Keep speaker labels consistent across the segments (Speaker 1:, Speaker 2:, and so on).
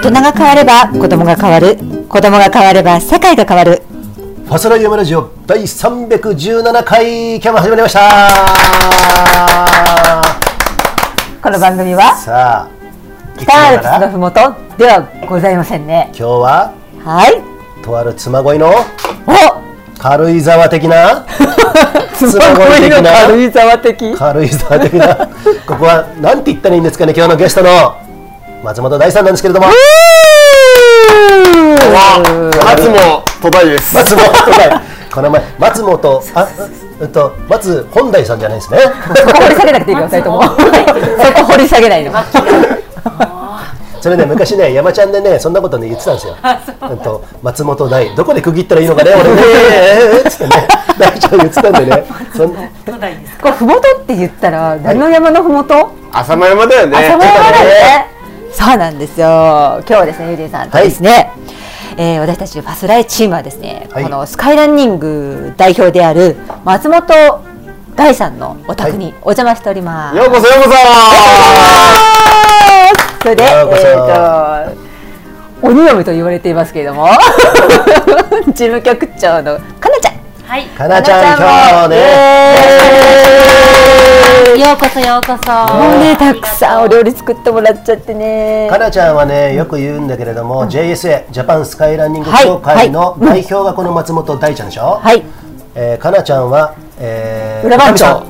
Speaker 1: 人が変われば子供が変わる子供が変われば世界が変わる
Speaker 2: ファスライヤマラジオ第317回キャン始まりました
Speaker 1: この番組は
Speaker 2: さあ
Speaker 1: 北アル
Speaker 2: いつ
Speaker 1: プ
Speaker 2: もな
Speaker 1: ス
Speaker 2: ら
Speaker 1: のふもとではございませんね
Speaker 2: 今日は
Speaker 1: はい
Speaker 2: とある妻恋の
Speaker 1: お
Speaker 2: 軽井沢的な
Speaker 1: す
Speaker 2: ごい的な
Speaker 1: 軽井沢的
Speaker 2: 軽井沢的なここはなんて言ったらいいんですかね今日のゲストの松本大さんなんですけれども
Speaker 3: 松も戸田井です。
Speaker 2: 松本大この前松本あえっと松本大さんじゃないですね
Speaker 1: そこ掘り下げなくていいよ2人ともそこ掘り下げないの
Speaker 2: それね昔ね山ちゃんでねそんなことね言ってたんですよえっと松本大どこで区切ったらいいのかね俺ねえーえーえーっつってね 大ちゃん言ってたんでねそん
Speaker 1: これふもとって言ったら何の山のふもと
Speaker 3: 浅間山だよね。
Speaker 1: 浅間山だよ
Speaker 2: ね
Speaker 1: ねそうなんですよ今日はですねゆりえさんとですね、えー私たちファスライチームはですね、
Speaker 2: はい
Speaker 1: このスカイランニング代表である松本大さんのお宅
Speaker 2: は
Speaker 1: にお邪魔しております、
Speaker 3: ようこそようこ
Speaker 1: それで、え
Speaker 2: ようこそ
Speaker 1: ー、と鬼嫁と言われていますけれども 事務局長のかなちゃん
Speaker 4: はい。
Speaker 2: かなちゃん今日ね
Speaker 4: ようこそようこそ。
Speaker 1: もうねたくさんお料理作ってもらっちゃってね
Speaker 2: かなちゃんはねよく言うんだけれども、JSA ジャパンスカイランニング協会の代表がこの松本大ちゃんでしょ、
Speaker 1: はい
Speaker 2: えーかなちゃんは、えー
Speaker 1: 裏番長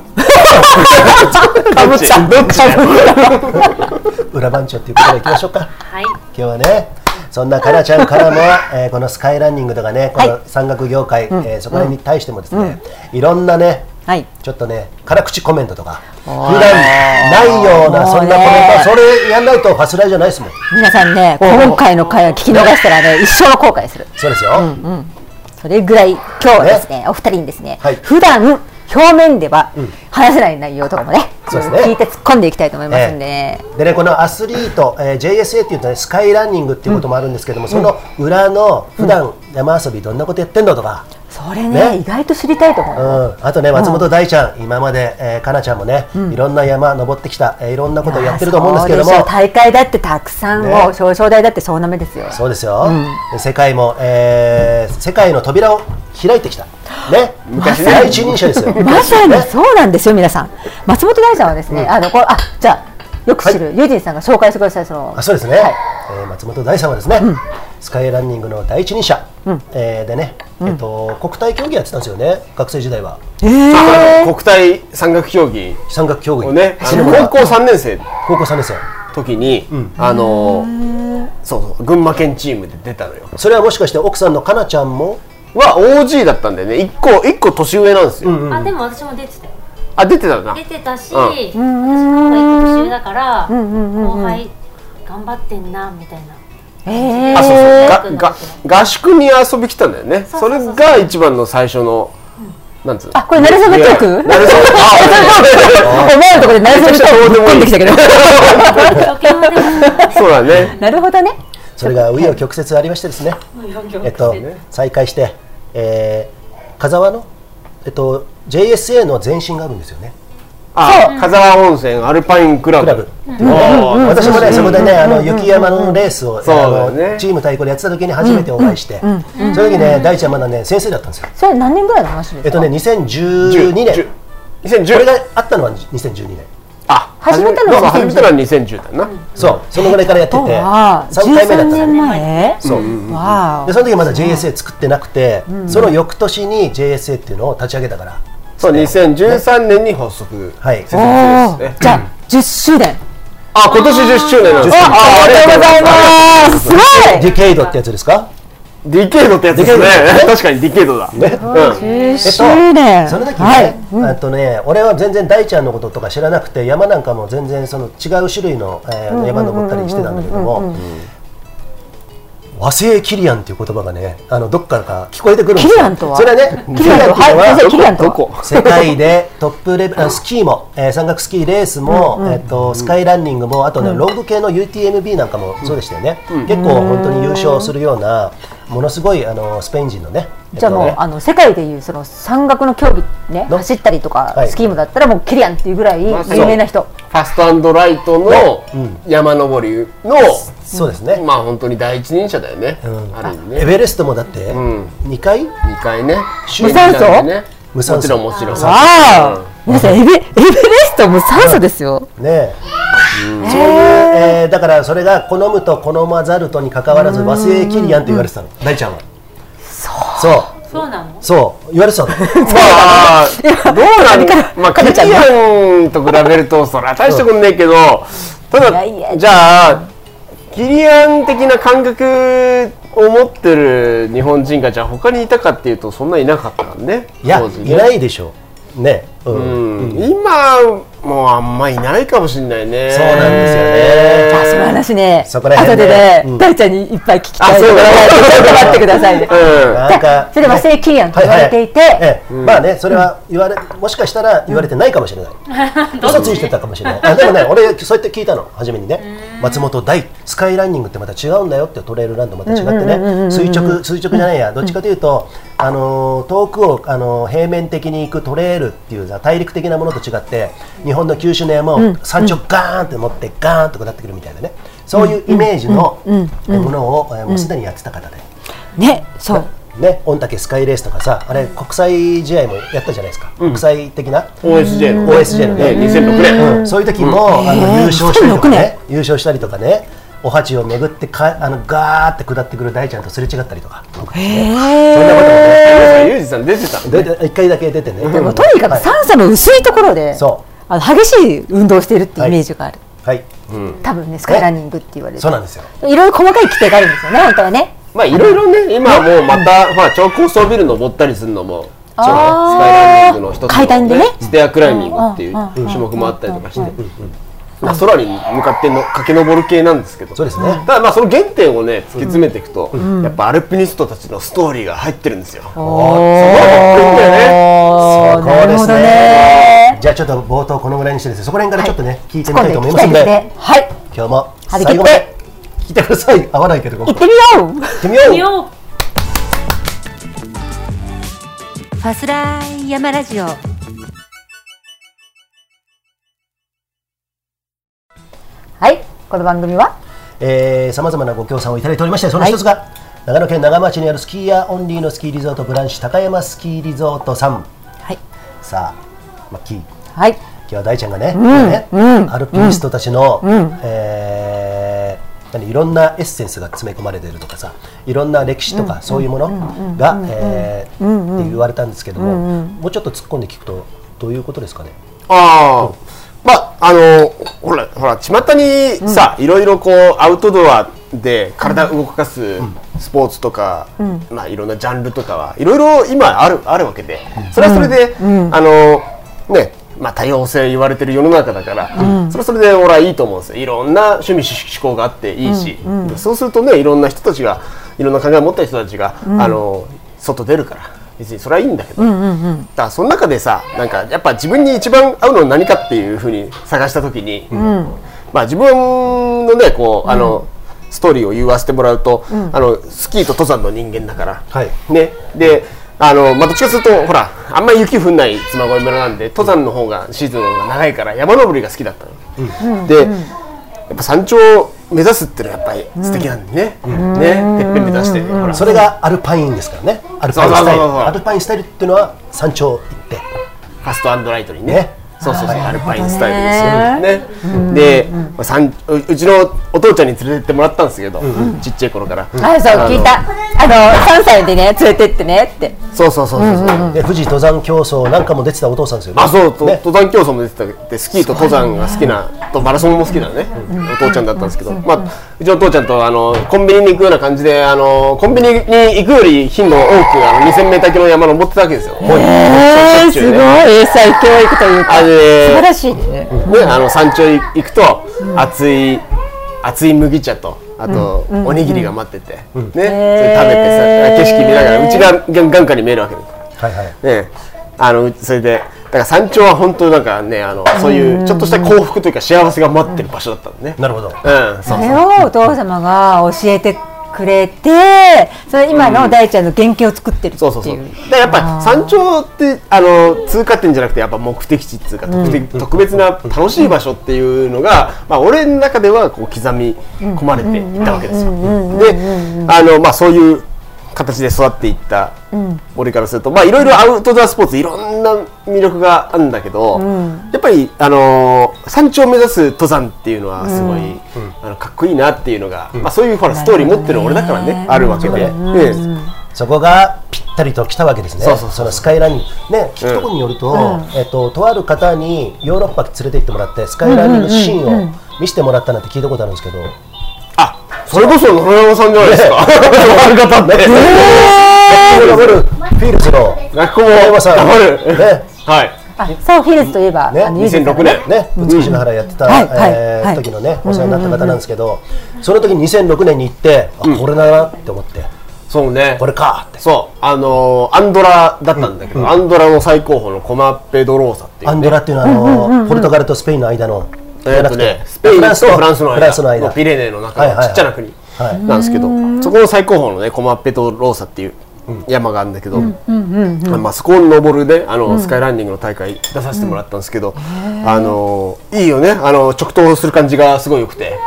Speaker 1: かぶっちゃどっち
Speaker 2: 裏番長っていうことでいきましょうか
Speaker 4: はい。
Speaker 2: 今日はねそんなかなちゃんからも、えーこのスカイランニングとかねこ
Speaker 1: は
Speaker 2: の山岳業界、えーそこら辺に対してもですね、いろんなね
Speaker 1: はい
Speaker 2: ちょっとね辛口コメントとか普段ないようなそんなコメントそれやんないとファスライじゃないですもん
Speaker 1: 皆さんね今回の回を聞き逃したらね一生後悔する
Speaker 2: そうですよ、
Speaker 1: それぐらい今日はですねお二人にですね、
Speaker 2: はい
Speaker 1: 普段表面では話せない内容とかもね,、
Speaker 2: そうですね
Speaker 1: 聞いて突っ込んでいきたいと思いますんでね、
Speaker 2: でねこのアスリート、えー JSA っていうとねスカイランニングっていうこともあるんですけども、その裏の普段山遊びどんなことやってんのとか、
Speaker 1: それね
Speaker 2: ね
Speaker 1: 意外と知りたいと思
Speaker 2: う
Speaker 1: う、
Speaker 2: ん、あとね松本大ちゃん、今まで、えー、かなちゃんもね、いろんな山登ってきた、えーいろんなことをやってると思うんですけども
Speaker 1: いやそうでしょ大会だってたくさん、
Speaker 2: ね
Speaker 1: もう表彰台だってそうなめですよ
Speaker 2: そうですよ、で世界も、えー世界の扉を開いてきたね
Speaker 3: 昔ね
Speaker 2: 第一人者 ですよ
Speaker 1: まさに
Speaker 2: ね
Speaker 1: そうなんですよ、皆さん。松本大さんはですね、あの、これ、あ、じゃあ、よく知る、ユージンさんが紹介してください、その。
Speaker 2: あそうですね、
Speaker 1: はい
Speaker 2: えー松本大さんはですね、スカイランニングの第一人者、えーでね、えっと国体競技やってたんですよね学生時代は
Speaker 3: そ。国体山岳競技
Speaker 2: 山岳競技
Speaker 3: をね、あ
Speaker 2: 死ぬ
Speaker 3: の
Speaker 2: ほど
Speaker 3: 高校三年生の
Speaker 2: 高校3年生
Speaker 3: 時に、あのそうそう群馬県チームで出たのよ。
Speaker 2: それはもしかして奥さんのかなちゃんも
Speaker 3: は OG だったんだよね。一個一個年上なんですよ。
Speaker 4: あでも私も出てたよ。
Speaker 3: あ出てたな
Speaker 4: 出。てたし、
Speaker 3: うん
Speaker 4: 私の方が一個年上だから、後輩頑張ってんなみたいな。
Speaker 1: え
Speaker 3: あそう
Speaker 1: ー
Speaker 3: そうがが合宿に遊び来たんだよね。
Speaker 4: そ
Speaker 3: そ
Speaker 4: うそうそ
Speaker 3: れ
Speaker 4: うそう
Speaker 3: が一番の最初のなんつうの。
Speaker 1: あ、これ、なるさめトーク。思
Speaker 3: なるほど。
Speaker 1: わぬところで、なるさめトーク、ぶっ込んできたけど。
Speaker 4: 初見はで
Speaker 3: あそうだね。
Speaker 1: なるほどね。
Speaker 2: それが紆余曲折ありましてですね、
Speaker 4: も
Speaker 2: えっと、再開して、えー、風沢の、えっと、JSA の前身があるんですよね
Speaker 3: あ、風沢温泉アルパインクラ
Speaker 2: ク
Speaker 3: ブ。
Speaker 2: ラブ、私もねそこでねあの雪山のレースを、
Speaker 3: そう
Speaker 2: あ
Speaker 3: だよ
Speaker 2: の
Speaker 3: ね
Speaker 2: チーム対抗でやってた時に初めてお会いして、その時ね大ちゃんまだね先生だったんですよ
Speaker 1: それ、何年ぐらいの話で
Speaker 2: えっ
Speaker 1: すか
Speaker 2: と。ね2012年これ
Speaker 3: 2010
Speaker 2: があったのは2012年
Speaker 3: あ
Speaker 1: 始めたのは
Speaker 3: そうそう始めたのは2010だな
Speaker 2: そうそのぐらいからやってて
Speaker 1: そうは、
Speaker 2: 3回目だった
Speaker 1: 13
Speaker 2: の
Speaker 1: 年前。
Speaker 2: そう、
Speaker 1: わ
Speaker 2: でその時まだ JSA 作ってなくて、その翌年に JSA っていうのを立ち上げたから
Speaker 3: そう2013年に発足
Speaker 2: はい
Speaker 1: お。おお
Speaker 3: ですね
Speaker 1: ー、じゃあ、10周年。
Speaker 3: あ今年10周年なんですあありがとうございます
Speaker 1: すごい。
Speaker 2: ディケイドってやつですか
Speaker 3: ディケイドってやつですね 確かにディケイドだ
Speaker 2: ね
Speaker 3: うん
Speaker 1: 10周年。
Speaker 2: その時
Speaker 1: はい
Speaker 2: ね、あとね、俺は全然大ちゃんのこととか知らなくて、山なんかも全然その違う種類の、えー山登ったりしてたんだけども、和製キリアンっていう言葉がね、あのどっからか聞こえてくるんですよ。
Speaker 1: キリアンとは
Speaker 2: それね、
Speaker 1: キリアンとは
Speaker 2: キリアンっていうの
Speaker 1: キリアンとは
Speaker 3: どこ
Speaker 2: 世界でトップレベル、あスキー も、えー山岳スキーレースも、えっとスカイランニングも、あとね、ロング系の UTMB なんかもそうでしたよね、結構本当に優勝するような、ものすごいあのスペイン人のね
Speaker 1: じゃあもう、
Speaker 2: えっとね
Speaker 1: あの世界でいうその山岳の競技ね
Speaker 2: の
Speaker 1: 走ったりとか、
Speaker 2: はい
Speaker 1: スキームだったらもうキリアンっていうぐらい有
Speaker 3: まあそう
Speaker 1: 名な人、
Speaker 3: ファストアンドライトの
Speaker 2: うん
Speaker 3: 山登りの、
Speaker 2: そうですね、
Speaker 3: まあ本当に第一人者だよね、
Speaker 2: うん
Speaker 3: ある意味
Speaker 2: エ
Speaker 3: ね
Speaker 2: ベレストもだって
Speaker 3: ん
Speaker 2: 2回、
Speaker 3: 2回ね
Speaker 1: 無酸素
Speaker 3: なんでね
Speaker 2: 無酸素
Speaker 3: もちろんもちろん
Speaker 1: わあ、皆さんエベエベレストも酸素ですよ、
Speaker 2: ねえそういう、えーだからそれが好むと好まざるとにかかわらず和製キリアンって言われてたの大ちゃんはそう
Speaker 4: そうなの
Speaker 2: そう言われてたの
Speaker 3: まあ、どうなんまあ、
Speaker 1: か
Speaker 3: キ
Speaker 1: なちゃん
Speaker 3: リアンと比べると、そりゃ大したことねえけど、ただ、
Speaker 1: いやいや
Speaker 3: じゃあ、キリアン的な感覚を持ってる日本人が、じゃあ、他にいたかっていうと、そんないなかったんね、
Speaker 2: いや
Speaker 3: 当時ね
Speaker 2: いないでしょうねうん、
Speaker 3: うん今、もうあんまいないかもしれないね。
Speaker 2: そうなんですよね
Speaker 1: あその話ね
Speaker 2: そこら辺
Speaker 1: 後
Speaker 2: ね
Speaker 1: でね、
Speaker 2: うん
Speaker 1: 大ちゃんにいっぱい聞きたい
Speaker 3: あそうだね
Speaker 1: ちょっと待ってくださいね、
Speaker 3: うん
Speaker 2: なんか
Speaker 1: それ和製キリアンと言われていて
Speaker 2: ははええまあねそれは言われもしかしたら言われてないかもしれない、嘘ついてたかもしれないあでもね俺そうやって聞いたの初めにね松本大スカイランニングってまた違うんだよってトレイルランドまた違ってね垂直垂直じゃないやどっちかというと、あのー遠くを、あのー平面的に行くトレイルっていうさ大陸的なものと違って日本の九州の山を山頂ガーンって持ってガーンと下ってくるみたいなねそういうイメージのえものをえもうすでにやってた方で。
Speaker 1: ねそう
Speaker 2: ね、御嶽スカイレースとかさ、あれ、国際試合もやったじゃないですか、国際的な、
Speaker 3: OSJ の、
Speaker 2: OSJ のね
Speaker 3: 2006年、
Speaker 2: そういう時も、あの
Speaker 1: へえ
Speaker 2: 優勝したりとか
Speaker 1: 2006
Speaker 2: ね、優勝したりとかね、お鉢を巡ってか、あのガーって下ってくる大ちゃんとすれ違ったりとか、僕そんなこともね、
Speaker 3: ユージさん出てたんで、
Speaker 2: 出て一回だけ出てね、
Speaker 1: でもとにかく酸素の薄いところで、
Speaker 2: そ
Speaker 1: あの激しい運動をしているっていうイメージがある、
Speaker 2: はい、
Speaker 1: 多分ねスカイランニングって言われる
Speaker 2: そうなんですよ、
Speaker 1: いろいろ細かい規定があるんですよね本当はね
Speaker 3: まあ、いろいろね、今はもうまた、まあ、超高層ビル登ったりするのも、
Speaker 1: あー
Speaker 3: そうねスカイランニングの
Speaker 1: 階段でね
Speaker 3: 一つの、ステアクライミングっていう種目もあったりとかして、まあ、空に向かっての駆け上る系なんですけど
Speaker 2: そうですね
Speaker 3: ただまあその原点をね突き詰めていくと、やっぱアルピニストたちのストーリーが入ってるんですよ、
Speaker 1: お
Speaker 2: そ
Speaker 1: ー
Speaker 2: こ
Speaker 1: なる
Speaker 2: で
Speaker 1: ほ
Speaker 2: す
Speaker 1: どね
Speaker 2: ね、じゃあちょっと冒頭、このぐらいにしてですね、そこら辺からちょっとね、聞いてみたいと思いま
Speaker 1: 今
Speaker 2: す
Speaker 1: 度
Speaker 2: ん
Speaker 1: 行きたい
Speaker 2: で
Speaker 1: で、すねはい
Speaker 2: 今日も
Speaker 1: 張り
Speaker 2: 最
Speaker 1: 切
Speaker 2: 後
Speaker 1: っ
Speaker 2: ま
Speaker 1: て
Speaker 2: で聞いてください、合わないけど、ここ
Speaker 1: 行ってみよう
Speaker 2: 行ってみよう
Speaker 4: 見よう
Speaker 5: ファスライヤマラジオ
Speaker 1: はいこの番組は
Speaker 2: さまざまなご協賛をいただいておりましてその一つが、長野県長町にあるスキーヤーオンリーのスキーリゾートブランシュ高山スキーリゾートさん
Speaker 1: はい
Speaker 2: さあマッキー今
Speaker 1: はい
Speaker 2: 日は大ちゃんがね,、ねアルピニストたちの、えー何いろんなエッセンスが詰め込まれているとかさいろんな歴史とかそういうものがえーって言われたんですけども、もうちょっと突っ込んで聞くとどういうことですかね
Speaker 3: ああまああのほらほら巷にさ、いろいろこうアウトドアで体を動かすスポーツとか、まあいろんなジャンルとかはいろいろ今あるあるわけで、それはそれで、あのねまあ多様性言われてる世の中だから、それはそれで俺はいいと思うんですよ。いろんな趣味嗜好があっていいし、そうするとねいろんな人たちがいろんな考えを持った人たちが、あの外出るから。別にそれはいいんだけど、だからその中でさなんかやっぱ自分に一番合うのは何かっていうふうに探した時に、まあ自分のねこうあの、ストーリーを言わせてもらうと、あのスキーと登山の人間だから、
Speaker 2: はい
Speaker 3: ねであのまあ、どっちかするとほらあんまり雪降んない妻恋村なんで登山の方がシーズンの方が長いから山登りが好きだったの、で、やっぱ山頂を目指すっていうのはやっぱり素敵なんでね、ねてっぺん目指してね、ほら
Speaker 2: それがアルパインですからねアルパインスタイ
Speaker 3: そうそうそうそう
Speaker 2: ルアルパインスタイルっていうのは山頂行って
Speaker 3: ファストアンドライトにね
Speaker 2: ね
Speaker 3: そうそうそうアルパインスタイルですよねで、まあ、さんううちのお父ちゃんに連れてってもらったんですけど、ちっちゃい頃から、
Speaker 1: あそう
Speaker 3: の
Speaker 1: 聞いたあの3歳でね連れてってねって
Speaker 3: そうそうそうそうそう、
Speaker 2: で富士登山競争なんかも出てたお父さんですよね。
Speaker 3: あそうと、
Speaker 2: ね
Speaker 3: 登山競争も出てたってスキーと登山が好きなとマラソンも好きなね、お父ちゃんだったんですけど、まあ、うちの父ちゃんとあのコンビニに行くような感じであのコンビニに行くより頻度多くあの 2000m 級の山登ってたわけですよ。
Speaker 1: えー、すごい英才教育というか
Speaker 3: あ
Speaker 1: 素
Speaker 3: れ
Speaker 1: 晴らしいね
Speaker 3: ね、あの山頂行くと熱い熱い麦茶とあとおにぎりが待ってて、ね、それ食べてさ景色見ながらうちが眼眼下に見えるわけです
Speaker 2: はいはい。
Speaker 3: ねあのそれでだから山頂は本当なんかねあのそういうちょっとした幸福というか幸せが待ってる場所だったのね。
Speaker 2: なるほど。
Speaker 3: うん、そ
Speaker 1: そ
Speaker 3: う
Speaker 1: れをお父様が教えてくくれてそれ今の大ちゃんの原型を作ってるって
Speaker 3: そうそうそ
Speaker 1: いうう。
Speaker 3: でやっぱ山頂ってあの通過点じゃなくてやっぱ目的地っていうか特,、特別な楽しい場所っていうのが、まあ、俺の中ではこう刻み込まれていったわけですよ。であの、まあ、そういう形で育っていった俺からするとまあいろいろアウトドアスポーツいろんな魅力があるんだけど、やっぱりあの山頂を目指す登山っていうのはすごい、あのかっこいいなっていうのが、まあ、そういうほらストーリー持ってる俺だからねあるわけで。で
Speaker 2: そこがぴったりと来たわけですね、
Speaker 3: そうそうそう
Speaker 2: のスカイランニング、ね、聞くところによると,、えっと、とある方にヨーロッパ連れて行ってもらって、スカイランニングのシーンを見せてもらったなんて聞いたことあるんですけど、
Speaker 3: あ、それこそ野々山さんじゃないですか。ありがたんで。
Speaker 2: 頑張るフィールズの
Speaker 3: 学校も
Speaker 2: 野々山さん、
Speaker 3: 頑張る。
Speaker 2: ね
Speaker 3: はい。
Speaker 1: あそうフィルズといえば、
Speaker 2: ね
Speaker 1: あのユージさん
Speaker 3: 2006年。
Speaker 2: ね、美しの原やってた、
Speaker 1: はいはい
Speaker 2: えー
Speaker 1: はい
Speaker 2: 時のね、お世話になった方なんですけど、その時2006年に行って、あこれだなって思って、
Speaker 3: そうね
Speaker 2: こ。れかって、
Speaker 3: そう、あのーアンドラだったんだけど、アンドラの最高峰のコマッペドローサってい
Speaker 2: ア
Speaker 3: う。
Speaker 2: ンドラっていうのはあの、ポルトガルとスペインの間の、じ
Speaker 3: え
Speaker 2: ゃ
Speaker 3: っ
Speaker 2: な
Speaker 3: と
Speaker 2: く
Speaker 3: ね
Speaker 2: て、
Speaker 3: スペインとフランスの
Speaker 2: フランスの
Speaker 3: 間
Speaker 2: 間
Speaker 3: ピレネーの中
Speaker 2: はいはい
Speaker 3: の
Speaker 2: は
Speaker 3: ち
Speaker 2: い
Speaker 3: っちゃな国
Speaker 2: はい
Speaker 3: なんですけど、そこの最高峰のねコマッペトローサっていう山があるんだけど、まあ、そこを登るねあの、スカイランニングの大会出させてもらったんですけど、あのいいよねあの直投する感じがすごい良くて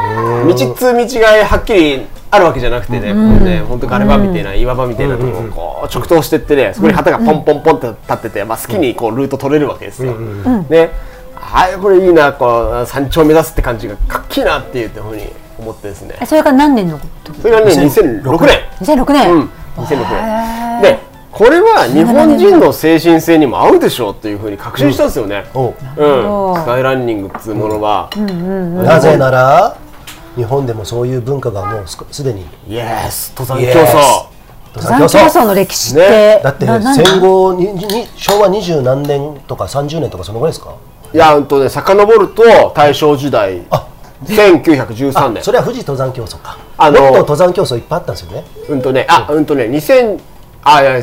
Speaker 3: 道っつう道がはっきりあるわけじゃなくてね、こうね本当ガレ場みたいな岩場みたいなとこをこう直投してってねそこに旗がポンポンポンって立ってて、まあ、好きにこうルート取れるわけですよ。ねはい、これいいなこう山頂目指すって感じがかっきいなっていうふうに思ってですね
Speaker 1: えそれから何年のこと
Speaker 3: それがね2006年
Speaker 1: 2006年、
Speaker 3: うん、2006年でこれは日本人の精神性にも合うでしょうというふうに確信したんですよね、うん
Speaker 2: おう
Speaker 3: スカイランニングっつうものは、
Speaker 2: なぜなら日本でもそういう文化がもうすこすでに
Speaker 3: イエス登山競
Speaker 2: Yes
Speaker 3: 争
Speaker 1: 登山競争の歴史って、
Speaker 3: ね
Speaker 2: だって
Speaker 1: なな
Speaker 2: 戦後にに昭和二十何年とか三十年とかそのぐらいですか
Speaker 3: いやうんとね遡ると大正時代
Speaker 2: あ
Speaker 3: 1913年
Speaker 2: それは富士登山競争か
Speaker 3: あ
Speaker 2: あ
Speaker 3: の
Speaker 2: のもっと登山競争いっぱいあったんですよね
Speaker 3: うんとねあうんとね2000あいや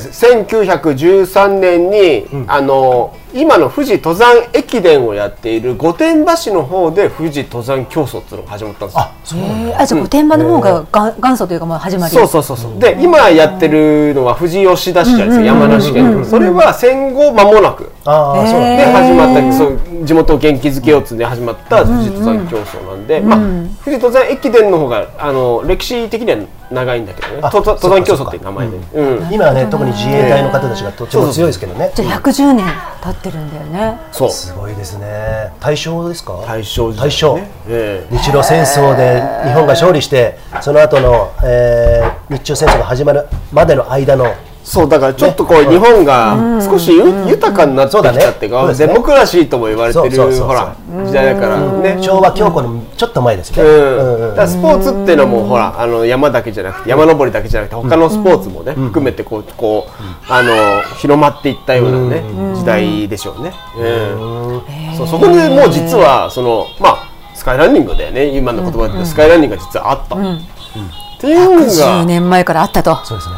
Speaker 3: 1913年に、あの今の富士登山駅伝をやっている御殿場市の方で富士登山競争っていうのが始まったんですよ
Speaker 2: あそうなんだ
Speaker 1: えーあじゃあ御殿場の方がが元祖というかまあ始まり
Speaker 3: そうそうそうそうで今やってるのは富士吉田市じゃないですか山梨県それは戦後間もなく
Speaker 2: ああそうなん
Speaker 3: で
Speaker 2: だ
Speaker 3: 始まったそう地元を元気づけようっつうんで始まった富士登山競争なんで、まあ、富士登山駅伝の方があの歴史的には長いんだけどね
Speaker 2: あ
Speaker 3: 登登
Speaker 2: そう
Speaker 3: 山
Speaker 2: かそ
Speaker 3: 競
Speaker 2: うか
Speaker 3: 争っていう名前で、うん
Speaker 2: 今はね特に自衛隊の方たちがとっても強いですけどね
Speaker 1: じゃあ110年経ってるんだよね
Speaker 3: そう
Speaker 2: すごいですね大正ですか
Speaker 3: 大正時代、ね、
Speaker 2: 大正
Speaker 3: ええ
Speaker 2: 日露戦争で日本が勝利してその後の、えー日中戦争が始まるまでの間の
Speaker 3: そうだからちょっとこう、日本が少しゆ、豊かになってきたっていうか、
Speaker 2: そうだねそうです
Speaker 3: デ
Speaker 2: ね
Speaker 3: モクラシーとも言われてる
Speaker 2: そうそうそうそう
Speaker 3: ほら時代だからね、
Speaker 2: 昭和恐慌のちょっと前ですね、うんうん
Speaker 3: だからスポーツっていうのはもうほらあの山だけじゃなくて山登りだけじゃなくて他のスポーツもね含めてこうこうあの広まっていったようなね時代でしょうね。うんそうそこでもう実はそのまあスカイランニングだよね今の言葉で言うとスカイランニングが実はあった。っていうのが、
Speaker 1: 10年前からあったと
Speaker 2: そうですね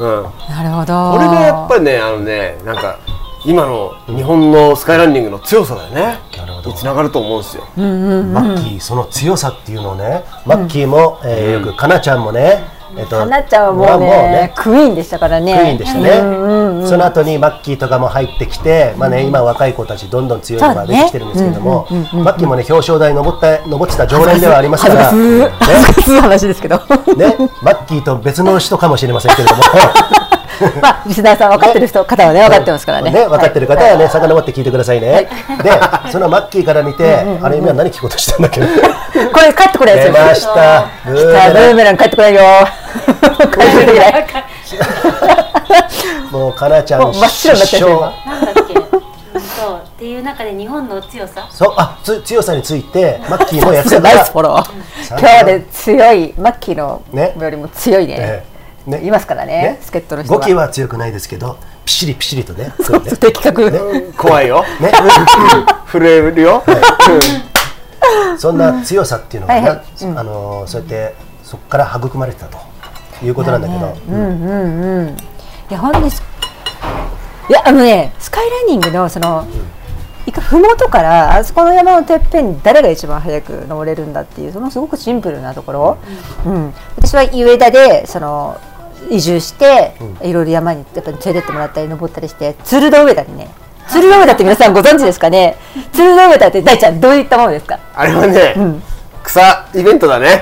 Speaker 3: うん、
Speaker 1: なるほど
Speaker 3: これがやっぱりねあのねなんか今の日本のスカイランニングの強さだよね
Speaker 2: なるほど
Speaker 3: につながると思うんですよ。
Speaker 2: マッキーその強さっていうのをね、マッキーも、えーよくかなちゃんもね、えっと
Speaker 1: かなちゃんはもうね
Speaker 2: まあ
Speaker 1: クイーンでしたからね
Speaker 2: クイーンでしたね、その後にマッキーとかも入ってきて、まあね、今若い子たちどんどん強い子ができてるんですけども、マッキーもね表彰台登った登ってた常連ではありますか
Speaker 1: 恥ず
Speaker 2: ら、
Speaker 1: かしい
Speaker 2: ね
Speaker 1: 恥ずかしい話ですけ ど
Speaker 2: ね、マッキーと別の人かもしれませんけ れども。
Speaker 1: まあリスナーさん分かってる人方はね分かってますからね
Speaker 2: 分かってる方はね、さかのぼって聞いてくださいね。で、そのマッキーから見て、あれ、今何聞こうとしたん だっけど。
Speaker 1: これ帰ってこないやつ
Speaker 2: 出
Speaker 1: よ
Speaker 2: ました。ブーメ
Speaker 1: さあブ
Speaker 2: ラン
Speaker 1: ーメラン帰ってこないよ帰ってこない
Speaker 2: もうかなちゃん
Speaker 1: もう真っ白になっちゃいそう
Speaker 4: なんだっけそうっていう中で日本の強さ
Speaker 2: そうあつ強さについてマッキーも やってたか
Speaker 1: ナイ
Speaker 2: ら
Speaker 1: スフォロー今日はね強いマッキーの
Speaker 2: ね
Speaker 1: よりも強いね
Speaker 2: ええね
Speaker 1: いますからね助っ人の人
Speaker 2: 語気は強くないですけどピシリピシリと ねそうね
Speaker 1: 的確、
Speaker 3: 怖 いよ。
Speaker 2: ね
Speaker 3: 震えるよ。
Speaker 2: うんそんな強さっていうのがね、
Speaker 1: はいはい
Speaker 2: あのーそうやってそこから育まれてたということなんだけど、
Speaker 1: いや本当にすいやあのねスカイランニングのその、一回麓からあそこの山のてっぺんに誰が一番早く登れるんだっていうそのすごくシンプルなところ、うん、私は上田でその移住して、いろいろ山にやっぱり連れてってもらったり登ったりして鶴の上田にね鶴の上田って皆さんご存知ですか ね鶴の上田って大ちゃんどういったものですか
Speaker 3: あれはね、草イベントだね。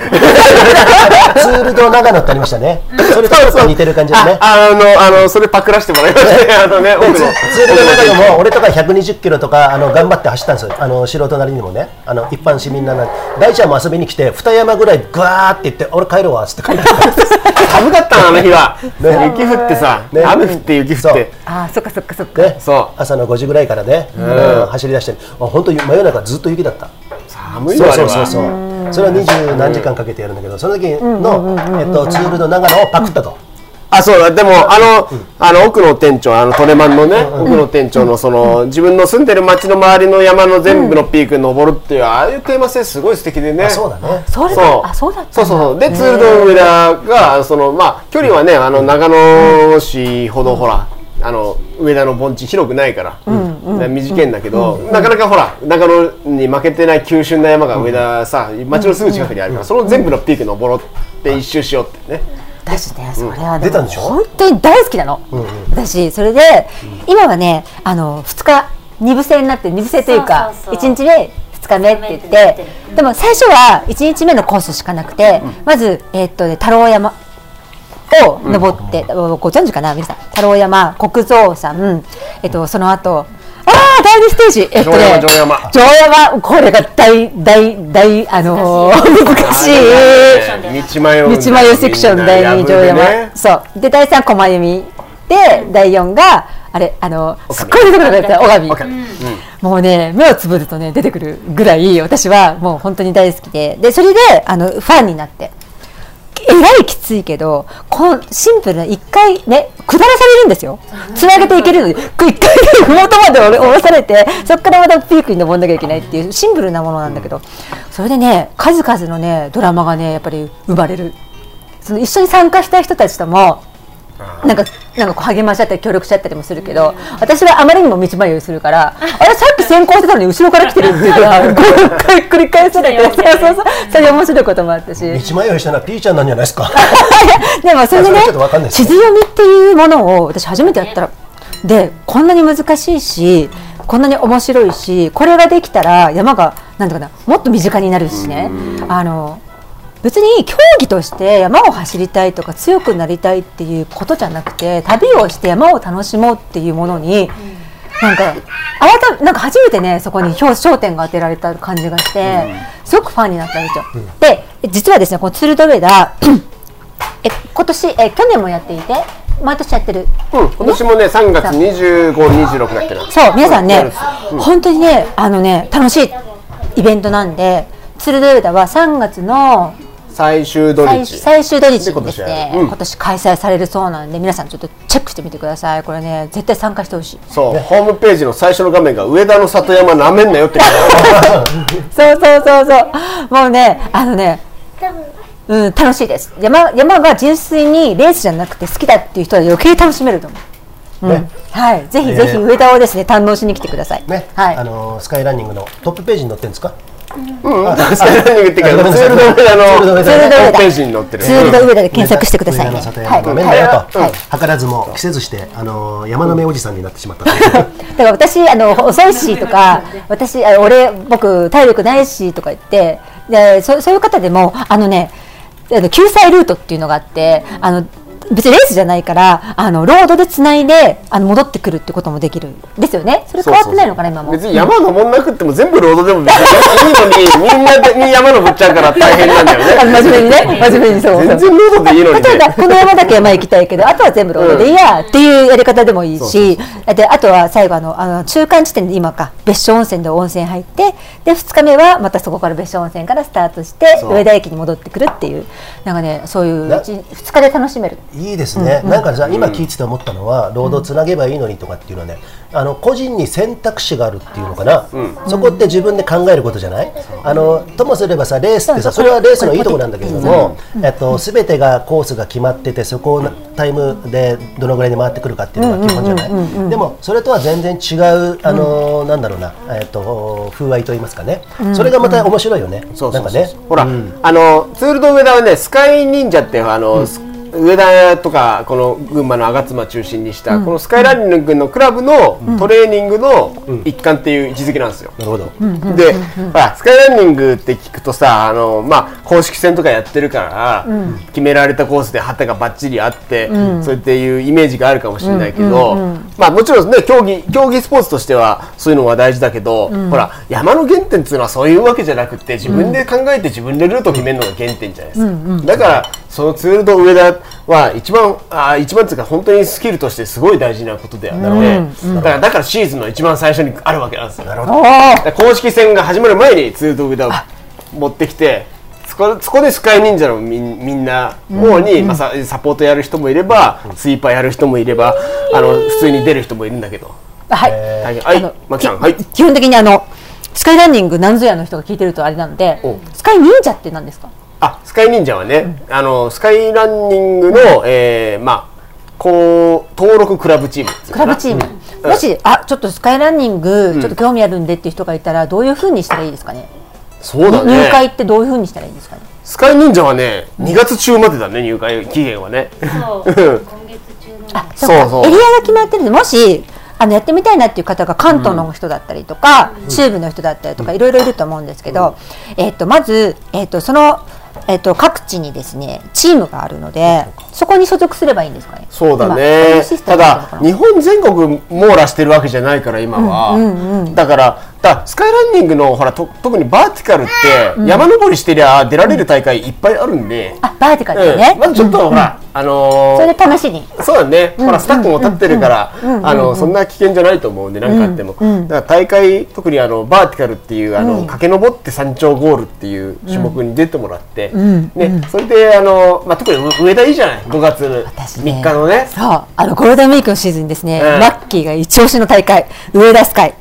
Speaker 2: ツールド長野ってありましたね。 それとちょっと似てる感じですね。
Speaker 3: ああの、あの、それパクらせてもらい ましたね。あのね、奥の。
Speaker 2: ツールド長野も俺とか120キロとかあの頑張って走ったんですよ。あの素人なりにもね、あの一般市民なら大ちゃんも遊びに来て二山ぐらいぐわーって言って俺帰るわっつって帰ってきた。
Speaker 3: 寒かったな、あの日は。
Speaker 2: ね
Speaker 3: 雪降ってさ、
Speaker 2: ね
Speaker 3: 雨降って雪降っ
Speaker 2: そう
Speaker 3: て。
Speaker 1: ああそっかそっかそっか
Speaker 2: ね、
Speaker 3: そう
Speaker 2: 朝の5時ぐらいからね、うん走り出して、あ本当に真夜中ずっと雪だった。
Speaker 3: 寒い
Speaker 2: そ
Speaker 3: よ、
Speaker 2: う
Speaker 3: あれ
Speaker 2: そう
Speaker 3: は。
Speaker 2: そうそう。それは二十何時間かけてやるんだけど、その時のえっとツールド長野をパクったと。
Speaker 3: あそうだでもあの,、あの奥の店長あのトレマンのね、奥の店長のその、自分の住んでる町の周りの山の全部のピークに登るっていう、ああいうテーマ性すごい素敵でね
Speaker 2: あそうだね。
Speaker 1: それ
Speaker 3: そう
Speaker 1: あそうだった
Speaker 3: そうそうそうでツールド上田がそのまあ距離はねあの長野市ほどほら、あの上田の盆地広くないから,、短いんだけど、なかなかほら長野に負けてない急峻な山が上田さ町のすぐ近くにあるから、その全部のピーク登ろうって一周しようってね、
Speaker 1: 私ねそれは
Speaker 2: 出たんでしょ
Speaker 1: 本当に大好きなの、私それで、今はねあの2日2部制になって2部制というか
Speaker 4: そうそうそう
Speaker 1: 1日目2日目って言っ
Speaker 4: 二日目ってて言っ
Speaker 1: でも最初は1日目のコースしかなくて、まず、えーっとね、太郎山を登って、ご存知かな皆さん太郎山国蔵山、えっと、その後ああ第二ステージ、えっとね、
Speaker 3: 城山
Speaker 1: 城山これが大大大あのー 難しい
Speaker 3: 道迷う
Speaker 1: 道迷いセクション第2条山、
Speaker 3: ね
Speaker 1: そうで第3駒弓で第4があれあのすっごい出てくるのがやった
Speaker 3: わか
Speaker 1: 拝
Speaker 3: る
Speaker 1: みもうね目をつぶるとね出てくるぐらい私はもう本当に大好きででそれであのファンになってえらいきついけどこのシンプルな1回ね下らされるんですよつなげていけるのに1回で麓まで下ろされてそこからまたピークに登んなきゃいけないっていうシンプルなものなんだけどそれでね数々のねドラマがねやっぱり生まれるその一緒に参加した人たちともなんかなんかこう励まし合ったり協力し合ったりもするけど、私はあまりにも道迷いするからあれさっき先行してたのに後ろから来てるっていうから5回繰り返されてそうそうそうそれで面白いこともあったし。
Speaker 2: 道迷いしたのはピーちゃんなんじゃないですか。
Speaker 1: でもそれでね
Speaker 2: あそれちょっとわかんないです
Speaker 1: 地図
Speaker 2: ね
Speaker 1: 読みっていうものを私初めてやったらでこんなに難しいしこんなに面白いしこれができたら山がなんだかなもっと身近になるしねあの別に競技として山を走りたいとか強くなりたいっていうことじゃなくて旅をして山を楽しもうっていうものに、なんか改めなんか初めてねそこに表焦点が当てられた感じがして、すごくファンになったんですよ。で実はですねこのツールドウェダーえ今年え去年もやっていて毎年やってる
Speaker 3: うん、今年もね3月25、26だっけな
Speaker 1: そう皆さんね
Speaker 3: やるんですよ
Speaker 1: 本当にねあのね楽しいイベントなんでツールドウェダーは3月の
Speaker 3: 最終土
Speaker 1: 最
Speaker 3: 日
Speaker 1: 最終土日
Speaker 3: で今
Speaker 1: で
Speaker 3: 年
Speaker 1: す
Speaker 3: やる
Speaker 1: ね
Speaker 3: うん
Speaker 1: 今年開催されるそうなんで皆さんちょっとチェックしてみてくださいこれね絶対参加してほしい
Speaker 3: そう、ホームページの最初の画面が上田の里山なめんなよって書いて
Speaker 1: そうそうそうそう。もうね、あのね。うん、楽しいです。山、山が純粋にレースじゃなくて、好きだっていう人は余計楽しめると思う。うん
Speaker 2: ね
Speaker 1: はい、ぜひ
Speaker 2: ね
Speaker 1: ぜひ上田をですね、堪能しに来てください。
Speaker 2: ね、
Speaker 1: はい
Speaker 2: あ。のスカイランニングのトップページに載ってるんですか。
Speaker 3: あるスカイランニングって言うけ
Speaker 2: あ
Speaker 3: どツールド上田
Speaker 2: ツールド
Speaker 3: の
Speaker 2: 上
Speaker 1: ツールド
Speaker 3: ホ
Speaker 1: 上
Speaker 3: ーム
Speaker 1: 田
Speaker 3: ページに載ってる
Speaker 1: ツールド上田で検索してくださいね。
Speaker 2: 上田の里
Speaker 1: はい。
Speaker 2: 山ごめん
Speaker 1: は
Speaker 2: だ
Speaker 1: い
Speaker 2: よと、
Speaker 1: はい
Speaker 2: 図らずも着せずしてあのー山の目おじさんになってしまったという。
Speaker 1: だから私あの遅いしとか私あ俺僕体力ないしとか言ってでそそういう方でもあのねあの救済ルートっていうのがあってあの別にレースじゃないからあのロードでつないであの戻ってくるってこともできるんですよねそれ変わってないのかな今も
Speaker 3: 別に山登んなくっても全部ロードでも別にいいのにみんなでに山登っちゃうから大変なんだ
Speaker 1: あ
Speaker 3: よ
Speaker 1: の真面
Speaker 3: ね
Speaker 1: 目にね真面目にそうそう
Speaker 3: 全然ロードでいいのに
Speaker 1: 例え
Speaker 3: ね
Speaker 1: ばこの山だけ山行きたいけどあとは全部ロードでいいやっていうやり方でもいいし、であとは最後あのあの中間地点で今か別所温泉で温泉入ってで2日目はまたそこから別所温泉からスタートして上田駅に戻ってくるっていうなんかねそういう
Speaker 2: な
Speaker 1: 2日で楽しめる
Speaker 2: いいですね、なんかさ今聞いてて思ったのは労働つなげばいいのにとかっていうのはねあの個人に選択肢があるっていうのかな、そこって自分で考えることじゃない、あのともすればさレースってさそれはレースのいいところなんだけれども、えっと、全てがコースが決まっててそこをタイムでどのぐらいで回ってくるかっていうのが基本じゃないでもそれとは全然違うあの、なんだろうな、えっと、風合いといいますかね、それがまた面白いよね、
Speaker 3: そう
Speaker 2: なん
Speaker 3: そう
Speaker 2: か
Speaker 3: そう
Speaker 2: ね
Speaker 3: ほら、あのツールド上田はねスカイ忍者っていうあの、ス上田とかこの群馬の吾妻中心にした、このスカイランニングのクラブのトレーニングの一環っていう位置づけなんですよ。
Speaker 2: なるほど、
Speaker 3: で、ほらスカイランニングって聞くとさあの、まあ、公式戦とかやってるから、決められたコースで旗がばっちりあって、そういっていうイメージがあるかもしれないけど、まあ、もちろんね競技競技スポーツとしてはそういうのは大事だけど、ほら山の原点っていうのはそういうわけじゃなくて自分で考えて自分でルートを決めるのが原点じゃないですか、だからそのツールド上田は一番あー一番っていうか本当にスキルとしてすごい大事なことであって、だからだからシーズンの一番最初にあるわけなんですよ。公式戦が始まる前にツードウダを持ってきてそこそこでスカイ忍者のみんみんな方に、まあ、さサポートやる人もいればスイーパーやる人もいればあの普通に出る人もいるんだけど
Speaker 1: はい、
Speaker 3: 大変はい
Speaker 1: あの
Speaker 3: マキさんはい
Speaker 1: 基本的にあのスカイランニングなんぞやの人が聞いてるとあれなので
Speaker 3: お
Speaker 1: スカイ忍者って何ですか
Speaker 3: あスカイ忍者はね、あのスカイランニングの、えーまあこう登録クラブチームっていう
Speaker 1: ク
Speaker 3: か
Speaker 1: ラ
Speaker 3: な
Speaker 1: ブチーム、
Speaker 3: うん
Speaker 1: もしあちょっとスカイランニングちょっと興味あるんでっていう人がいたらどういうふうにしたらいいですかね、
Speaker 3: そうだ
Speaker 1: 入会
Speaker 3: ね
Speaker 1: ってどういうふうにしたらいいですかね
Speaker 3: スカイ忍者はね2月中までだね入会期限はね
Speaker 4: そ う
Speaker 3: うん
Speaker 4: 今月中の
Speaker 3: そうそう
Speaker 1: エリアが決まってるんでもしあのやってみたいなっていう方が関東の人だったりとか、中部の人だったりとかいろいろいると思うんですけど、えっとまず、えっとその、えっと各地にですねチームがあるのでそこに所属すればいいんですかね
Speaker 3: そうだ
Speaker 1: 今こうい
Speaker 3: ね
Speaker 1: うシステ
Speaker 3: た
Speaker 1: ムなのか
Speaker 3: だ
Speaker 1: な
Speaker 3: 日本全国網羅してるわけじゃないから今は、だからだからスカイランニングのほらと特にバーティカルって山登りしてりゃ出られる大会いっぱいあるんで、
Speaker 1: あバーティカルだね、
Speaker 3: うんまずちょっとほら、あのー
Speaker 1: それで試しに
Speaker 3: そうだね、ほらスタッフも立ってるから、あのそんな危険じゃないと思うんで、何かあっても、だから大会特にあのバーティカルっていうあの、駆け上って山頂ゴールっていう種目に出てもらって、ねそれであのまあ特に上田いいじゃない、5月
Speaker 1: 私
Speaker 3: 3
Speaker 1: ね
Speaker 3: 日のね、
Speaker 1: そうあのゴールデンウィークのシーズンにですね、
Speaker 3: うん
Speaker 1: マッキーが一押しの大会上田スカイ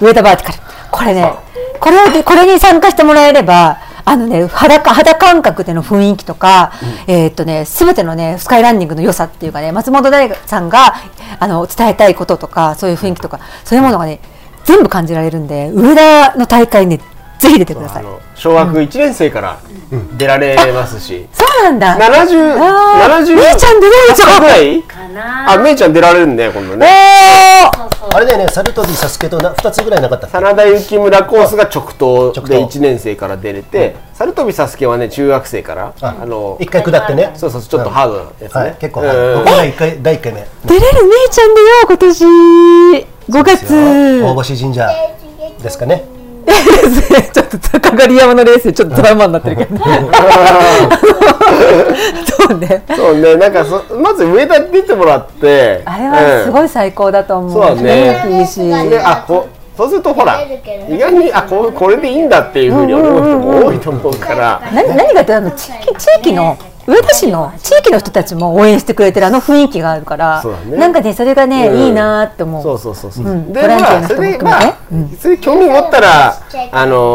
Speaker 1: 上田バーティカルこれねこれをでこれに参加してもらえればあのね肌か肌感覚での雰囲気とか、えーっとね全てのねスカイランニングの良さっていうかね松本大学さんがあの伝えたいこととかそういう雰囲気とかそういうものがね全部感じられるんで上田の大会ねぜひ出てくださ
Speaker 3: あ
Speaker 1: い
Speaker 3: の小学1年生から出られますし、
Speaker 1: そうなんだ
Speaker 3: 70
Speaker 1: あー
Speaker 3: 70
Speaker 1: みーちゃん出ないじゃん
Speaker 3: ぐらい
Speaker 4: かな
Speaker 3: あめいちゃん出られるんだよ今度ね
Speaker 1: おー
Speaker 4: そうそう
Speaker 2: あれだよねサルトディサスケとな2つぐらいなかったっけ
Speaker 3: 真田幸村コースが直
Speaker 2: 直
Speaker 3: 投で
Speaker 2: 投
Speaker 3: 1年生から出れて、猿飛サスケはね中学生からあの
Speaker 2: 一回下ってね。
Speaker 3: そうそうちょっとハードなやつね、
Speaker 2: はい、結構。
Speaker 3: う
Speaker 2: 僕
Speaker 3: ん
Speaker 2: が一回第一回目。
Speaker 1: 出れる姉ちゃんだよ今年5月
Speaker 2: 大星神社ですかね。
Speaker 1: ですねちょっと高刈山のレースでちょっとトラウマになってるけどねそうね
Speaker 3: そうねなんかそまず上田に出てもらって
Speaker 1: あれはす
Speaker 3: い、
Speaker 1: ごい最高だと思う、
Speaker 3: そうだね
Speaker 1: 雰囲気いいし
Speaker 3: うんであこそうするとほら意外にあここれでいいんだっていうふうに思う人も多いと思うから、
Speaker 1: 何何がってあの地域地域の上田市の地域の人たちも応援してくれてるあの雰囲気があるから、
Speaker 3: そうだね
Speaker 1: なんかねそれがね、
Speaker 3: うん
Speaker 1: いいなーって思う
Speaker 3: そうそうそうそう、
Speaker 1: ボ
Speaker 3: で
Speaker 1: ランティア
Speaker 3: ま
Speaker 1: の
Speaker 3: あ
Speaker 1: 人
Speaker 3: そ
Speaker 1: も
Speaker 3: れで
Speaker 1: 含め
Speaker 3: ま
Speaker 1: て
Speaker 3: あ、それ興味持ったらあの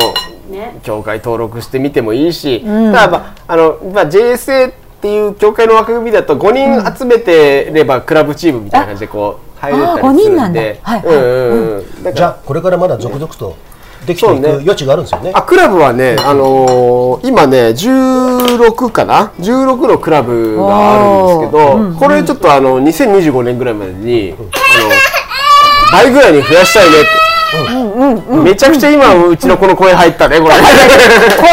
Speaker 4: ね
Speaker 3: 協会登録してみてもいいし、ただまああのまあ JSA っていう協会の枠組みだと5人集めてればクラブチームみたいな感じでこう入れたりするんで
Speaker 1: あー五人なんだはい
Speaker 3: うんうんうんだか
Speaker 2: じゃ
Speaker 3: ら
Speaker 2: あこれからまだ続々とできてい
Speaker 3: そう
Speaker 2: く
Speaker 3: ね
Speaker 2: 余地があるんですよね。
Speaker 3: あクラブはね、あのー今ね16かな16のクラブがあるんですけど、これちょっとあの2025年ぐらいまでに、あの倍ぐらいに増やしたいねって、めちゃくちゃ今うちのこの声入ったねこ れ
Speaker 1: こ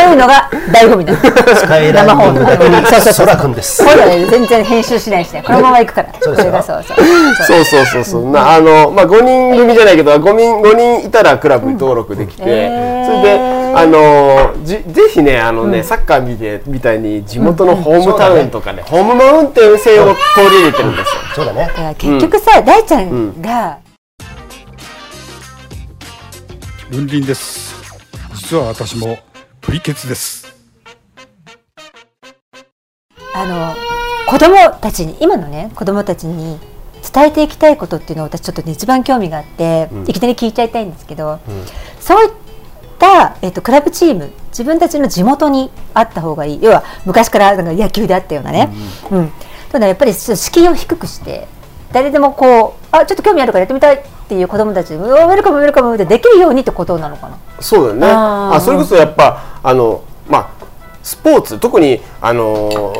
Speaker 1: ういうのが醍醐 味だ
Speaker 2: スカイランニングだけに 空くんです。
Speaker 1: そうだね全然編集しないしねこのまま行くから
Speaker 2: そう
Speaker 1: こ
Speaker 2: です
Speaker 1: れ
Speaker 2: よ
Speaker 1: がそうそうそう
Speaker 3: そうそうそうそう、なあのまあ5人組じゃないけど5人五人いたらクラブに登録できて、
Speaker 1: へー
Speaker 3: それであのーじぜひねあのね、サッカー見てみたいに地元のホームタウンとかね,、ホームマウンテン制を取り入れてるんですよ。
Speaker 2: そうだね。
Speaker 1: だから結局さ、大ちゃんが、
Speaker 6: ルンリンです実は私もプリケツです
Speaker 1: あの子供たちに今のね子供たちに伝えていきたいことっていうのを私ちょっと、ね、一番興味があって、いきなり聞いちゃいたいんですけど、そういった、えっと、クラブチーム自分たちの地元にあった方がいい要は昔からなんか野球であったようなね、うんただやっぱりちょっと敷居を低くして誰でもこうあちょっと興味あるからやってみたいっていう子供たちにうわウェルカムウェルカムってできるようにってことなのかな。
Speaker 3: そうだよね
Speaker 1: あー
Speaker 3: あそれこそやっぱあのまあスポーツ特にあのー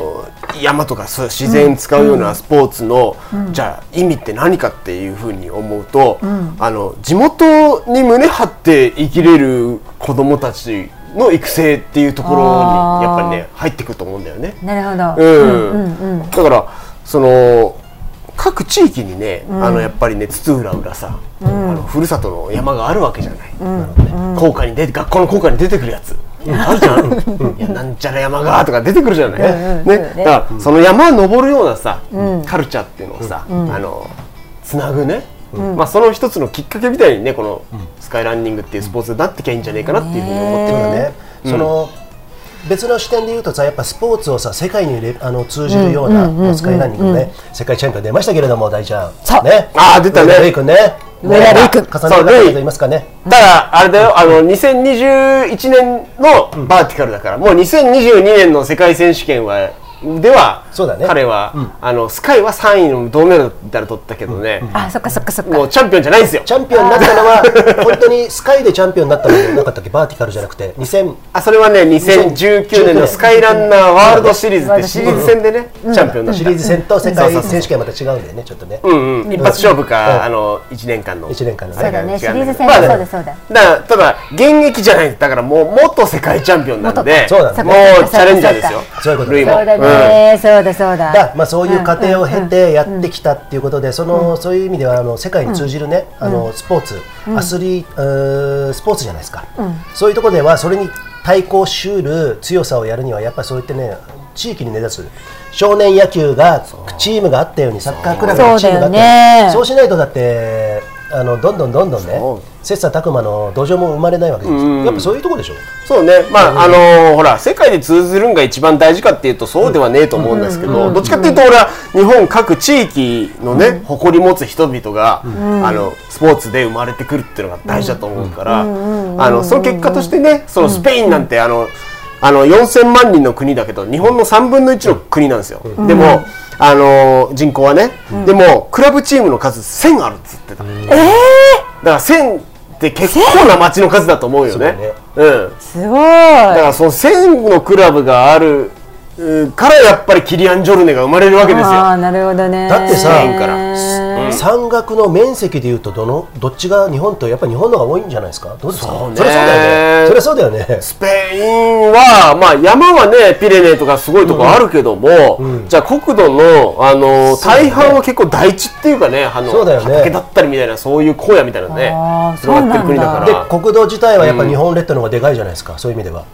Speaker 3: 山とかそう自然使うようなスポーツの、じゃあ意味って何かっていうふうに思うと、あの地元に胸張って生きれる子どもたちの育成っていうところにやっぱりね入ってくると思うんだよね。
Speaker 1: なるほ
Speaker 3: う
Speaker 1: ど、
Speaker 3: ん
Speaker 1: うんうん
Speaker 3: だからその各地域にね、あのやっぱりね津々浦々さ、あのふるさとの山があるわけじゃない、校歌に出て学校の校歌に出てくるやつ、あるじゃ ん、いやなんちゃら山がとか出てくるじゃない、
Speaker 1: うん
Speaker 3: ね
Speaker 1: そうね
Speaker 3: だからその山を登るようなさ、カルチャーっていうのをさ、あのつなぐね、まあ、その一つのきっかけみたいにねこのスカイランニングっていうスポーツになってきゃいいんじゃないかなっていうふうに思ってるよね。
Speaker 2: ね、その別の視点で言うとさやっぱスポーツをさ世界にレあの通じるような、スカイランニングね、世界チャンピオン出ましたけれども大ちゃん
Speaker 1: そう
Speaker 2: ね
Speaker 3: あー出たね
Speaker 2: 上田瑠唯君ね
Speaker 1: 上田瑠唯君
Speaker 2: 重ねてな方いますかね
Speaker 3: ただからあれだよあの2021年のバーティカルだから、もう2022年の世界選手権はでは
Speaker 2: そうだね
Speaker 3: 彼は、あのスカイは3位の銅メダル取ったけどね、
Speaker 1: あそっかそっかそっか
Speaker 3: もうチャンピオンじゃないんですよ
Speaker 2: チャンピオンになったのは本当にスカイでチャンピオンになったのなかったっけバーティカルじゃなくて2000
Speaker 3: あそれはね2019年のスカイランナーワールドシリーズってシリーズ戦でね、チャンピオンだった
Speaker 2: シリーズ戦と世界選手権はまた違うんだよねちょっとね、
Speaker 3: うんうん、一発勝負か、
Speaker 2: うん
Speaker 3: あの1年間の
Speaker 2: 一年間のね
Speaker 1: そうだね
Speaker 3: 違
Speaker 1: シリーズ戦
Speaker 3: まあね
Speaker 1: そうだそうだ
Speaker 3: からただ現役じゃないだからもう元世界チャンピオンなんで
Speaker 2: 元そうなんだ
Speaker 3: もうチャレンジャーですよ
Speaker 2: そういうこと
Speaker 3: ルイも
Speaker 1: そうだね、そうだそうだ
Speaker 2: だまあ、そういう過程を経てやってきたっていうことで、そのそういう意味ではあの世界に通じる、ねあのスポーツ、アスリーうースポーツじゃないですか、そういうところではそれに対抗しうる強さをやるにはやっぱりそういったね地域に根ざす少年野球がチームがあったようにサッカークラブのチームがあ
Speaker 1: そ
Speaker 2: った
Speaker 1: うだよ
Speaker 2: よう
Speaker 1: ね
Speaker 2: にそうしないとだってあのどんどんどんどんね
Speaker 3: そう
Speaker 2: 切磋琢磨の土壌も生まれないわけですよ、やっぱそういうところでしょ
Speaker 3: そうね、まあ、あのーほら、世界で通ずるんが一番大事かっていうと、そうではねえと思うんですけど、どっちかっていうと、俺は日本各地域のね、誇り持つ人々が、あの、スポーツで生まれてくるっていうのが大事だと思うから、あの、その結果としてね、そのスペインなんて、あの、あの、4000万人の国だけど、日本の3分の1の国なんですよ。でも、あのー人口はね、でも、クラブチームの数1000あるっつってた。だから1000って結構な街の数だと思うよね。うん。
Speaker 1: すごい
Speaker 3: だからその1000のクラブがあるうんからやっぱりキリアン・ジョルネが生まれるわけです
Speaker 1: あ
Speaker 3: よ。
Speaker 1: あなるほどね
Speaker 2: だってさ
Speaker 1: へー
Speaker 3: スペインから
Speaker 2: 山岳の面積でいうとどのどっちが日本とやっぱり日本の方が多いんじゃないですかどうですか
Speaker 3: そうね
Speaker 2: そりゃそうだよねそりゃそうだよね
Speaker 3: スペインは、まあ、山はねピレネーとかすごいとこあるけども、じゃあ国土の、あの
Speaker 2: そうだね
Speaker 3: 大半は結構台地っていうかねあの
Speaker 2: そうだよね
Speaker 3: 畑だったりみたいなそういう荒野みたいなのね
Speaker 1: あー
Speaker 3: 広がってる国だ
Speaker 1: そう
Speaker 3: か
Speaker 1: な
Speaker 2: で
Speaker 3: ら
Speaker 2: 国土自体はやっぱ日本列島の方がでかいじゃないですかそういう意味では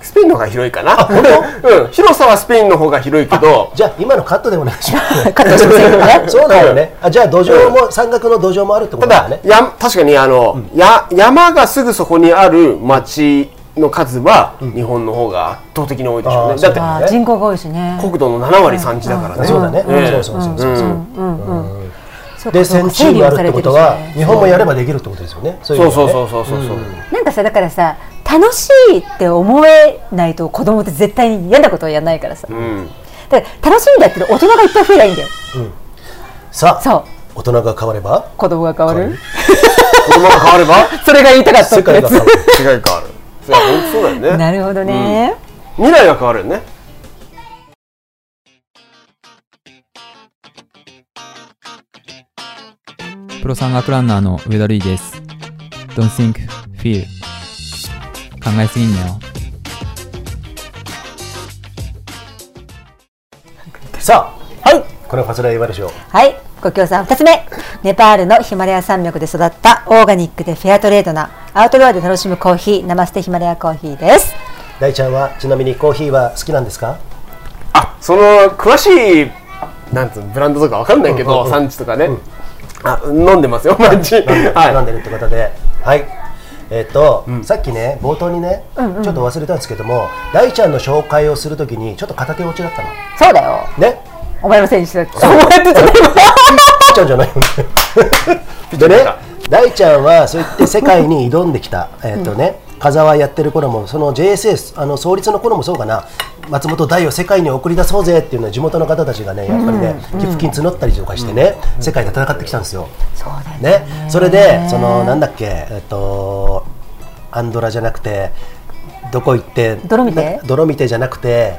Speaker 3: スペインの方が広いかな、うん、広さはスペインの方が広いけど
Speaker 2: じゃあ今のカットでお願いしますね
Speaker 1: カットしませんよね
Speaker 2: そうだよねあじゃあ土壌も山岳の土壌もあるってこと
Speaker 3: た
Speaker 2: だよ
Speaker 3: だ
Speaker 2: ね
Speaker 3: や確かにあの、や山がすぐそこにある町の数は日本の方が圧倒的に多いでしょうね、
Speaker 2: あー
Speaker 3: だって
Speaker 1: あー人口が多いしね
Speaker 3: 国土の7割産地だからね、
Speaker 2: そうだね
Speaker 3: うん
Speaker 2: そうそうそうそうそう
Speaker 1: そうか
Speaker 2: で
Speaker 1: そう
Speaker 2: 1000
Speaker 1: か
Speaker 2: チームあるってことは
Speaker 1: 整理もされてるしね
Speaker 2: 日本もやればできるってことですよねそういう意
Speaker 3: そう
Speaker 2: 味では
Speaker 3: そう
Speaker 2: ね
Speaker 3: そうそうそうそう、
Speaker 1: なんかさだからさ楽しいって思えないと子供って絶対に嫌なことはやらないからさ
Speaker 3: うん
Speaker 1: だから楽しいんだけど大人がいっぱい増えりゃいいんだよ
Speaker 2: さ
Speaker 1: そ
Speaker 2: あ
Speaker 1: う
Speaker 2: 大人が変われば
Speaker 1: 子供が変わる
Speaker 3: 子供が変われば
Speaker 1: それが言いたかった
Speaker 2: 世
Speaker 1: って
Speaker 2: 界
Speaker 1: や
Speaker 2: が
Speaker 1: つ
Speaker 2: 変わる
Speaker 3: 違い変わるそういやほんとそうだよ ね
Speaker 1: なるほどね
Speaker 3: 未来が変わるよね
Speaker 7: プロ山岳ランナーの上田瑠衣です。Don't think, feel. 考えすぎんなよ。
Speaker 2: さあ
Speaker 1: はい
Speaker 2: これはファスライワルショー
Speaker 1: はい、ご協賛2つ目ネパールのヒマラヤ山脈で育ったオーガニックでフェアトレードなアウトドアで楽しむコーヒーナマステヒマラヤコーヒーです
Speaker 2: 大ちゃんはちなみにコーヒーは好きなんですか
Speaker 3: あその詳しいなんつうのブランドとかわかんないけど、産地とかね、あ飲んでますよ毎日はい
Speaker 2: 選んでるってことで、はい。えっ、と、さっきね冒頭にね、ちょっと忘れたんですけども、大ちゃんの紹介をするときにちょっと片手落ちだったの。
Speaker 1: そうだよ
Speaker 2: ね。
Speaker 1: 小林選手だって。そうやってちょっと今
Speaker 2: ピッチャーじゃないよ ね。でね、大ちゃんはそう言って世界に挑んできた、えっとね、風はやってる頃も、その JSS、あの創立の頃もそうかな、松本大を世界に送り出そうぜっていうのは、地元の方たちがね、やっぱりね、寄付金募ったりとかしてね、世界で戦ってきたんですよ。
Speaker 1: そうだよね
Speaker 2: ね、それで、そのなんだっけ、えっと、アンドラじゃなくて、どこ行って、
Speaker 1: 泥見て
Speaker 2: な泥見てじゃなくて、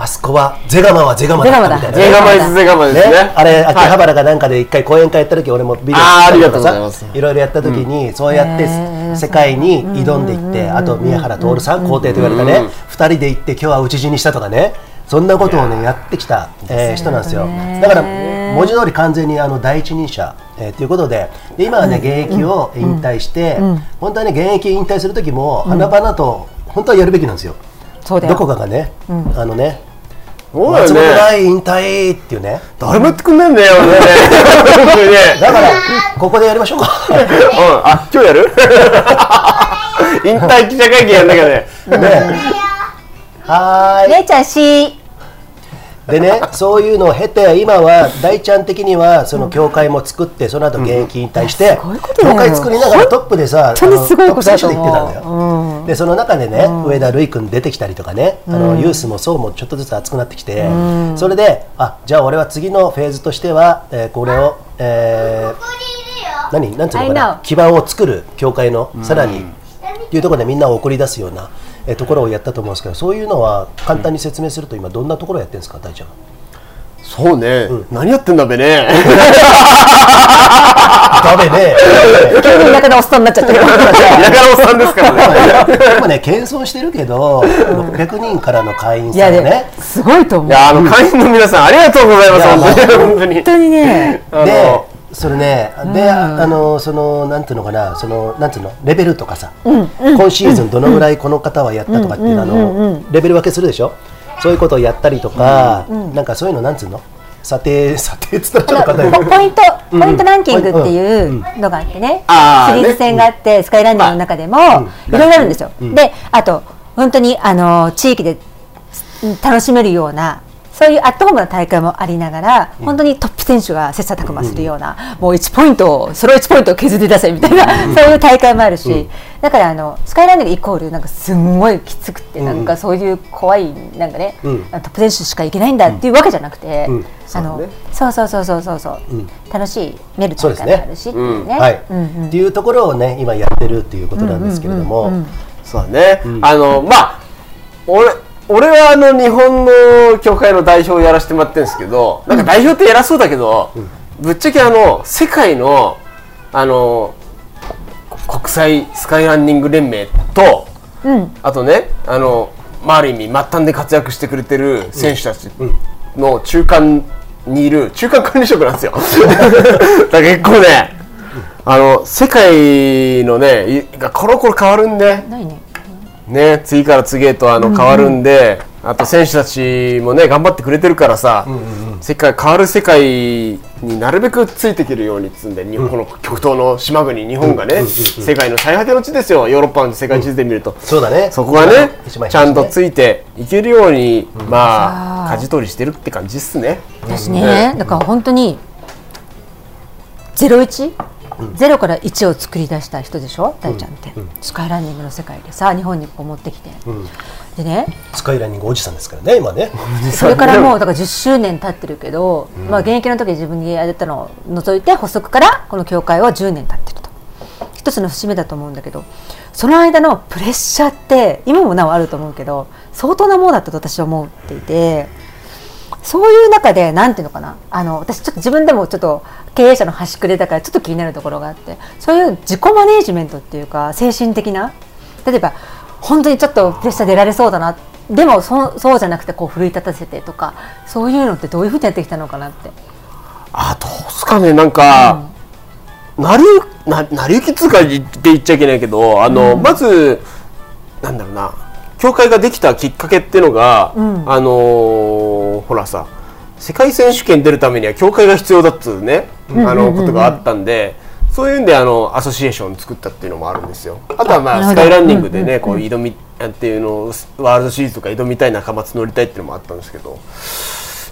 Speaker 2: あそこはゼガマはゼガマだったみたいな
Speaker 1: ゼ
Speaker 3: ゼ
Speaker 1: ガ
Speaker 3: ガ
Speaker 1: マ
Speaker 3: マ
Speaker 1: だ
Speaker 3: イズゼガマですね
Speaker 2: ね、あれ秋葉
Speaker 3: はい
Speaker 2: 原かなんかで一回講演会やった時俺もビデオ
Speaker 3: あ
Speaker 2: 撮った
Speaker 3: ー
Speaker 2: りと
Speaker 3: ありがと
Speaker 2: か
Speaker 3: うございます
Speaker 2: いろいろやった時にそうやっ
Speaker 1: へ
Speaker 2: て
Speaker 1: ー
Speaker 2: 世界に挑んでいってあと宮原徹さん皇帝と言われたね二人で行って今日は討ち死にしたとかねそんなことをねやってきたえー人なんですよだから文字通り完全にあの第一人者えーということでで今はね現役を引退して本当はね現役引退する時も華々と本当はやるべきなんですよ
Speaker 1: そうだよ
Speaker 2: どこかがねあのね
Speaker 3: そうだ
Speaker 2: 松
Speaker 3: よ
Speaker 2: 本
Speaker 3: ね
Speaker 2: 大引退っていうね
Speaker 3: 誰もやってくんないんだ よね本当にね
Speaker 2: だから、ここでやりましょうか。
Speaker 3: うん、あ、今日やる 引退記者会見やんなきゃね。
Speaker 2: ね。はー
Speaker 1: 姉ちゃんし
Speaker 2: い。でね、そういうのを経て、今は大ちゃん的には、その協会も作って、その後現役引退して。
Speaker 1: ごいことだよ
Speaker 2: 協会作りながら、トップでさ、
Speaker 1: 本当にすごい
Speaker 2: あの
Speaker 1: こ
Speaker 2: トップ
Speaker 1: とだ
Speaker 2: 選
Speaker 1: と
Speaker 2: 手で
Speaker 1: 思
Speaker 2: 行
Speaker 1: う
Speaker 2: ってたんだよ。で、その中でね、上田瑠唯君出てきたりとかね、あのユースもそうもちょっとずつ熱くなってきて。それで、あ、じゃあ、俺は次のフェーズとしては、えーこれを、えー何なんていうのか
Speaker 1: I
Speaker 2: な
Speaker 1: know
Speaker 2: 基盤を作る教会のさらにというところでみんなを送り出すようなえーところをやったと思うんですけどそういうのは簡単に説明すると今どんなところをやってるんですか大ちゃん
Speaker 3: そうね、何やってんだべ ね。
Speaker 2: ダメね
Speaker 1: 急に田舎のおっさんになっちゃった けど
Speaker 3: 田舎のおっさんですからね。
Speaker 2: でもね謙遜してるけど600人からの会員
Speaker 1: い
Speaker 2: さ
Speaker 1: や
Speaker 2: んね
Speaker 1: ねすごいと思う
Speaker 3: いや、あの会員の皆さん、ありがとうございます。本当に、本
Speaker 1: 本当にね
Speaker 3: 当に。あ
Speaker 2: で
Speaker 3: の、
Speaker 2: それね、で、あの、その、なんていうのかな、その、なんていうの、レベルとかさ。今シーズンどのぐらいこの方はやったとかっていうのあの、レベル分けするでしょそういうことをやったりとか、なんかそういうの、なんていうの。査定、 査定っつったらちょっと硬い
Speaker 1: ポポイントポイントランキングって
Speaker 2: う
Speaker 1: いうのがあってね、
Speaker 3: あー
Speaker 1: シリーズ戦があって、スカイランデーの中でもいろいろあるんですよ。で、あと本当にあの地域でうん楽しめるような。そういうアットホームな大会もありながら、本当にトップ選手が切磋琢磨するような、もう1ポイントを、その1ポイントを削り出せみたいな、そういう大会もあるし、だからあのスカイランデーイコール、なんかすんごいきつくて、なんかそういう怖い、なんかね、
Speaker 2: ん
Speaker 1: トップ選手しかいけないんだっていうわけじゃなくて、
Speaker 2: うん
Speaker 1: あのそうそうそうそうそうそう、楽しいメルト
Speaker 2: そう
Speaker 1: と
Speaker 2: です
Speaker 1: か
Speaker 2: ね
Speaker 1: もあるしっていうね。
Speaker 2: はい
Speaker 1: うんうん、
Speaker 2: っていうところをね、今やってるっていうことなんですけれども。
Speaker 3: そうだね、あの、まあ、俺、俺はあの日本の協会の代表をやらせてもらってるんですけど、なんか代表って偉そうだけど、ぶっちゃけあの世界のあの国際スカイランニング連盟と、あとねあの、まあ、ある意味末端で活躍してくれてる選手たちの中間にいる中間管理職なんです よ。だから結構ねあの世界のねいがコロコロ変わるんで、
Speaker 1: ないね。
Speaker 3: ね、次から次へとあの変わるんで、あと選手たちもね頑張ってくれてるからさ、世界変わる世界になるべくついていけるようにっつうんで、日本この極東の島国日本がね、世界の最果ての地ですよヨーロッパの世界地図で見ると、
Speaker 2: そうだね。
Speaker 3: そこがね
Speaker 2: 一枚一枚
Speaker 3: ちゃんとついていけるように、まあ舵取りしてるって感じっすね。
Speaker 1: 私ね、だから本当にゼロ一、ゼロから一を作り出した人でしょ、大ちゃんって、スカイランニングの世界でさ、日本にこう持ってきて、でね、
Speaker 2: スカイランニングおじさんですからね、今ね。
Speaker 1: それからもうだから10周年経ってるけど、まあ現役の時自分にやったのを除いて発足からこの協会は10年経ってると一つの節目だと思うんだけどその間のプレッシャーって今もなおあると思うけど相当なものだったと私は思っていて。そういう中で、なんていうのかな、あの、私ちょっと自分でもちょっと経営者の端くれだから、ちょっと気になるところがあって。そういう自己マネージメントっていうか、精神的な、例えば、本当にちょっとプレッシャー出られそうだな。でも、そう、そうじゃなくて、こう奮い立たせてとか、そういうのってどういうふうにやってきたのかなって。
Speaker 3: あどうすかねなんか、なりゆななりゆきっつうかって言っちゃいけないけどあの、まずなんだろうな協会ができたきっかけっていうのが、あのーほらさ世界選手権出るためには協会が必要だっつうね、あのことがあったんで。そういうんであのアソシエーション作ったっていうのもあるんですよ。あとはまあスカイランニングでねこう挑みっていうのをワールドシリーズとか挑みたい仲間募りたいっていうのもあったんですけど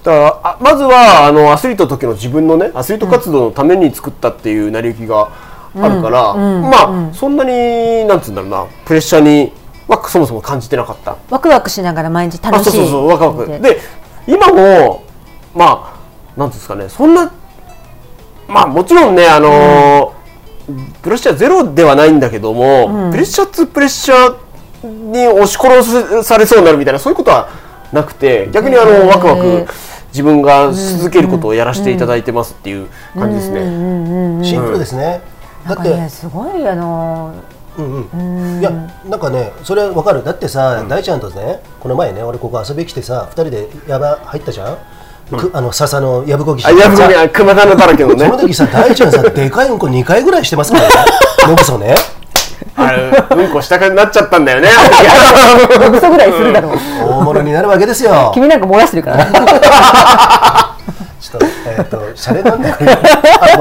Speaker 3: だからあまずはあのアスリートの時の自分のねアスリート活動のために作ったっていう成り行きがあるから、まあそんなになんつうんだろうなプレッシャーにはそもそも感じてなかった
Speaker 1: ワクワクしながら毎日楽
Speaker 3: あ
Speaker 1: しい
Speaker 3: そうそうそうワクワク
Speaker 1: で
Speaker 3: で今もまあなんていうんですかねそんなまあもちろんねあのープレッシャーゼロではないんだけども、プレッシャーつプレッシャーに押し殺されそうになるみたいなそういうことはなくて逆にあのワクワク自分がし続けることをやらせていただいてますっていう感じですね。
Speaker 2: シンプルですね、
Speaker 1: な
Speaker 2: だ
Speaker 1: んか
Speaker 2: って、
Speaker 1: ねすごいあの
Speaker 2: うんうん、いやなんかねそれわかるだってさ、大ちゃんとねこの前ね俺ここ遊びに来てさ二人で山入ったじゃん、くあの笹のやぶこぎし
Speaker 3: あやぶこにあ熊田のだらけの
Speaker 2: そ
Speaker 3: ね
Speaker 2: の時さ大ちゃんさ でかいうんこ2回ぐらいしてますからねのぶそね
Speaker 3: あれうんこしたくなっちゃったんだよね。あの時
Speaker 1: ー、嘘ぐらいするだろう、
Speaker 2: 大物になるわけです よ
Speaker 1: 君なんか漏らしてる からね
Speaker 2: ちょっと、えっ、と、シャレなんだけど、あ、ま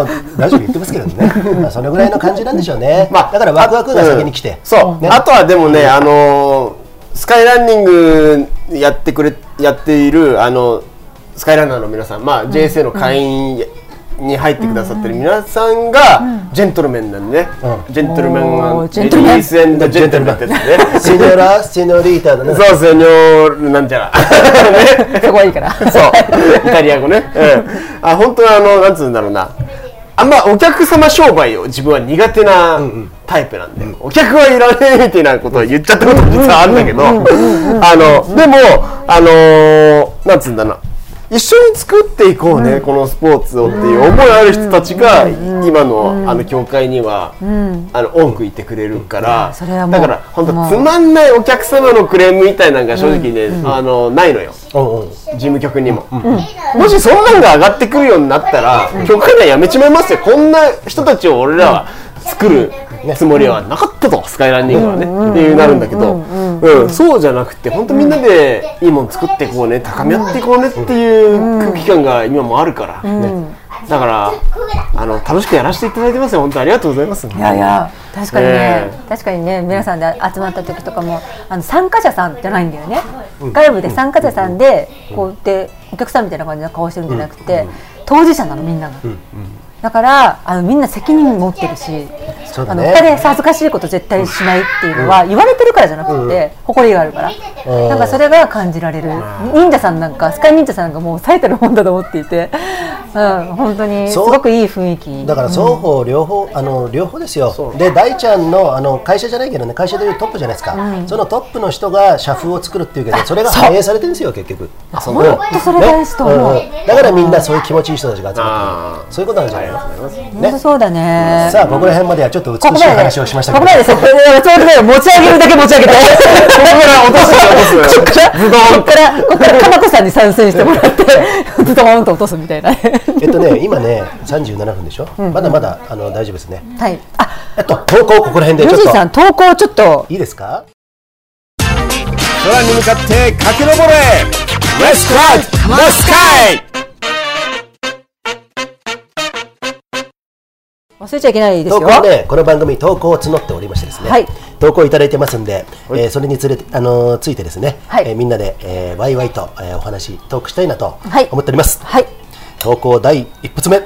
Speaker 2: あ、ラジオで言ってますけど ね。まあ、そのぐらいの感じなんでしょうね。まあ、だから、ワクワクが先に来て。
Speaker 3: うんそう、
Speaker 2: ね
Speaker 3: あとはでもね、あのースカイランニングやってくれやっているあのスカイランナーの皆さん、まあ JSA の会員に入ってくださってる皆さんがジェントルメンなんでね、
Speaker 2: う
Speaker 3: ジェントルメン
Speaker 1: お
Speaker 3: が
Speaker 1: ージェントルメン
Speaker 3: リースエンドジェントルメンってやつね。
Speaker 2: セニョラ、セニョリータだね。
Speaker 3: そうセニョールなんちゃらね
Speaker 1: そこはいいから
Speaker 3: そう イタリア語ね、うん、あ本当はあのなんつうんだろうなあんまお客様商売を自分は苦手なタイプなんで、お客はいらねえみたいなことを言っちゃったことも実はあるんだけどあのでもあのーなんつうんだろうな一緒に作っていこうね、このスポーツをっていう思いある人たちが今のあの協会には、あの多くいてくれるから、
Speaker 1: それはもう
Speaker 3: だから本当
Speaker 1: もう
Speaker 3: つまんないお客様のクレームみたいなのが正直ね、あのないのよ
Speaker 2: うんうん。
Speaker 3: 事務局にも、もしそんなんが上がってくるようになったら、局会ではやめちまいますよこんな人たちを俺らは作るつもりはなかったと、スカイランニングはね、っていうなるんだけど、うんそうじゃなくて本当みんなでいいもん作ってこうね高め合ってこうねっていう空気感が今もあるから、ねだからあの楽しくやらせていただいてますよ本当ありがとうございます
Speaker 1: いやいや確かにね、
Speaker 3: ね
Speaker 1: 確かにね皆さんで集まった時とかもあの参加者さんじゃないんだよね、外部で参加者さんで、こうやってお客さんみたいな感じの顔してるんじゃなくて、当事者なのみんなが、だからあのみんな責任持ってるし
Speaker 2: そうだ
Speaker 1: あの
Speaker 2: ね
Speaker 1: 二人恥ずかしいこと絶対しないっていうのは言われてるからじゃなくて、誇りがあるから、なんかそれが感じられる、忍者さんなんかスカイ忍者さんがもう冴えてるもんだと思っていて、うん、本当にす
Speaker 2: そう
Speaker 1: ごくいい雰囲気
Speaker 2: だから双方両方、あの両方ですよ。で大ちゃんのあの会社じゃないけどね会社でいうトップじゃないですか。そのトップの人が社風を作るっていうけどそれが反映されてるんですよ結局。その
Speaker 1: 本当それ大事と思う
Speaker 2: だからみんなそういう気持ちいい人たちが集まっ
Speaker 3: あ
Speaker 2: てる。そういうことなんじゃないの。
Speaker 1: 本当そうだね
Speaker 2: さあここら辺まではちょっと美しい話をしましたけ
Speaker 1: こ
Speaker 2: ど
Speaker 1: こ。までで す。ここまでですちょうどね、持ち上げるだけ持ち上げて。こ
Speaker 3: 落とす落とす
Speaker 1: こから、
Speaker 3: ズドン
Speaker 1: ここから、ここから、かまこさんに参戦してもら って、ズドーンと落とすみたいな。は
Speaker 2: えっとね、今ね、37分でしょ、まだまだあの大丈夫ですね。
Speaker 1: い。あ、
Speaker 2: えっと、投稿ここら辺で
Speaker 1: ヨ
Speaker 2: ちょ
Speaker 1: ジ
Speaker 2: っ
Speaker 1: さ
Speaker 2: と。
Speaker 1: ん、投稿ちょっと。
Speaker 2: いいですか
Speaker 3: 空に向かって駆け上れレスクラウドモスカイ
Speaker 1: 忘れちゃいけないです
Speaker 2: 投
Speaker 1: よ。
Speaker 2: 稿ね、この番組投稿を募っておりましてですね、
Speaker 1: はい
Speaker 2: 投稿いただいてますんで、えーそれにつれてあのーついてですね、
Speaker 1: はい
Speaker 2: えーみんなで、えー、ワイワイと、えーお話トークしたいなと
Speaker 1: はい
Speaker 2: 思っております、
Speaker 1: はい。
Speaker 2: 投稿第一発目今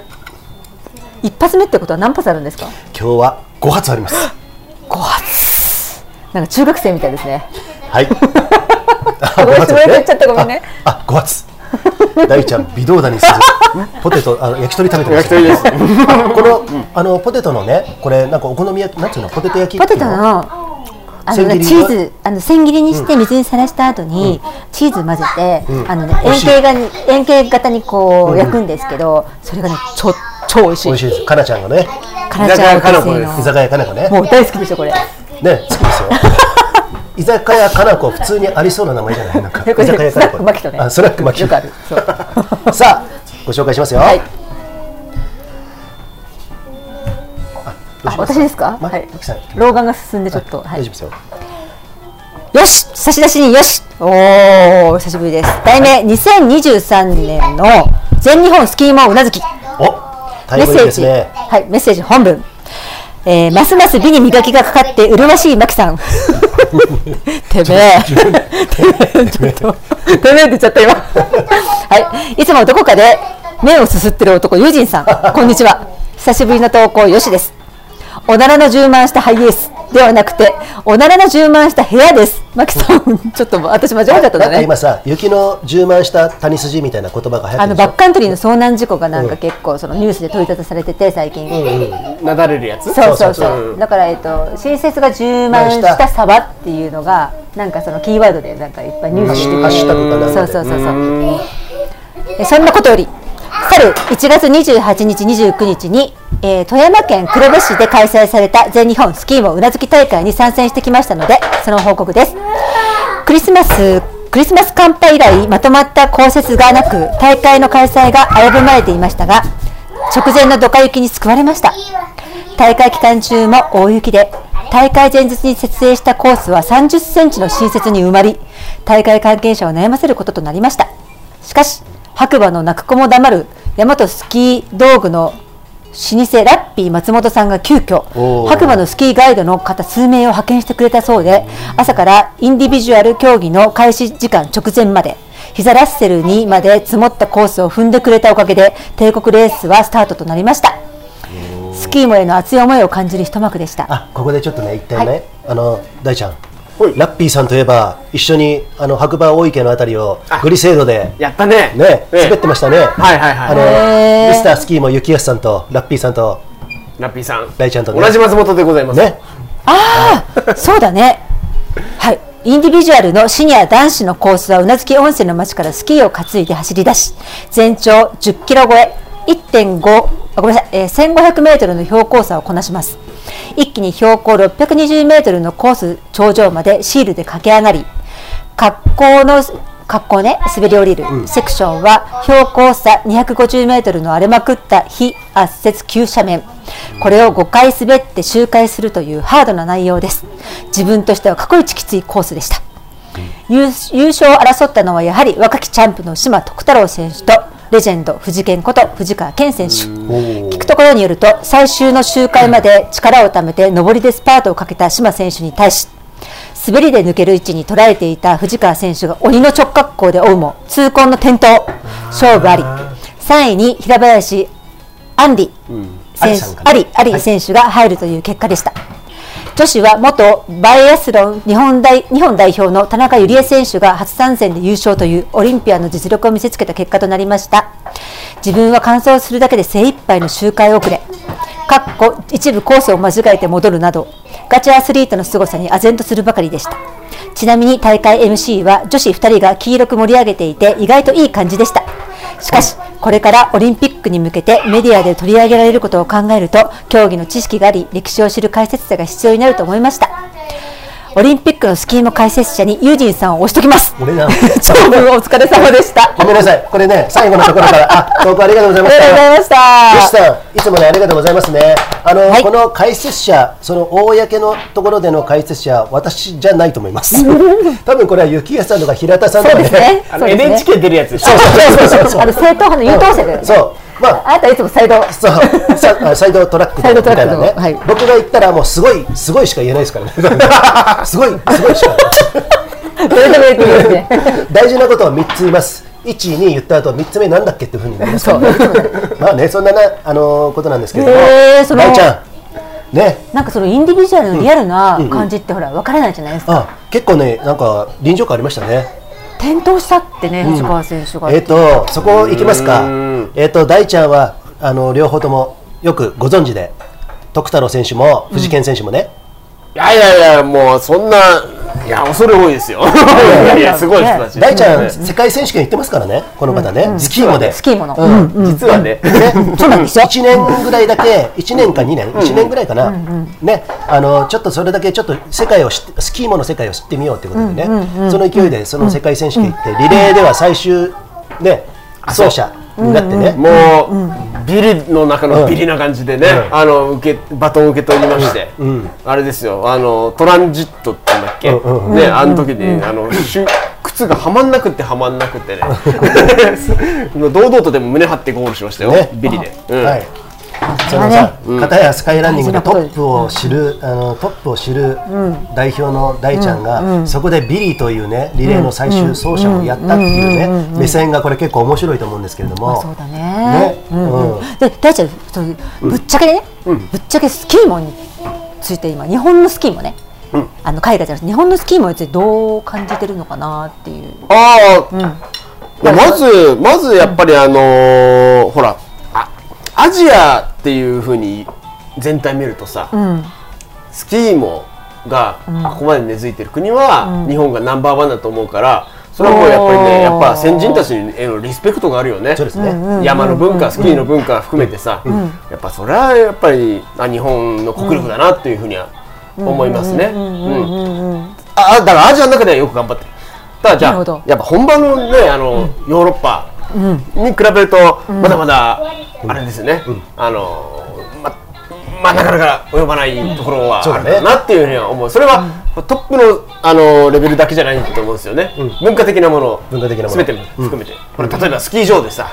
Speaker 1: 一発目ってことは何発あるんですか
Speaker 2: 日は5発あります
Speaker 1: ?5 発。なんか中学生みたいですね。
Speaker 2: はい
Speaker 1: ごめん、つぶや
Speaker 2: ね
Speaker 1: いちゃったごめんね。
Speaker 2: あ5発大ちゃん微動だにせずポテトあの焼き鳥食べてます
Speaker 3: 焼き鳥
Speaker 2: あこの、あのポテトのねこれなんかお好み焼きなんつうのポテト焼き
Speaker 8: ポ
Speaker 2: ってい
Speaker 8: テ
Speaker 2: う
Speaker 8: トのあの
Speaker 2: 千切り
Speaker 8: ねチーズあの千切りにして水にさらした後に、チーズ混ぜて、あのね
Speaker 2: 美
Speaker 8: 円
Speaker 2: 味しい
Speaker 8: 形が円形型にこう焼くんですけど、それがねちょ超美味し
Speaker 2: 美
Speaker 8: い
Speaker 2: 味しいですかなちゃんがね
Speaker 8: カラチャー特製
Speaker 2: 居
Speaker 8: の
Speaker 2: 酒屋かなこね
Speaker 1: もう大好きでしょ、これ。
Speaker 2: ね、 好きですよ。居酒屋かなこ、普通にありそうな名前じゃない、なんか。
Speaker 1: よく
Speaker 2: 居酒屋かな
Speaker 1: スナックマキとね
Speaker 2: あ、スナックマキ。
Speaker 1: よくある。そう。
Speaker 2: さあ、ご紹介しますよ。
Speaker 1: はいあ
Speaker 2: どうし、ます
Speaker 1: 私ですか
Speaker 2: ま
Speaker 1: はい
Speaker 2: マキさん。大丈
Speaker 1: 老眼が進んでちょっと。はい
Speaker 2: 夫ですよ。
Speaker 8: よし差出人よしおお久しぶりです題名2023年の全日本スキーモンうなずき
Speaker 2: お、タイ
Speaker 8: メッ
Speaker 2: ムリー
Speaker 8: セ
Speaker 2: で
Speaker 8: ージ、
Speaker 2: すね。
Speaker 8: はい、メッセージ本文。えー、ますます美に磨きがかかって麗しいマキさん。てめえ。てめえ、ちょっと。てめえって言っちゃった今。
Speaker 1: はい、いつもどこかで麺をすすってる男、ユージンさん、こんにちは。久しぶりの投稿、よしです。おならの充満したハイエースではなくて、おならの充満した部屋です。マキさん、ちょっと私間違えちゃったんだ
Speaker 2: なんか
Speaker 1: ね。
Speaker 2: 今さ、雪の充満した谷筋みたいな言葉が流行
Speaker 1: あ
Speaker 2: って
Speaker 1: の
Speaker 2: るでし
Speaker 1: バッ
Speaker 2: ょ
Speaker 1: クカントリーの遭難事故がなんか結構そのニュースで取り沙汰されてて最近、
Speaker 3: なだれるやつ
Speaker 1: そうそう
Speaker 2: そうそ
Speaker 1: そううだから、えっと、新設が充満したサバっていうのがなんかそのキーワードでなんかいっぱいニュー
Speaker 2: ハッ
Speaker 1: ス
Speaker 2: シ
Speaker 1: に
Speaker 2: ュハッシュタグかなん
Speaker 1: そ
Speaker 2: か
Speaker 1: う
Speaker 2: で
Speaker 1: そうそうそうえそんなことより去る1月28日29日に、えー富山県黒部市で開催された全日本スキーもうなずき大会に参戦してきましたのでその報告ですクリスマスクリスマス乾杯以来まとまった降雪がなく大会の開催が危ぶまれていましたが直前のドカ雪に救われました大会期間中も大雪で大会前日に設営したコースは3 0センチの新雪に埋まり大会関係者を悩ませることとなりましたしかし白馬の泣く子も黙る大和スキー道具の老舗ラッピー松本さんが急遽白馬のスキーガイドの方数名を派遣してくれたそうで朝からインディビジュアル競技の開始時間直前まで膝ラッセルにまで積もったコースを踏んでくれたおかげで帝国レースはスタートとなりましたスキーモへの熱い思いを感じる一幕でした
Speaker 2: あここでちょっとね一点ね、
Speaker 1: はい
Speaker 2: あの大ちゃん、
Speaker 3: はい
Speaker 2: ラッピーさんといえば一緒にあの白馬大池のあたりをグリセードで
Speaker 3: やったね
Speaker 2: ね滑ってましたね、
Speaker 3: はいはい
Speaker 2: あ
Speaker 3: は
Speaker 2: のミスタースキーも雪安さんとラッピーさんと
Speaker 3: いラッピーさん
Speaker 2: 大ちゃんとね
Speaker 3: 同じ松本でございます
Speaker 2: ね
Speaker 1: そうだね。はい。インディビジュアルのシニア男子のコースは、うなずき温泉の町からスキーを担いで走り出し、全長10キロ超え、1.5、あごめんなさい、えー1500メートルの標高差をこなします。一気に標高620メートルのコース頂上までシールで駆け上がり、格好の格好ね滑り降りる、セクションは標高差250メートルの荒れまくった非圧雪急斜面これを5回滑って周回するというハードな内容です自分としては過去一きついコースでした優優勝を争ったのはやはり若きチャンプの島徳太郎選手とレジェンド藤健こと藤川健選手聞くところによると最終の周回まで力をためて上りでスパートをかけた島選手に対し滑りで抜ける位置に捉えていた藤川選手が鬼の直角行で追うも痛恨の転倒勝負あり3位に平林アンリ選
Speaker 2: アリさん
Speaker 1: 手
Speaker 2: かな
Speaker 1: アリアリ選手が入るという結果でした。女子は元バイアスロン日本代日本代表の田中友里恵選手が初参戦で優勝というオリンピアの実力を見せつけた結果となりました自分は完走するだけで精一杯の周回遅れかっこ一部コースを間違えて戻るなどガチアスリートの凄さに唖然とするばかりでしたちなみに大会 MC は女子2人が黄色く盛り上げていて意外といい感じでしたしかしこれからオリンピックに向けてメディアで取り上げられることを考えると競技の知識があり歴史を知る解説者が必要になると思いましたオリンピックのスキーム解説者にユージンさんを押しときます
Speaker 2: 俺なの
Speaker 1: 長文お疲れ様でした
Speaker 2: ごめんなさいこれね最後のところからあ投稿ありがとうござい
Speaker 1: あ
Speaker 2: ま
Speaker 1: りがとう
Speaker 2: し
Speaker 1: ご
Speaker 2: た
Speaker 1: ざいまし
Speaker 2: よしたさん、いつもね、ありがとうございますね。あの、
Speaker 1: はい
Speaker 2: この解説者、その公のところでの解説者、私じゃないと思い ます。多分これは雪屋さんとか平田さんと
Speaker 1: そ
Speaker 2: か
Speaker 1: うですね
Speaker 3: あ
Speaker 1: そ
Speaker 3: の
Speaker 1: うですね
Speaker 3: NHK 出るやつでしょ
Speaker 2: そうそうそうそう
Speaker 1: あの正統派の優等生だよね
Speaker 2: そう、まあ、
Speaker 1: あなたいつもサイド
Speaker 2: そう、さあサイドトラック
Speaker 1: サ
Speaker 2: みた
Speaker 1: イ
Speaker 2: い
Speaker 1: ドトラッ
Speaker 2: な
Speaker 1: ク
Speaker 2: ね、
Speaker 1: のはい
Speaker 2: 僕が言ったら、もうすごい、すごいしか言えないで すからね。すごい、すごいしか。
Speaker 1: どれでも言っていいですね
Speaker 2: 大事なことは三つ言います。一二言った後、三つ目なんだっけっていうふうになりますからね。 まあね、そんなな、あのことなんですけれども。
Speaker 1: へーその
Speaker 2: 大ちゃん。ね。
Speaker 1: なんかそのインディビジュアルのリアルな感じってほら分からないじゃないですか
Speaker 2: あ結構ね、なんか臨場感ありましたね。
Speaker 1: 転倒したってね藤川選手が
Speaker 2: えっ、と、そこ行きますか。えっ、と、大ちゃんは、あの両方ともよくご存知で。徳太郎選手も藤健選手もね、
Speaker 3: いやいやいやもうそんないや恐れ多い ですよいやいやすごい人たち
Speaker 2: 大ちゃん、世界選手権行ってますからね、この方ね、スキーもで。
Speaker 1: スキーモの、
Speaker 3: 実はね
Speaker 2: ね、 そうなんですよ1年ぐらいだけ、1年か2年、1年ぐらいかな、ね、あのちょっとそれだけちょっと世界を知って、スキーモの世界を知ってみようということでね、その勢いでその世界選手権行って、リレーでは最終、ね、走者になってね、
Speaker 3: もう、ビリの中のビリな感じでね、
Speaker 2: うん
Speaker 3: あの受けバトンを受け取りまして、
Speaker 2: ん
Speaker 3: あれですよあのトランジットって言うんだっけ、
Speaker 2: んうん
Speaker 3: ねあの時に、あのシュ靴がはまんなくてはまんなく てね堂々とでも胸張ってゴールしましたよ、
Speaker 2: ね
Speaker 3: ビリで、うん
Speaker 2: はい、そのさ、片やスカイランニングでトップを知る、あのトップを知る代表の大ちゃんが、そこでビリーというねリレーの最終走者をやったっていうね、目線がこれ結構面白いと思うんですけれども、
Speaker 1: そうだね
Speaker 2: ね
Speaker 1: うんうん
Speaker 2: うん
Speaker 1: で大ちゃんそうぶっちゃけね、ぶっちゃけスキーモンについて今日本のスキーもね、あの海外じゃなくて日本のスキーモンについてどう感じてるのかなっていう
Speaker 3: ああ、いやまずまずやっぱりあのーほらあアジアっていうふうに全体見るとさ、スキーもがあここまで根付いてる国は、日本がナンバーワンだと思うからそれはもうやっぱりねやっぱ先人たちへのリスペクトがあるよね
Speaker 2: そうですね、
Speaker 3: 山の文化スキーの文化含めてさ、やっぱそれはやっぱりあ日本の国力だなっていうふうには思いますね。うんああだからアジアの中ではよく頑張ってるただじ
Speaker 1: なる
Speaker 3: ゃ
Speaker 1: ほど
Speaker 3: あやっぱ本場のねあの、ヨーロッパに比べると、まだまだあれですね、あのままあなかなか及ばないところは
Speaker 2: そう
Speaker 3: あ
Speaker 2: だ
Speaker 3: る
Speaker 2: ね
Speaker 3: かなっていうふうには思うそれは、トップのあのレベルだけじゃないと思うんですよね、文化的なもの
Speaker 2: 文化的なもの
Speaker 3: 全て含めて、これ例えばスキー場でさ、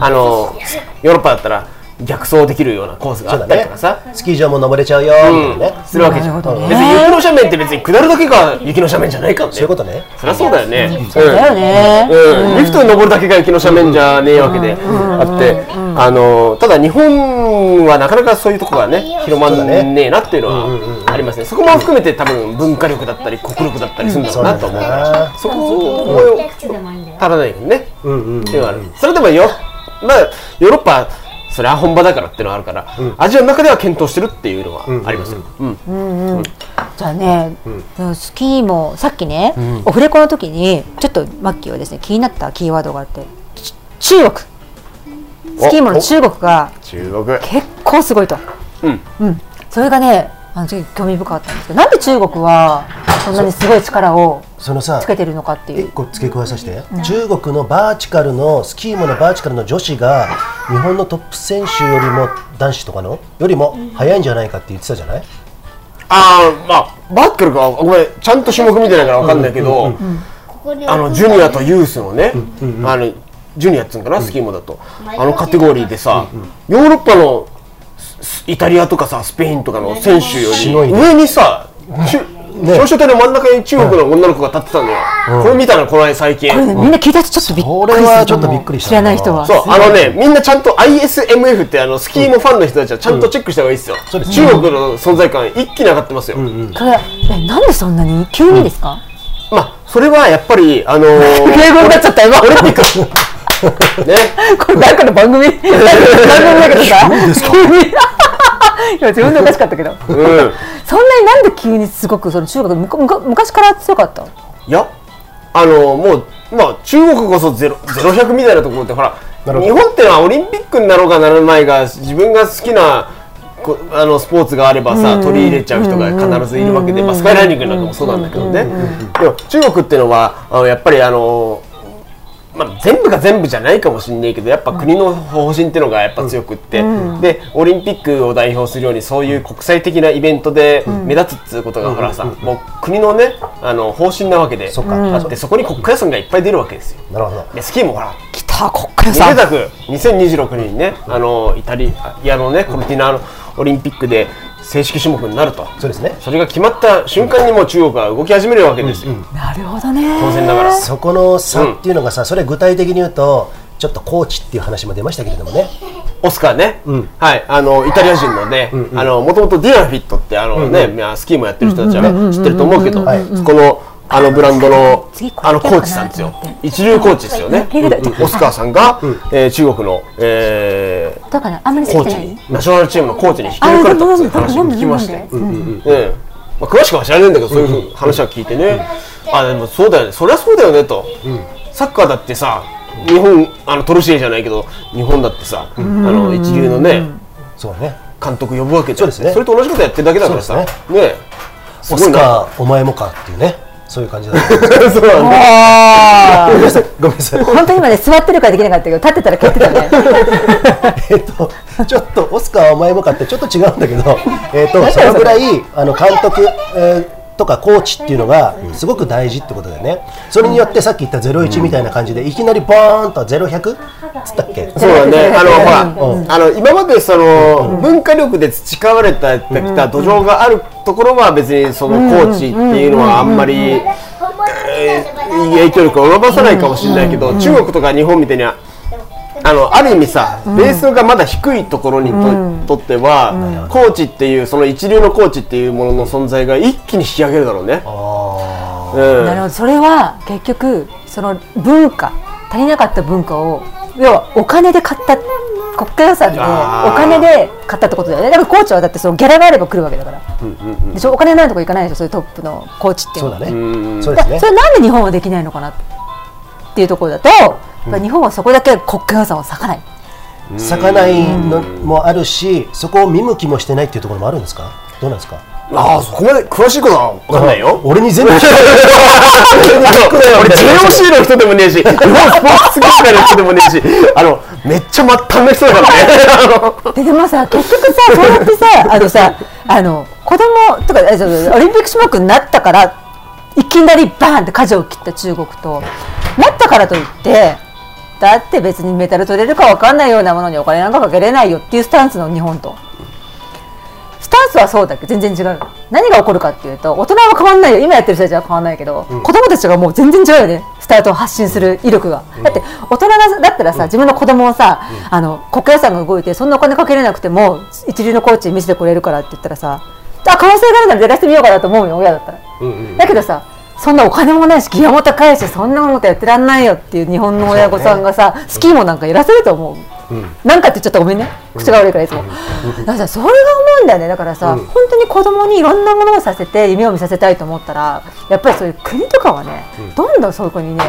Speaker 3: あのヨーロッパだったら逆走できるようなコースが
Speaker 2: そう
Speaker 3: あ
Speaker 2: だ
Speaker 3: ったりと
Speaker 2: ね
Speaker 3: かさ、
Speaker 2: スキー場も登れちゃうよみたいなね、
Speaker 3: するわけじゃ
Speaker 1: なる
Speaker 3: ん、
Speaker 1: ほどね
Speaker 3: 別に雪の斜面って別に下るだけが雪の斜面じゃないからね
Speaker 2: そういうことね
Speaker 3: そりゃそうだよね、うん
Speaker 1: だよね、
Speaker 3: うん、リフトに登るだけが雪の斜面じゃねえわけであって、あのただ日本はなかなかそういうとこがね広まんねえなっていうのはありますねそこも含めて多分文化力だったり国力だったりするんだろうなと思うからそこを
Speaker 4: いくつでもいいんだよ
Speaker 3: 足らないよね、
Speaker 2: うんうん
Speaker 3: っていうのはあるそれでもよ、まあ、ヨーロッパそれは本場だからっていうのはあるから、アジアの中では検討してるっていうのはありますよ、うん
Speaker 1: じゃあね、スキーもさっきね、オフレコの時にちょっとマッキーはですね気になったキーワードがあってち中国スキーもの中国が
Speaker 3: 中国
Speaker 1: 結構すごいと、
Speaker 3: うん
Speaker 1: うんそれがねあのちょっと興味深かったんですけどなんで中国はそんなにすごい力を
Speaker 2: そのさ
Speaker 1: つけてるのかってい
Speaker 2: 一
Speaker 1: う
Speaker 2: 個付け加えさせて、中国のバーチカルのスキーモのバーチカルの女子が日本のトップ選手よりも男子とかのよりも早いんじゃないかって言ってたじゃない、
Speaker 3: ああまあバックルかごめんちゃんと種目見てないからわかんないけど、あのジュニアとユースのね、あのジュニアっつうんかな、スキーモだとあのカテゴリーでさ、ヨーロッパのスイタリアとかさスペインとかの選手
Speaker 2: しの
Speaker 3: より
Speaker 2: いで
Speaker 3: 上にさ、中少々体の真ん中に中国の女の子が立ってたんだよ、これ見たのこの間最近、
Speaker 1: これねみんな聞いた人ちょっとびっ
Speaker 2: こ
Speaker 1: く
Speaker 2: れ
Speaker 1: りすると思う
Speaker 2: はちょっとびっくりした
Speaker 1: 知らない人は
Speaker 3: そうあのねみんなちゃんと ISMF ってあのスキーモファンの人たちはちゃんとチェックした方がいいですよ、
Speaker 2: そうです
Speaker 3: 中国の存在感一気に上がってますよ、
Speaker 1: これえなんでそんなに急にですか、
Speaker 3: まあそれはやっぱりあのー、
Speaker 1: 英語になっちゃった今
Speaker 3: オリンピックね、
Speaker 1: これ誰かの番組番組だけどさ急に 今自分でおかしかったけど
Speaker 3: うん、
Speaker 1: そんなになんで急にすごくその中国むかむか昔から強かった
Speaker 3: いやあのもうまあ中国こそゼロゼロ百みたいなところってほら
Speaker 2: なるほ
Speaker 3: 日
Speaker 2: ど
Speaker 3: 本ってのはオリンピックになろうがならないが自分が好きなこあのスポーツがあればさ取り入れちゃう人が必ずいるわけで、まあ、スカイランニングなんかもそうなんだけどね、でも中国ってのはあのやっぱりあのまあ、全部が全部じゃないかもしれないけどやっぱ国の方針っていうのがやっぱ強くって、でオリンピックを代表するようにそういう国際的なイベントで目立つっていうことが、ほらさ、もう国のねあの方針なわけで
Speaker 2: そっか
Speaker 3: あってそこに国家予算がいっぱい出るわけですよ。
Speaker 2: なるほど
Speaker 3: でスキーもほら
Speaker 1: 来た国家予
Speaker 3: め
Speaker 1: 算
Speaker 3: でたく2026年にねあのイタリアのねコルティナのオリンピックで正式種目になると
Speaker 2: そうですね
Speaker 3: それが決まった瞬間にもう中国は動き始めるわけですよ、
Speaker 1: なるほどね
Speaker 3: 当然ながら。
Speaker 2: そこの差っていうのがさ、それ具体的に言うとちょっとコーチっていう話も出ましたけれどもね
Speaker 3: オスカーね、
Speaker 2: ん
Speaker 3: はい、あのイタリア人のね、あのもともとディアフィットってあのね、まあスキーもやってる人たちはね知ってると思うけど、
Speaker 2: はい
Speaker 3: このあのブランドの
Speaker 1: 次これ
Speaker 3: あのコーチさんですよ
Speaker 1: 行けるかなと思っ、
Speaker 3: 一流コーチですよね、
Speaker 1: うん
Speaker 3: うんオスカーさんが、えー中国の、えー
Speaker 1: だからあんまり
Speaker 3: コ
Speaker 1: 好き
Speaker 3: ー
Speaker 1: じ
Speaker 3: チ
Speaker 1: ゃない
Speaker 3: にナショナルチームのコーチに引き抜かれたっていう話を聞きまして、
Speaker 1: あ
Speaker 3: うんうんうんまあ、詳しくは知らないんだけどそういう話は聞いてね、あでもそうだよねそりゃそうだよねと、サッカーだってさ日本あのトルシエじゃないけど日本だってさ、あの一流のね、
Speaker 2: そうだね
Speaker 3: 監督呼ぶわけじゃん
Speaker 2: そうですね
Speaker 3: それと同じことやってるだけだからさ
Speaker 2: そう
Speaker 3: ね
Speaker 2: です
Speaker 3: す
Speaker 2: オ
Speaker 3: ごい
Speaker 2: ス
Speaker 3: な
Speaker 2: カーお前もかっていうねそういう感じだった
Speaker 3: そうなんだ
Speaker 2: ごめんなさいごめんなさい
Speaker 1: 本当に今ね座ってるからできなかったけど立ってたら蹴ってたね
Speaker 2: えっと、ちょっとオスカーはお前もかってちょっと違うんだけど、えっと、そのぐらいあの監督、えーとかコーチっていうのがすごく大事ってことだよね、それによってさっき言った01みたいな感じでいきなりボーンと0100つったっけ
Speaker 3: そうだね、あのほら、あの今までその、文化力で培われてきた土壌があるところは別にその高知っていうのはあんまり、えー影響力を及ばさないかもしれないけど、中国とか日本みたいにああのある意味さ、ベースがまだ低いところにと,、っては、高知っていうその一流の高知っていうものの存在が一気に引き上げるだろうね。うん
Speaker 1: なるほどそれは結局その文化足りなかった文化を要はお金で買った国家予算でお
Speaker 3: あー
Speaker 1: 金で買ったってことだよねだからコーチはだってそのギャラがあれば来るわけだから、でしょお金ないとこ行かないでしょそういうトップのコーチっていう
Speaker 2: そ
Speaker 1: の
Speaker 2: う
Speaker 1: は
Speaker 2: だね
Speaker 3: ん
Speaker 2: そう
Speaker 1: だ
Speaker 2: で
Speaker 1: か
Speaker 2: す
Speaker 1: ら
Speaker 2: ね
Speaker 1: それなんで日本はできないのかなっていうところだと、やっぱ日本はそこだけ国家予算を割かない
Speaker 2: 魚いのもあるしそこを見向きもしてないっていうところもあるんですかどうなんですか
Speaker 3: ああそこまで詳しいことは分かんないよ。
Speaker 2: 俺に全部聞いて
Speaker 3: 俺 JOC の人でもねえし、日本スポーツ協会の人でもねえし、あのめっちゃ末端の人だからね。
Speaker 1: ででもさ結局さそうやってさあのさあの子供とかあそうオリンピック種目になったからいきなりバーンって舵を切った中国となったからといってだって別にメダル取れるかわかんないようなものにお金なんかかけれないよっていうスタンスの日本と。スタンスはそうだけど全然違う何が起こるかっていうと大人は変わんないよ今やってる人たちは変わんないけど、子供たちがもう全然違うよねスタートを発信する威力が、だって大人がだったらさ、自分の子供をさ、あの国家予算が動いてそんなお金かけれなくても一流のコーチに見せてくれるからって言ったらさあ可能性があるなら出らせてみようかなと思うよ親だったら、だけどさそんなお金もないしギアも高いしそんなことやってらんないよっていう日本の親御さんがさ、スキーもなんかやらせると思う、なんかって言っちゃったらごめんね口が悪いからいつも、だからさそれが思うんだよねだからさ、本当に子供にいろんなものをさせて夢を見させたいと思ったらやっぱりそういう国とかはね、どんどんそういう子にね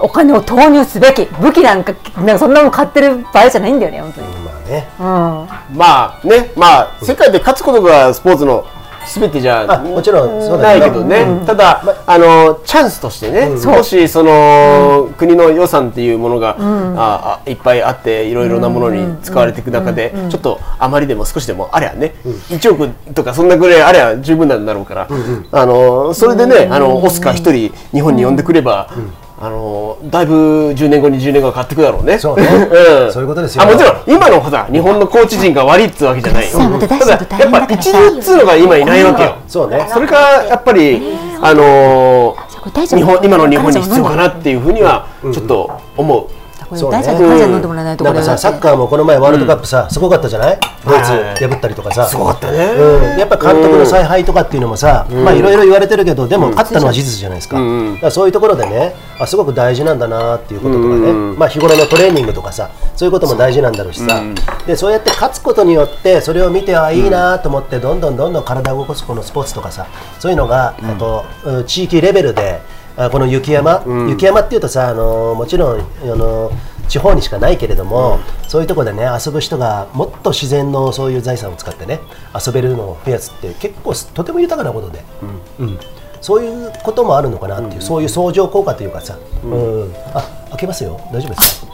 Speaker 1: お金を投入すべき武器なんかなんかそんなもん買ってる場合じゃないんだよね本当に、
Speaker 2: まあね
Speaker 3: まあね、まあ世界で勝つことがスポーツのすべてじゃ
Speaker 2: あもちろんそう
Speaker 3: な
Speaker 2: だ
Speaker 3: いけどね、ただ、あのチャンスとしてね、もしその、国の予算っていうものが、ああいっぱいあっていろいろなものに使われていく中で、ちょっとあまりでも少しでもありゃね、1億とかそんなぐらいありゃ十分なんだろうから、あのそれでね、あのオスカー一人日本に呼んでくれば、あのだいぶ10年後に10年後は変わってくだろうね。
Speaker 2: そうね
Speaker 3: うん
Speaker 2: そういうことですよ
Speaker 3: あもちろん今のほら日本のコーチ陣が悪いっつうわけじゃないよ。
Speaker 5: さあまた出しちゃうと
Speaker 3: ただや
Speaker 5: 大
Speaker 3: っ
Speaker 5: 変
Speaker 3: ぱ
Speaker 5: だから
Speaker 3: 一流っつうのが今いないわけよ。
Speaker 2: そうね
Speaker 3: それがやっぱり、あのー
Speaker 5: これ大丈夫
Speaker 3: 日本今の日本に必要かなっていうふうにはちょっと思う。
Speaker 1: これ
Speaker 2: そうね
Speaker 1: 大ちゃん大ちゃん飲んでもらわないとこ
Speaker 2: な
Speaker 1: れ
Speaker 2: んか
Speaker 1: だっ
Speaker 2: さ
Speaker 1: て
Speaker 2: サッカーもこの前ワールドカップさ、すごかったじゃないドイツ破ったりとかさ、
Speaker 3: すごかったね
Speaker 2: うん、やっぱ監督の采配とかっていうのもさ、まあいろいろ言われてるけどでも勝ったのは事実じゃないですか,、だからそういうところでねあすごく大事なんだなっていうこととかね、まあ、日頃のトレーニングとかさそういうことも大事なんだろうしさ、でそうやって勝つことによってそれを見てあいいなと思ってどんどんどんどん体を動かすこのスポーツとかさそういうのが、えっとうん地域レベルであこの雪山、雪山っていうとさ、あのーもちろん、あのー地方にしかないけれども、そういうところでね遊ぶ人がもっと自然のそういう財産を使ってね遊べるのを増やすって結構とても豊かなことで、うんそういうこともあるのかなっていう、そういう相乗効果というかさ、うんあ開けますよ大丈夫ですか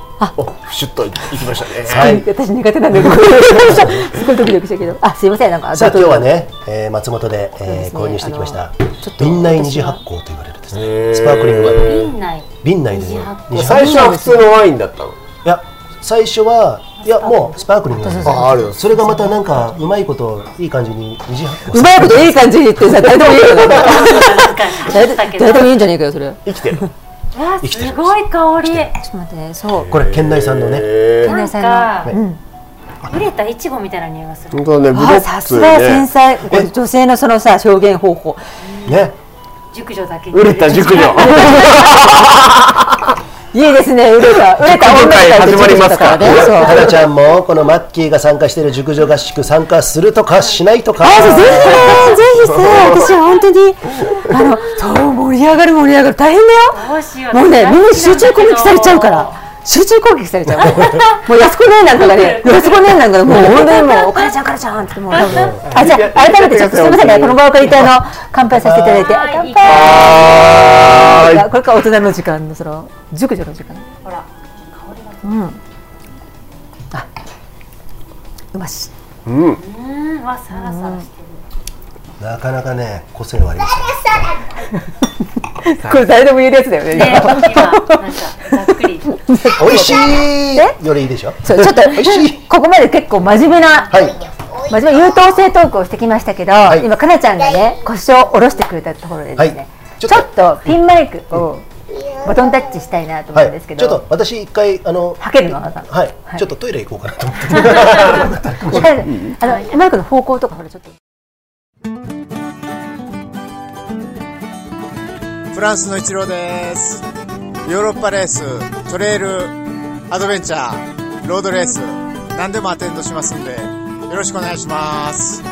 Speaker 3: シュッといきましたね。
Speaker 2: はい
Speaker 1: 私苦手なんだけどすごいドキドキしたけどあすいませんなんか
Speaker 2: さあ
Speaker 1: 後
Speaker 2: 今日
Speaker 1: 々
Speaker 2: はね、えー松本で、え
Speaker 1: そ
Speaker 2: ー
Speaker 1: うですね
Speaker 2: 購入してきました
Speaker 1: あのちょっと
Speaker 2: 瓶内二次発酵と言われるですねスパークリングワイン
Speaker 4: 院内
Speaker 2: 瓶内で
Speaker 4: 二次
Speaker 2: ね
Speaker 4: 発酵
Speaker 2: 二次発
Speaker 3: 最初は普通のワインだったの。
Speaker 2: いや最初はいやもうスパークリングなんです
Speaker 3: あある
Speaker 2: それがまたなんかうまいこといい感じに二次発酵
Speaker 1: うまいこといい感じに言ってさ誰でも言えるよな誰で
Speaker 4: だけど
Speaker 1: 誰でも言うんじゃねえかよそれちょ
Speaker 3: 生きてる。
Speaker 4: わ
Speaker 2: 生きてる
Speaker 4: すごい香り
Speaker 1: っと待ってねそう
Speaker 2: これ県内産のね、
Speaker 1: 県
Speaker 4: な
Speaker 1: 内
Speaker 4: ん
Speaker 1: 産の
Speaker 4: か熟れたいちごみたいな匂いがする
Speaker 3: 本当だね。ブド
Speaker 1: あ
Speaker 3: ウ
Speaker 1: さす
Speaker 3: ツ
Speaker 1: が繊
Speaker 3: ね。
Speaker 1: 細これ女性のそのさ表現方法
Speaker 2: ね
Speaker 4: 熟女だけに
Speaker 3: 売れた 熟女。
Speaker 1: いいですね売れた売れた
Speaker 3: 今回始まりますか
Speaker 1: 女の子だからね
Speaker 2: は
Speaker 1: そう
Speaker 2: なちゃんもこのマッキーが参加している熟女合宿参加するとかしないとか
Speaker 1: あそうぜひねぜひさ私は本当にあのそう盛り上がる盛り上がる大変だよ
Speaker 4: どうしよう
Speaker 1: もうねみんな集中攻撃されちゃうか
Speaker 4: あ
Speaker 1: ら集中攻撃されちゃ うもう安子姉なんかがね安子姉なんかがもう本当にもうお金ちゃんお金ちゃんってもう多分あじゃあ改めてちょっとすみませんねこの場を借りてあの乾杯させていただいてあ
Speaker 4: ーい
Speaker 1: 乾
Speaker 4: い香
Speaker 1: 杯これから大人の時間のその熟女の時間
Speaker 4: りほら香りが
Speaker 1: うまし
Speaker 4: うーんわサラサラしてる
Speaker 2: なかなかね個性はありますね
Speaker 1: これ誰でも言えるやつだよね
Speaker 4: ね今なんか雑っくり。
Speaker 2: 美味しいよりいいでしょ
Speaker 1: そうちょっと
Speaker 2: 美味しい
Speaker 1: ここまで結構真面目な
Speaker 2: はい
Speaker 1: 真面目優等生トークをしてきましたけど、
Speaker 2: い
Speaker 1: 今かなちゃんがね腰を下ろしてくれたところでですね、
Speaker 2: はい
Speaker 1: ち
Speaker 2: ち
Speaker 1: ょ
Speaker 2: ょっと
Speaker 1: っとピンマイクをボトンタッチしたいなと思うん
Speaker 2: は
Speaker 1: で
Speaker 2: い
Speaker 1: すけ
Speaker 2: ち
Speaker 1: ど、
Speaker 2: ょっと私一回あの
Speaker 1: はけるのあなた
Speaker 2: はい、
Speaker 1: はい
Speaker 2: ちょっとトイレ行こうかなと思って
Speaker 1: あのマイクの方向とかほらちょっと
Speaker 9: フランスの一郎です。ヨーロッパレース、トレイル、アドベンチャー、ロードレース、何でもアテンドしますんで、よろしくお願いします。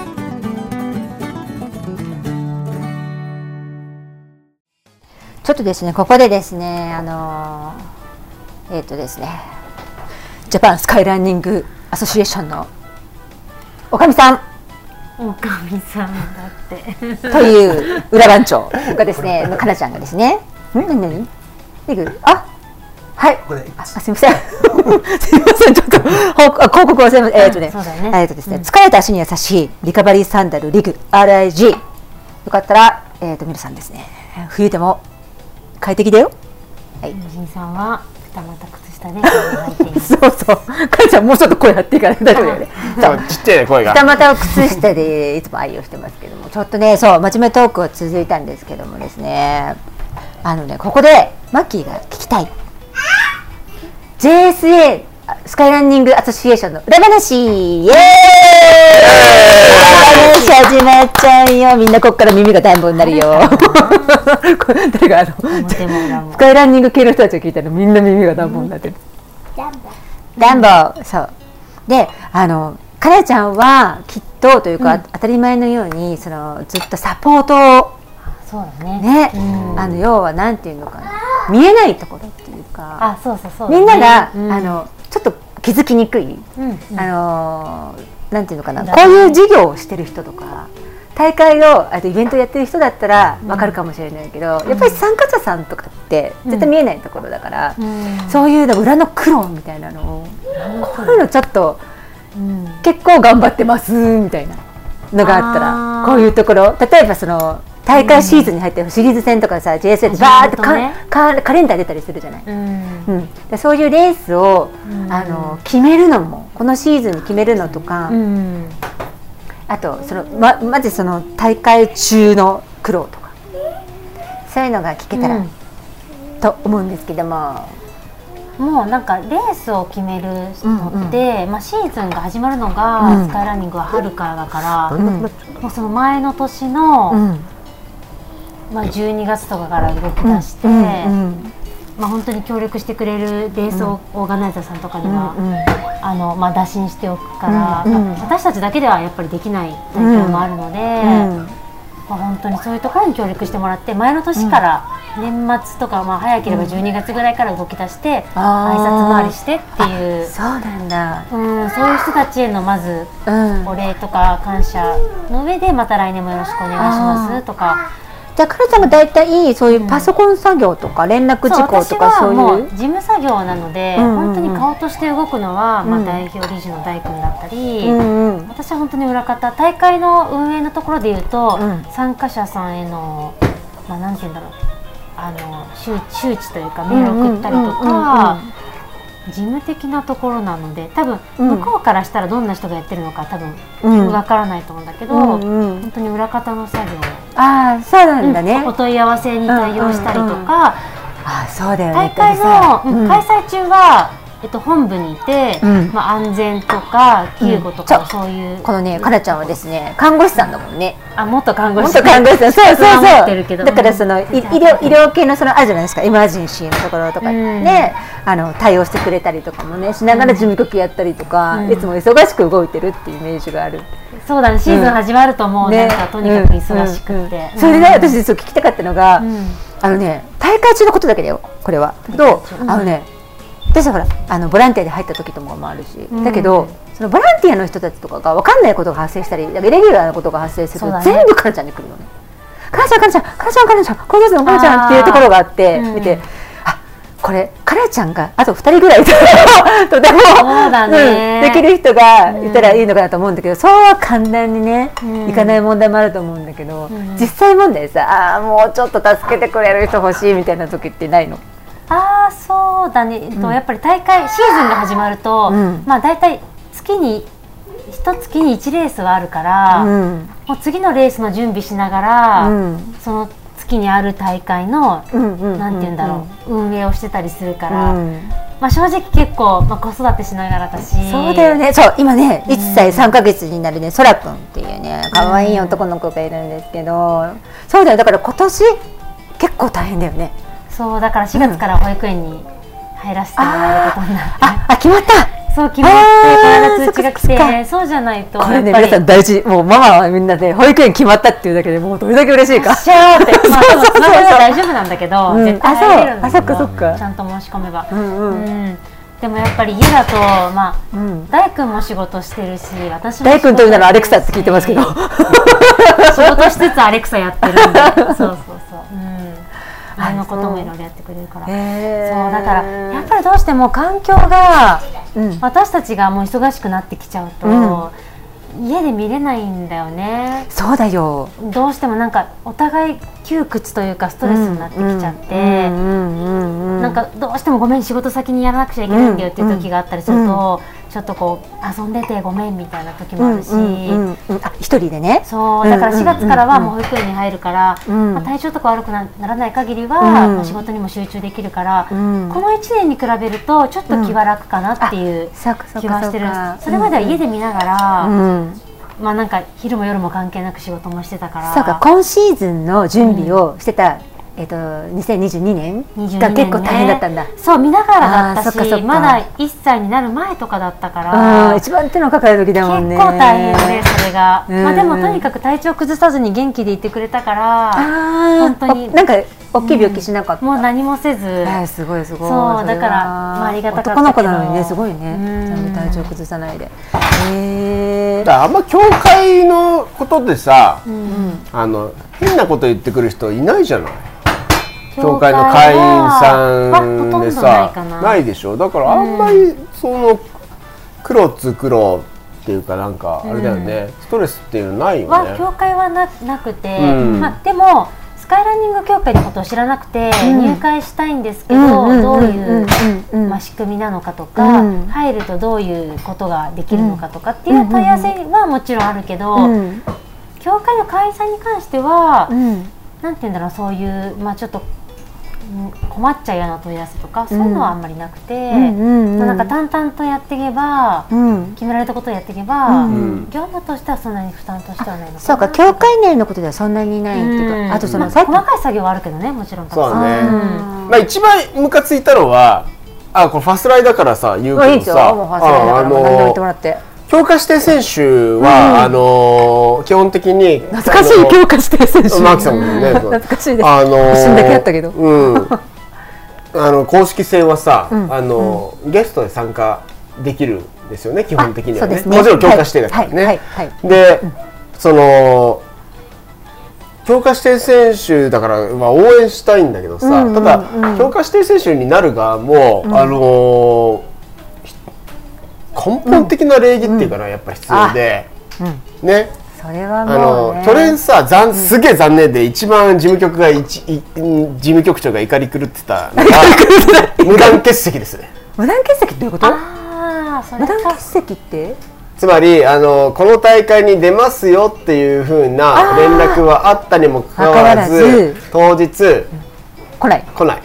Speaker 1: ちょっとですねここでですねあのーえっ、とですねジャパンスカイランニングアソシエーションのおかみさん
Speaker 4: おかみさんだって。
Speaker 1: という裏番長がです ね、かなちゃんがですね、ん何何リグあはい
Speaker 2: これ
Speaker 1: あ、すみません。 すみません、ちょっと報告あ広告忘れました。えっ、とね、
Speaker 4: そうだよね
Speaker 1: えっ、とですね、疲れた足に優しいリカバリーサンダルリグ RIG。よかったらえっ、と皆さんですね、冬でも快適だよ。
Speaker 4: 友人さんは二股靴 下で履いています。
Speaker 1: そうそう。かなちゃんもうちょっと声張っていかないと大丈夫だよね。そう
Speaker 3: ちっちゃいね声が
Speaker 1: 二股を靴下でいつも愛用してますけどもちょっとねそう真面目トークを続いたんですけどもですねあのねここでマッキーが聞きたい JSA スカイランニングアソシエーションの裏話イエーイ裏話始まっちゃうよみんなここから耳が暖房になるよこれ誰があの
Speaker 4: 表も裏も
Speaker 1: ス。カイランニング系の人たちが聞いたらみんな耳がダンボになってる。ダンボ。ダンボ、そう。で、あの、かなちゃんはきっとというか、当たり前のように、そのずっとサポートを
Speaker 4: そうだね。
Speaker 1: ね、あの要はなんていうのかな、見えないところっていうか、
Speaker 4: あ、そうそうそうだ
Speaker 1: み
Speaker 4: ね。
Speaker 1: んなが、
Speaker 4: うん
Speaker 1: あ、のちょっと気づきにくい、
Speaker 4: うんうん
Speaker 1: あのーなんていうのかな、
Speaker 4: だね
Speaker 1: こういう事業をしてる人とか大会をあとイベントやってる人だったらわかるかもしれないけど、やっぱり参加者さんとかって絶対見えないところだから、
Speaker 4: うん
Speaker 1: そういうの裏の苦労みたいなのをこういうのちょっと
Speaker 4: うん
Speaker 1: 結構頑張ってますみたいなのがあったら
Speaker 4: あー
Speaker 1: こういうところ例えばその大会シーズンに入ってシリーズ戦とかさ JSA ってバーってか、
Speaker 4: イベントね
Speaker 1: かカレンダー出たりするじゃない。
Speaker 4: うん
Speaker 1: うん、でそういうレースを、あの決めるのもこのシーズンに決めるのとか、
Speaker 4: うん
Speaker 1: あとそのままずその大会中の苦労とかそういうのが聞けたら、
Speaker 4: うん
Speaker 1: と思うんですけども
Speaker 4: もうなんかレースを決めるのって、まあ、シーズンが始まるのが、
Speaker 1: うん
Speaker 4: スカイランニングは春からだから、もうその前の年の、
Speaker 1: ん
Speaker 4: まあ、12月とかから動き出して、
Speaker 1: うん
Speaker 4: まあ、本当に協力してくれるレースオーガナイザーさんとかには、
Speaker 1: う
Speaker 4: あのまあ、打診しておくから、
Speaker 1: うんうん
Speaker 4: 私たちだけではやっぱりできない大会もあるので、
Speaker 1: んうん
Speaker 4: まあ、本当にそういうところに協力してもらって前の年から年末とか、まあ、早ければ12月ぐらいから動き出して、挨拶
Speaker 1: あー
Speaker 4: 回りしてっていう。
Speaker 1: そうなんだ、
Speaker 4: うん、そういう人たちへのまず
Speaker 1: うん、
Speaker 4: お礼とか感謝の上でまた来年もよろしくお願いしますとか
Speaker 1: じゃあかなちゃんが大体そういうパソコン作業とか連絡事項とかそう
Speaker 4: 私はも
Speaker 1: いう
Speaker 4: 事務作業なので、
Speaker 1: うんうんうん
Speaker 4: 本当に顔として動くのは、ま
Speaker 1: うん
Speaker 4: あ、代表理事の大君だったり、
Speaker 1: うんうん
Speaker 4: 私は本当に裏方大会の運営のところで言うと、
Speaker 1: うん
Speaker 4: 参加者さんへの、まあ、なんて言うんだろうあの周周知というかメールを送ったりと
Speaker 1: うんうんうんうん
Speaker 4: か。事務的なところなので多分
Speaker 1: うん
Speaker 4: 向こうからしたらどんな人がやってるのか多分
Speaker 1: うん
Speaker 4: わからないと思うんだけど、
Speaker 1: うんうん
Speaker 4: 本当に裏方の作業
Speaker 1: ああそうなんだね、
Speaker 4: うんお問い合わせに対応したりとか、
Speaker 1: ああそうだよね
Speaker 4: 大会
Speaker 1: だって
Speaker 4: の、うん
Speaker 1: さ
Speaker 4: 開催中は、えっと、本部にいて、
Speaker 1: うん
Speaker 4: まあ、安全とか救護と
Speaker 1: うん
Speaker 4: かそういう、
Speaker 1: このねかなちゃんはですね看護師さんだもんね
Speaker 4: あ元看護師
Speaker 1: 元看護師さんそうそう
Speaker 4: 資格は持ってる
Speaker 1: そ
Speaker 4: け
Speaker 1: う
Speaker 4: ど
Speaker 1: だからそのい医
Speaker 4: うん
Speaker 1: 療医療系のそのあるじゃないですかエマージェンシーのところとか
Speaker 4: うん
Speaker 1: ね、あの対応してくれたりとかもねしながら事務局やったりとか、
Speaker 4: うん
Speaker 1: いつも忙しく動いてるっていうイメージがある、
Speaker 4: そうだねシーズン始まるともう、なんかとにかく忙しくて、
Speaker 1: うんうんうんそれでね私実は聞きたかったのが、
Speaker 4: うん
Speaker 1: あのね大会中のことだけだよこれはどうあのね私はほらあのボランティアで入った時とかもあるし、
Speaker 4: ん
Speaker 1: だけどそのボランティアの人たちとかが分かんないことが発生したりなんかイレギュラーなことが発生すると、
Speaker 4: そうだね
Speaker 1: 全部かなちゃんに来るのねかなちゃんかなちゃんかなちゃんかなちゃんこういうやつのかなちゃんっていうところがあって
Speaker 4: うん
Speaker 1: 見て、あこれかなちゃんがあと2人ぐらいいたら とても
Speaker 4: そうだね
Speaker 1: うんできる人がいたらいいのかなと思うんだけど、そうは簡単にね、
Speaker 4: うん
Speaker 1: いかない問題もあると思うんだけど、実際問題さあーもうちょっと助けてくれる人欲しいみたいな時ってないの
Speaker 4: ああそうだね、えっとやっぱり大会シーズンが始まると、まあ大体月に一月に1レースはあるから、
Speaker 1: うん
Speaker 4: もう次のレースの準備しながら、
Speaker 1: うん
Speaker 4: その月にある大会の、
Speaker 1: うんうん
Speaker 4: なんて言うんだろう、運営をしてたりするから、
Speaker 1: うん
Speaker 4: まあ正直結構、まあ、子育てしながらだし
Speaker 1: そうだよねそう今ね1歳3か月になるねそらくんっていうね可愛い男の子がいるんですけどそうだよだから今年結構大変だよね
Speaker 4: そうだから4月から保育園に入らせてもらえることになって、
Speaker 1: ああ決まった
Speaker 4: そう決まってこ
Speaker 1: あー
Speaker 4: の間通知が来
Speaker 1: そっかそって
Speaker 4: そうじゃないと
Speaker 1: これ
Speaker 4: やっ
Speaker 1: ね
Speaker 4: ぱ
Speaker 1: 皆
Speaker 4: り
Speaker 1: さん大事もうママはみんなね保育園決まったっていうだけでもうどれだけ嬉しいか
Speaker 4: しゃ ーって、まあ、そうそう大丈夫なんだけど、
Speaker 1: うん
Speaker 4: 絶対入れるんだけど
Speaker 1: あそうあそっかそっか
Speaker 4: ちゃんと申し込めば、
Speaker 1: んうん
Speaker 4: でもやっぱり家だと、まあ
Speaker 1: ん
Speaker 4: 大君も仕事してるし私も
Speaker 1: 大君というならアレクサっ
Speaker 4: 仕
Speaker 1: て
Speaker 4: 事
Speaker 1: 聞い
Speaker 4: してるし
Speaker 1: ますけど
Speaker 4: 仕事しつつアレクサやって るんでそうそうそう、うん、親のこともいろいろやってくれるから、
Speaker 1: へー
Speaker 4: そうだからやっぱりどうしても環境が、
Speaker 1: うん
Speaker 4: 私たちがもう忙しくなってきちゃうと、家で見れないんだよね
Speaker 1: そうだよ
Speaker 4: どうしてもなんかお互い窮屈というかストレスになってきちゃって、
Speaker 1: うんうんうん
Speaker 4: なんかどうしてもごめん仕事先にやらなくちゃいけないんだよっていう時があったりすると、ちょっとこう遊んでてごめんみたいな時もあるし、
Speaker 1: うんうんうんうんあ一人でね
Speaker 4: そうだから
Speaker 1: うんうんうんうん
Speaker 4: 4月からはもう保育園に入るから、
Speaker 1: うん
Speaker 4: まあ体調とか悪くなならない限りは、
Speaker 1: うん
Speaker 4: まあ仕事にも集中できるから、
Speaker 1: ん
Speaker 4: この1年に比べるとちょっと気は楽かなっていう
Speaker 1: そうかそう
Speaker 4: 気
Speaker 1: か
Speaker 4: は
Speaker 1: そ
Speaker 4: し
Speaker 1: う
Speaker 4: てる
Speaker 1: か
Speaker 4: それまでは家で見ながら、
Speaker 1: うん
Speaker 4: まあなんか昼も夜も関係なく仕事もしてたから
Speaker 1: そうか今シーズンの準備をしてた、えっと2022年が
Speaker 4: 22
Speaker 1: 結構大変だったんだ、
Speaker 4: 年ねそう見ながらだった
Speaker 1: あーそっかそっか
Speaker 4: しまだ1歳になる前とかだったか
Speaker 1: あ
Speaker 4: ら
Speaker 1: ー一番手のかかる時だもんね
Speaker 4: 結構大変でそれが、
Speaker 1: うん
Speaker 4: まあ、でもとにかく体調崩さずに元気でいてくれたから
Speaker 1: あー
Speaker 4: 本当に
Speaker 1: あなんか大きい病気しなかった、
Speaker 4: もう何もせず、
Speaker 1: えーすごいすごい
Speaker 4: そう
Speaker 1: れは
Speaker 4: だからまあありがたかったけ
Speaker 1: 男
Speaker 4: ど
Speaker 1: の子なのにねすごいね
Speaker 4: う
Speaker 1: ち
Speaker 4: ん
Speaker 1: ゃんと体調崩さないでへえ
Speaker 3: だからあんま教会のことでさ、あの変なこと言ってくる人いないじゃない教会の会員さんで
Speaker 4: は
Speaker 3: さ
Speaker 4: ほとんどないかな
Speaker 3: ないでしょだからあんまりその黒つ黒っていうかなんかあれだよね、ストレスっていうのないよ
Speaker 4: は
Speaker 3: ね
Speaker 4: 教会はななくて、
Speaker 3: うん
Speaker 4: まあ、でもスカイランニング協会のことを知らなくて、入会したいんですけど、どういう、まあ、仕組みなのかとか、
Speaker 1: うん
Speaker 4: 入るとどういうことができるのかとかっていう問い合わせはもちろんあるけど、
Speaker 1: うん
Speaker 4: 教会の会員さんに関しては、
Speaker 1: うん
Speaker 4: なんて言うんだろうそういう、まあ、ちょっとうん困っちゃうような問い合わせとか、そういうのはあんまりなくて、
Speaker 1: んうんうん
Speaker 4: まあなんか淡々とやっていけば、
Speaker 1: うん
Speaker 4: 決められたことをやっていけば、
Speaker 3: ん
Speaker 4: 業務としてはそんなに負担としてはないのかな
Speaker 1: そうか教会内のことではそんなにないけど、あとその
Speaker 4: ま
Speaker 1: さ
Speaker 4: あ
Speaker 1: っき
Speaker 4: 細かい作業はあるけどねもちろんたく
Speaker 3: そう
Speaker 4: さん
Speaker 3: だね、
Speaker 4: うん
Speaker 3: まあ一番ムカついたのはあこれファストライだからさ言う
Speaker 1: もういい
Speaker 3: け
Speaker 1: で
Speaker 3: ど
Speaker 1: すよ
Speaker 3: さ
Speaker 1: もうファーストレイだからもう何でも言ってもらって
Speaker 3: 強化指定選手は、あのー基本的に
Speaker 1: 懐かしい強化して選手
Speaker 3: マークさんもね
Speaker 1: 懐かしいです
Speaker 3: あのー
Speaker 1: 一瞬だけあったけど
Speaker 3: うん、あの公式戦はさ、あのーゲストで参加できるんですよね基本的には
Speaker 1: あそう
Speaker 3: ね
Speaker 1: ですね
Speaker 3: もちろん強化指定だからね、
Speaker 1: はいはいはい
Speaker 3: で、その強化指定選手だから、まあ、応援したいんだけどさ、ただ強化指定選手になる側も、あのーひ根本的な礼儀っていうかな、やっぱ必要で、ね
Speaker 1: それは
Speaker 3: あ
Speaker 1: もう、
Speaker 3: の
Speaker 1: ね、
Speaker 3: とりあえずさ残すげえ残念で一番事務局が一い事務局長が 怒り狂ってたのが無断欠席ですね
Speaker 1: 無断欠席ってどういうこと
Speaker 4: ああそれ
Speaker 1: 無
Speaker 4: か
Speaker 1: 断欠席って
Speaker 3: つまりあのこの大会に出ますよっていう風な連絡はあったにもかかわら
Speaker 1: わ
Speaker 3: ず当日
Speaker 1: 来ない
Speaker 3: 来ない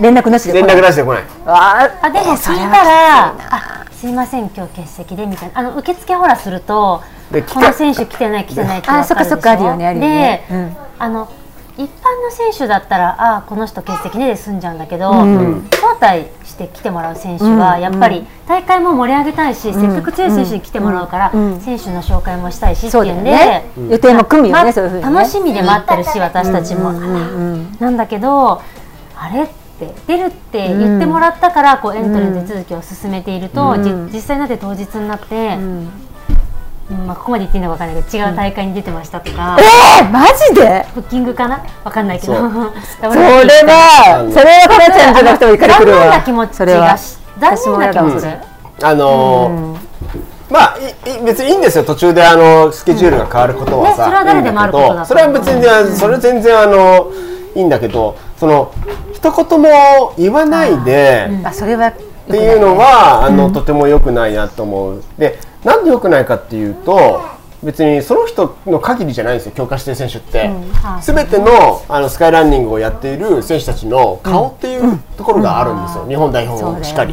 Speaker 1: 連絡なしで来
Speaker 3: 連
Speaker 1: ない
Speaker 3: 絡なしで来ない
Speaker 1: わ
Speaker 4: あでも聞いたら「あすいません今日欠席で」みたいなあの受付ほらすると
Speaker 3: で
Speaker 4: この選手来てない来てないって分かるでし
Speaker 1: あそ
Speaker 4: ょ
Speaker 1: っかそっかあるよねあるよね
Speaker 4: で、
Speaker 1: うん
Speaker 4: あの一般の選手だったらああこの人欠席ねで済んじゃうんだけど、招待して来てもらう選手はやっぱり大会も盛り上げたいし、せっかく強い選手に来てもらうから、選手の紹介もしたいしってい
Speaker 1: そう
Speaker 4: う
Speaker 1: だよ
Speaker 4: んで。
Speaker 1: ね、予定も組むよね、
Speaker 4: ま
Speaker 1: そういうふうに、ね、
Speaker 4: 楽しみで待ってるし、私たちも、なんだけどあれって出るって言ってもらったから、こうエントリーの手続きを進めていると、じ実際になって当日になって、うんまあ、ここまで言っていいのかわかんないけど違う大会に出てましたと か、
Speaker 1: えー、マジで
Speaker 4: ブッキングかなわかんないけど
Speaker 3: そう
Speaker 4: そ
Speaker 1: それはそれはかなちゃんじゃなくても怒り来る
Speaker 4: 残念
Speaker 1: わ
Speaker 4: な気持ち
Speaker 1: それは
Speaker 4: がし残念な気持ち
Speaker 1: 私もや
Speaker 3: あのーまあいい別にいいんですよ途中であのスケジュールが変わることはさ、
Speaker 4: ねそれは誰でもあることだと思う
Speaker 3: いいんけどそれは別にそれは全然あのいいんだけどその一一言も言わないで、
Speaker 1: あそれはって
Speaker 3: っていうのはあの、とても良くないなと思うでなんで良くないかっていうと別にその人の限りじゃないんですよ強化指定選手って、全てのあのスカイランニングをやっている選手たちの顔っていうところがあるんですよ、日本代表しかり、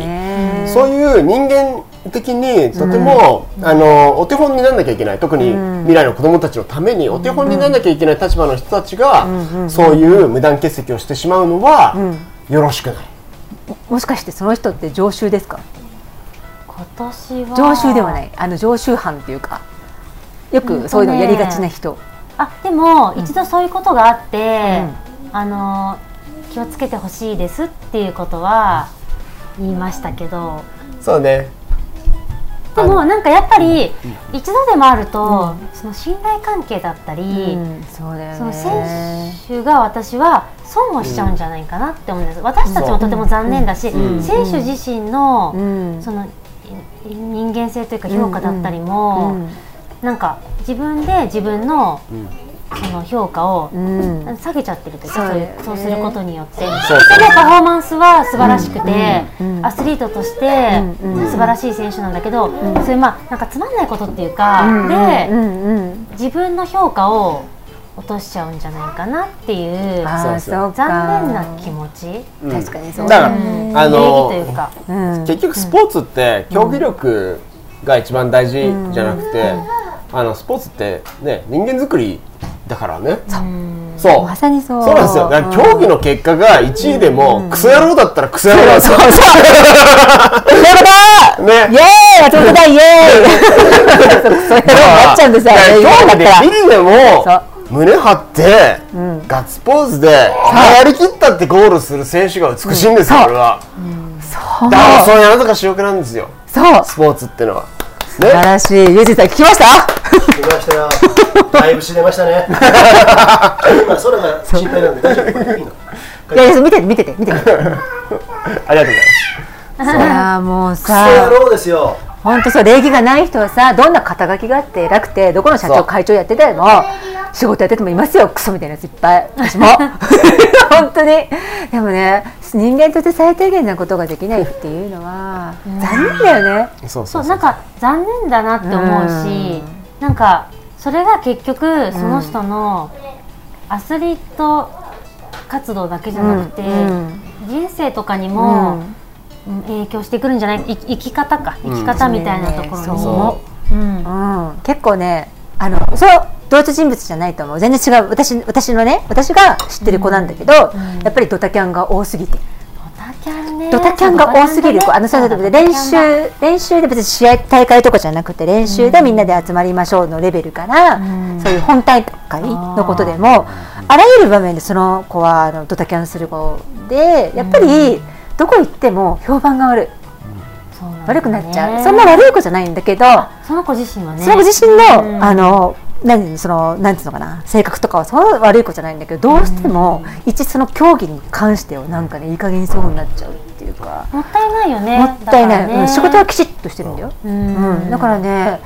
Speaker 3: そういう人間的にとても、あのお手本にならなきゃいけない特に未来の子どもたちのためにお手本にならなきゃいけない立場の人たちが、そういう無断欠席をしてしまうのは、よろしくない。
Speaker 1: もしかしてその人って常習ですか
Speaker 4: 今年は
Speaker 1: 常習ではないあの常習犯っていうかよくそういうのやりがちな人、
Speaker 4: あでも一度そういうことがあって、あの気をつけてほしいですっていうことは言いましたけど
Speaker 3: そうね
Speaker 4: でもなんかやっぱり一度でもあると、その信頼関係だったり、
Speaker 1: うんそうだよね
Speaker 4: その選手が私は損をしちゃうんじゃないかなって思うんです、私たちもとても残念だし、選手自身の,、
Speaker 1: ん
Speaker 4: そのい人間性というか評価だったりも、なんか自分で自分の、その評価を
Speaker 1: ん
Speaker 4: 下げちゃってるというか、
Speaker 1: そう
Speaker 4: そう
Speaker 1: だ
Speaker 4: い
Speaker 1: よ
Speaker 4: う
Speaker 1: ね
Speaker 4: そうすることによって、
Speaker 3: そう
Speaker 4: そのパフォーマンスは素晴らしくて、アスリートとして
Speaker 1: うん
Speaker 4: 素晴らしい選手なんだけど、そういうまあなんかつまんないことっていうか、
Speaker 1: う
Speaker 4: で
Speaker 1: んうん
Speaker 4: 自分の評価を落としちゃうんじゃないかなっていう
Speaker 1: あ
Speaker 3: そう
Speaker 1: ー
Speaker 3: そう
Speaker 1: そうか
Speaker 4: 残念な気持ち、
Speaker 1: 確かにそう
Speaker 3: だから、あ
Speaker 4: 礼儀
Speaker 3: の
Speaker 4: というか、
Speaker 1: うん
Speaker 3: 結局スポーツって競技力が一番大事じゃなくて、あのスポーツってね人間作りだからねそう
Speaker 1: まさにそう
Speaker 3: そうなんですよだから競技の結果が1位でも、クソ野郎だったらクソ野郎だった
Speaker 1: そうそう
Speaker 3: らね
Speaker 1: イエーイ松本大イエーイ そういうのなっちゃうんですよ
Speaker 3: だから
Speaker 1: ね
Speaker 3: 競技でビリで
Speaker 1: そう
Speaker 3: も胸張って、ガッツポーズでやりきったってゴールする選手が美しいんですよ、これは、だからそういうのとか主力なんですよ
Speaker 1: そう素
Speaker 3: スポーツってのは
Speaker 1: 晴
Speaker 3: ね
Speaker 1: らしいゆうじさん聞きました
Speaker 2: 出ましたよ。だいぶ知れまし たね。 まあ空が心配なんで大丈夫 これいいの。
Speaker 1: いやいや見てて見てて見ててい
Speaker 3: ありがとうございます
Speaker 1: やーもう
Speaker 2: そうや
Speaker 1: さ
Speaker 2: ろうですよ。
Speaker 1: 本当そう礼儀がない人はさどんな肩書きがあって偉くてどこの社長会長やってても仕事やっててもいますよクソみたいなやついっぱい私 も本当にでもね人間として最低限なことができないっていうのは残念だよね
Speaker 3: そう
Speaker 4: そうなんか残念だなって思うし、なんかそれが結局その人のアスリート活動だけじゃなくて、人生とかにも、うん影響してくるんじゃないい生き方か生き方みたいなところに、
Speaker 1: そう
Speaker 3: そ
Speaker 4: うん
Speaker 1: うん、結構ねあのそれは同一人物じゃないと思う全然違う私私のね私が知ってる子なんだけど、やっぱりドタキャンが多すぎて、
Speaker 4: ドタキャンね
Speaker 1: ドタキャンが多すぎる子あのそうそうそう練習練習で別に試合大会とかじゃなくて練習でみんなで集まりましょうのレベルから、そういう本大会のことでもあらゆる場面でその子はあのドタキャンする子でやっぱりどこ行っても評判が悪い悪くなっちゃう、そんな悪い子じゃないんだけど。
Speaker 4: その子自身はね
Speaker 1: その子自身の、あの何そのなんていうのかな性格とかはその悪い子じゃないんだけどどうしても、一その競技に関してはなんかねいい加減にそうになっちゃうっていうか、
Speaker 4: もったいないよね
Speaker 1: もったいない、
Speaker 4: だからね
Speaker 1: うん仕事はきちっとしてるんだよ、うんだからね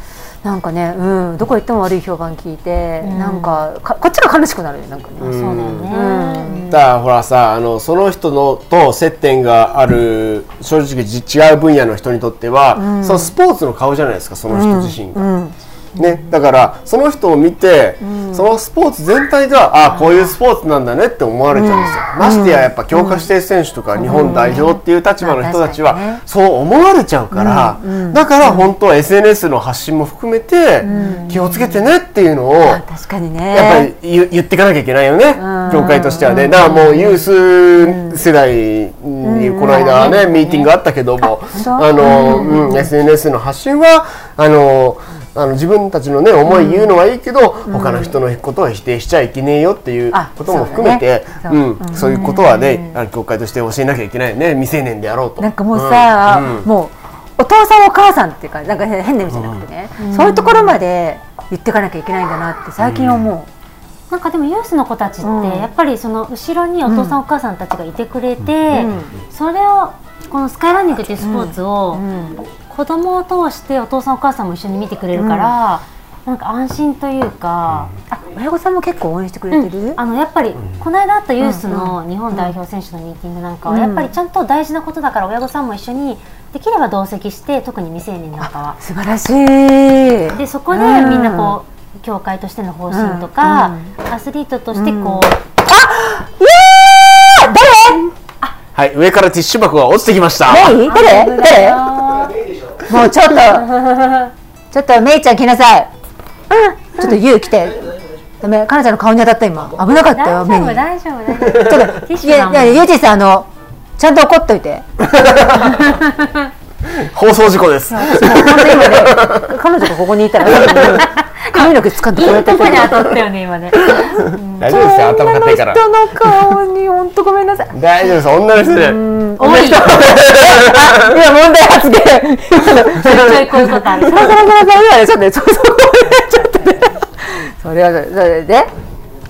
Speaker 1: なんかね、うん、どこ行っても悪い評判聞いて、なんかかこっちが悲しくなるよなんかね、
Speaker 4: そうだよね、
Speaker 3: うだからほらさあのその人のと接点がある正直じ違う分野の人にとっては、そのスポーツの顔じゃないですかその人自身が、ね、だからその人を見て、そのスポーツ全体があこういうスポーツなんだねって思われちゃうんですよ、ましてややっぱ強化指定選手とか日本代表っていう立場の人たち
Speaker 1: まあ確かにね
Speaker 3: はそう思われちゃうから、だから本当は SNS の発信も含めて気をつけてねっていうのを、
Speaker 1: あ確かにね
Speaker 3: やっぱり言言っていかなきゃいけないよね、業界としてはね。だからもうユース世代にこの間ね、ミーティングあったけども、あの、うん、SNS の発信は、あの、あの自分たちのね思い言うのはいいけど、他の人のことは否定しちゃいけねえよっていう
Speaker 1: あ
Speaker 3: ことも含めて
Speaker 1: そうだ
Speaker 3: う
Speaker 1: ね
Speaker 3: んそういうことはね、あの業界として教えなきゃいけないよね未成年であろうと
Speaker 1: なんかもうさ、もうお父さんお母さんっていうかなんか変な意味じゃなくてね、そういうところまで言っていかなきゃいけないんだなって最近思う、
Speaker 4: なんかでもユースの子たちって、やっぱりその後ろにお父さんお母さんたちがいてくれて、それをこのスカイランニングっていうスポーツを、子供を通してお父さんお母さんも一緒に見てくれるから、なんか安心というか、あ
Speaker 1: 真横さんも結構応援してくれてる、
Speaker 4: あのやっぱり、この間あったユースの日本代表選手のミーティングなんかは、やっぱりちゃんと大事なことだから親御さんも一緒にできれば同席して特に未成年なんかは
Speaker 1: 素晴らしい
Speaker 4: でそこで
Speaker 1: うん
Speaker 4: みんなこう協会としての方針とか、アスリートとしてこう、
Speaker 3: はい、上からティッシュ箱が落ちてきました。
Speaker 1: メイ誰誰
Speaker 4: あ
Speaker 1: もうちょっとちょっとメイちゃん来なさい、うん、ちょっとユウ来てダメかなちゃんの顔に当たった今危なかったよ
Speaker 4: 大
Speaker 1: 目に
Speaker 4: 丈夫
Speaker 1: ち
Speaker 4: 大丈夫大丈夫
Speaker 1: ょっと
Speaker 4: ティッシ
Speaker 1: い
Speaker 4: ュだ
Speaker 1: や
Speaker 4: もん
Speaker 1: いやユージさんあのちゃんと怒っといて
Speaker 3: 放送事故です。
Speaker 1: 本当に今ね彼女がここにいた ら髪の毛掴んでこうやって
Speaker 4: どこに当たったよね今ね
Speaker 3: 大丈夫ですよ、頭固いから。
Speaker 1: 人の顔に本当ごめんなさい
Speaker 3: 大丈夫です、女の人で。
Speaker 4: 多い
Speaker 1: 今問題発言
Speaker 4: ちょいちょいこういうことある
Speaker 1: そろそろそろそろ今ねちょっとねそうそうちょっとねそれはそれそれで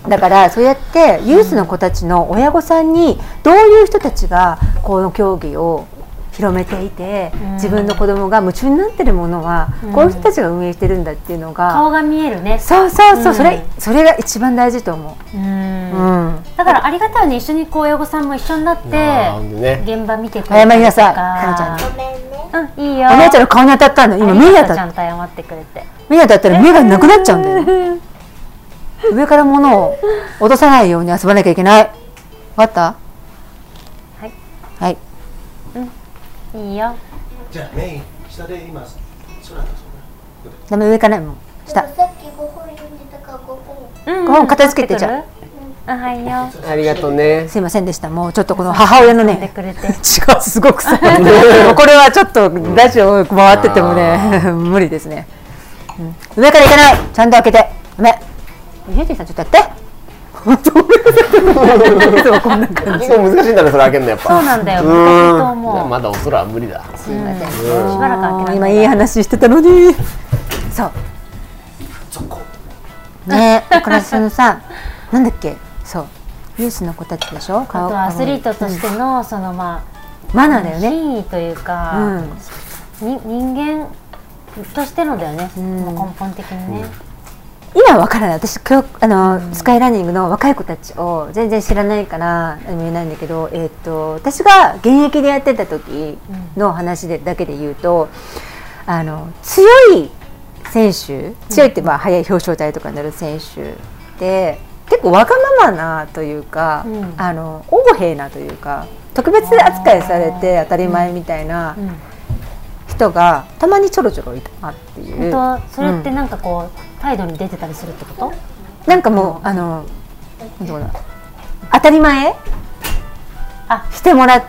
Speaker 1: だからそうやってユースの子たちの親御さんにどういう人たちがこの競技を広めていて、自分の子供が夢中になってるものは、こういう人たちが運営してるんだっていうのが
Speaker 4: 顔が見えるね
Speaker 1: そうそうそう、
Speaker 4: うん
Speaker 1: それそれが一番大事と思
Speaker 4: うん
Speaker 1: う、うん、
Speaker 4: だからありがたいね一緒にこう親御さんも一緒になって
Speaker 3: あーね
Speaker 4: 現場見てく
Speaker 1: 謝
Speaker 4: れた
Speaker 1: り
Speaker 4: り
Speaker 1: な
Speaker 4: と
Speaker 1: さい
Speaker 4: か
Speaker 1: かなちゃんに
Speaker 4: うんいいよ
Speaker 1: お姉ちゃんの顔に当たったの今目に
Speaker 4: あ
Speaker 1: 当
Speaker 4: りがとうち
Speaker 1: た
Speaker 4: ゃ
Speaker 1: っ
Speaker 4: んと謝ってくれて
Speaker 1: 目に当たったら目がなくなっちゃうんだよね上から物を落とさないように遊ばなきゃいけないわかったはいはい
Speaker 4: いいよ
Speaker 2: じゃあメイン下で今空の
Speaker 1: ダメ上からもう下
Speaker 10: さっき5本読んでたから5本
Speaker 4: うん
Speaker 1: ご飯片付けてじゃ
Speaker 4: ああはいよ
Speaker 3: ありがとうね。
Speaker 1: すいませんでしたもうちょっとこの母親の
Speaker 4: 飲んで
Speaker 1: ね
Speaker 4: くれて
Speaker 1: 血がすごく さもうこれはちょっとラジオ回っててもね無理ですね、うん上からいかないちゃんと開けてダメゆうじさんちょっとやって本 当ごめんなさいいつもこんな感
Speaker 3: 結構難しいんだね、それ開けるのやっ
Speaker 4: そう
Speaker 3: ぱ。
Speaker 4: なんだよ
Speaker 3: うー
Speaker 4: 難しいと
Speaker 3: んじゃあ
Speaker 4: 思う
Speaker 3: まだお空は無理だ。
Speaker 4: しばらく開け
Speaker 1: じ
Speaker 4: な
Speaker 1: 今
Speaker 4: い
Speaker 1: いい話してたのにそうねえ岡田さんのさなんだっけそうユースの子たちでしょ
Speaker 4: あとアスリートとしててのそのま
Speaker 1: マナ
Speaker 4: あ
Speaker 1: ーだよね
Speaker 4: 品位というかに人間としてのだよねもう根本的にね
Speaker 1: 今わからない私教あの、スカイランニングの若い子たちを全然知らないから何も言えないんだけど、えー、と私が現役でやってた時の話で、だけで言うとあの強い選手強いってまあ早い表彰台とかになる選手で結構わがままなというか、
Speaker 4: うん
Speaker 1: あの横柄なというか特別扱いされて当たり前みたいな
Speaker 4: うん
Speaker 1: 人がたまにちょろちょろいたなっていう。
Speaker 4: 本当それってなんかこう態度に出てたりするってこと
Speaker 1: なんかもう、あの、どうだ。当たり前。
Speaker 4: あ
Speaker 1: してもらっ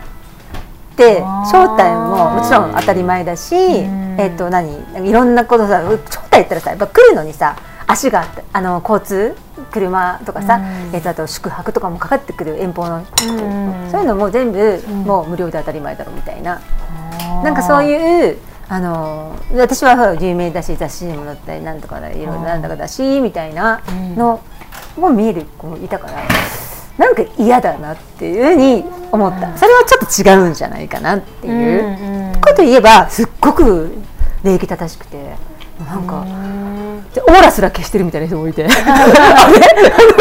Speaker 1: て、
Speaker 4: あー
Speaker 1: 招待ももちろん当たり前だし、
Speaker 4: ん
Speaker 1: えっと、何、いろんなことさ、招待言ったらさ、やっぱ来るのにさ。足があってあの交通車とかさ、えっとあと宿泊とかもかかってくる遠方の、
Speaker 4: ん
Speaker 1: そういうのも全部、もう無料で当たり前だろうみたいななんかそういうあの私はほら有名だし雑誌にも載ったりなんとかだいろいろなんだかだしみたいなのも見える子もいたからなんか嫌だなっていうふうに思ったそれはちょっと違うんじゃないかなっていううん
Speaker 4: うん
Speaker 1: こと言えばすっごく礼儀正しくてなんか。でオーラすら消してるみたいな人もいて あれあ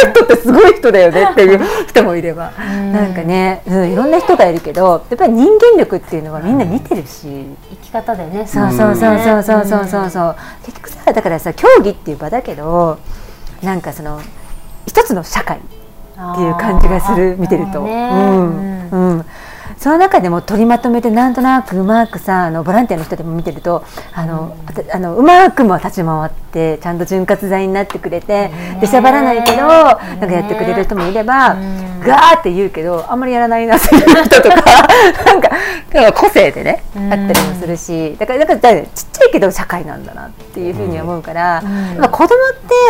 Speaker 1: の人ってすごい人だよねっていう人もいればなんかね、うん、いろんな人がいるけどやっぱり人間力っていうのはみんな見てるし、
Speaker 4: 生き方だよね
Speaker 1: そうそうそうそうそうそうそうそう結局さだからさ競技っていう場だけどなんかその一つの社会っていう感じがする見てると、
Speaker 4: ね
Speaker 1: うんうん、その中でも取りまとめてなんとなくうまくさあのボランティアの人でも見てるとあの、あたあのうまくも立ち回ってちゃんと潤滑剤になってくれて、出しゃばらないけどなんかやってくれる人もいれば、ガーって言うけどあんまりやらないなっていう人 とかなんかなんか個性でね、あったりもするしだからだからだからちっちゃいけど社会なんだなっていうふうに思うから、やっぱ子供っ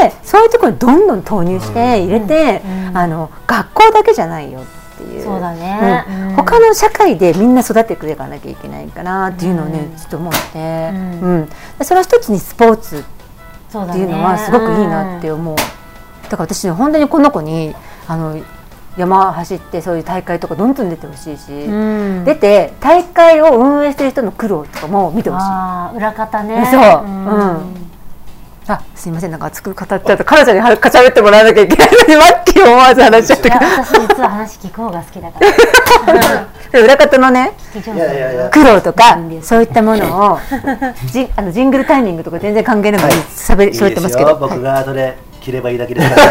Speaker 1: てそういうところにどんどん投入して入れて、あの学校だけじゃないよっていう。
Speaker 4: そうだね
Speaker 1: うん他の社会でみんな育てていかなきゃいけないかなっていうのをね、ちょっと思って、うんそれは一つにスポーツ
Speaker 4: そう
Speaker 1: っ
Speaker 4: だ
Speaker 1: てい
Speaker 4: ね
Speaker 1: うのはすごくいいなって思う、だから私ね本当にこの子にあの山走ってそういう大会とかどんどん出てほしいし、
Speaker 4: うん
Speaker 1: 出て大会を運営してる人の苦労とかも見てほしい
Speaker 4: ああ裏方ね
Speaker 1: そう、うん
Speaker 4: ん
Speaker 1: あすいませんなんか熱く語っちゃった彼女にはかちゃべってもらわなきゃいけないのにマッキー思わず話しちゃっ
Speaker 4: いや
Speaker 1: たか
Speaker 4: 私実は話聞く方が好き だから
Speaker 1: ら裏方のね
Speaker 4: 聞き上
Speaker 2: いやいやいや
Speaker 1: 苦労とか
Speaker 4: いいんです
Speaker 1: そういったもの をじあのジングルタイミングとか全然関係ないのにしゃべしゃべってますけ
Speaker 2: いい
Speaker 1: ど
Speaker 2: ですよ僕が後で切ればいいだけで すから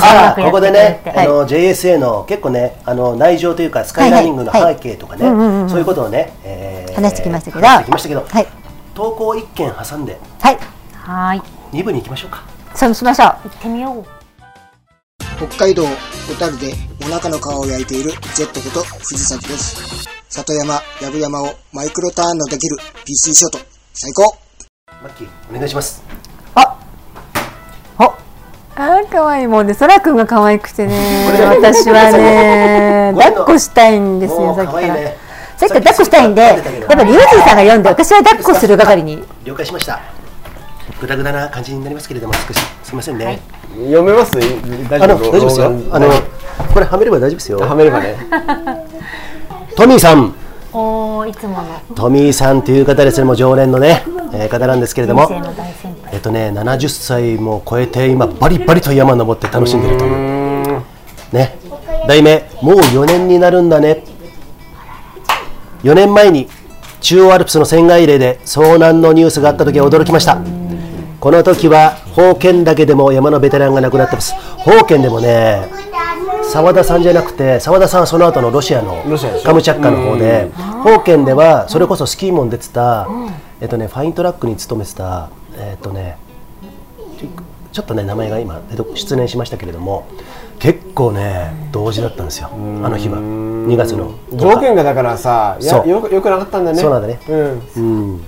Speaker 4: さ
Speaker 2: ここでね、
Speaker 1: はい
Speaker 2: あの JSA の結構ねあの内情というかスカイラーニングの
Speaker 1: はいは
Speaker 2: 背
Speaker 1: い
Speaker 2: 景とかね、そういうことをね、えー
Speaker 1: 話してきましたけど
Speaker 2: 話してきましたけど、
Speaker 1: はい
Speaker 2: 投稿一件挟んで
Speaker 1: はい
Speaker 4: はーい
Speaker 2: 二部に行きましょうか。
Speaker 1: そうしましょう
Speaker 4: 行ってみよう
Speaker 11: 北海道小樽でお腹の皮を焼いているジェットこと藤崎です。里山、やぶ山をマイクロターンのできる PC ショート、最高
Speaker 2: マッキーお願いします。
Speaker 1: あー可愛いもんね、そらくんが可愛くてね、私 はね、
Speaker 2: ごめんな
Speaker 1: 抱っ
Speaker 2: ごめんな
Speaker 1: こしたいんです
Speaker 2: も
Speaker 1: よ、
Speaker 2: う
Speaker 1: さっき
Speaker 2: 可
Speaker 1: か
Speaker 2: 愛い
Speaker 1: ら。
Speaker 2: ね。
Speaker 1: さっきから抱っこしたいんで、やっ
Speaker 2: さっきちょっと
Speaker 1: ぱりゆうじさんが読んで、私は抱っこする係に。
Speaker 2: 了解しました。ぐだぐだな感じになりますけれども、少しすみませんね。
Speaker 3: 読めます大
Speaker 2: あの
Speaker 3: 夫
Speaker 2: 大丈夫ですよ。あのこれはめれば大丈夫です
Speaker 3: は
Speaker 2: よ。
Speaker 3: めれ ばね
Speaker 2: トミーさん、
Speaker 4: おーいつもの
Speaker 2: トミーさんという方ですね、もう常連のね、えー方なんですけれど
Speaker 4: 人生
Speaker 2: も。
Speaker 4: の大先輩
Speaker 2: えっとね、70歳も超えて今バリバリと山登って楽しんでるというね題名もう4年になるんだね4年前に中央アルプスの仙台レで遭難のニュースがあった時は驚きましたこの時は宝剣岳でも山のベテランが亡くなってます宝剣でもね澤田さんじゃなくて澤田さんはその後のロシアのカムチャッカの方で宝剣ではそれこそスキーモンでつた、えっとね、ファイントラックに勤めてた、えっとね、ちょっとね名前が今出て失念しましたけれども結構ね同時だったんですよあの日は2月の10日
Speaker 3: 条件がだからさや
Speaker 2: そう
Speaker 3: よくよくなかったんだね
Speaker 2: そうなんだね
Speaker 3: うん
Speaker 2: うん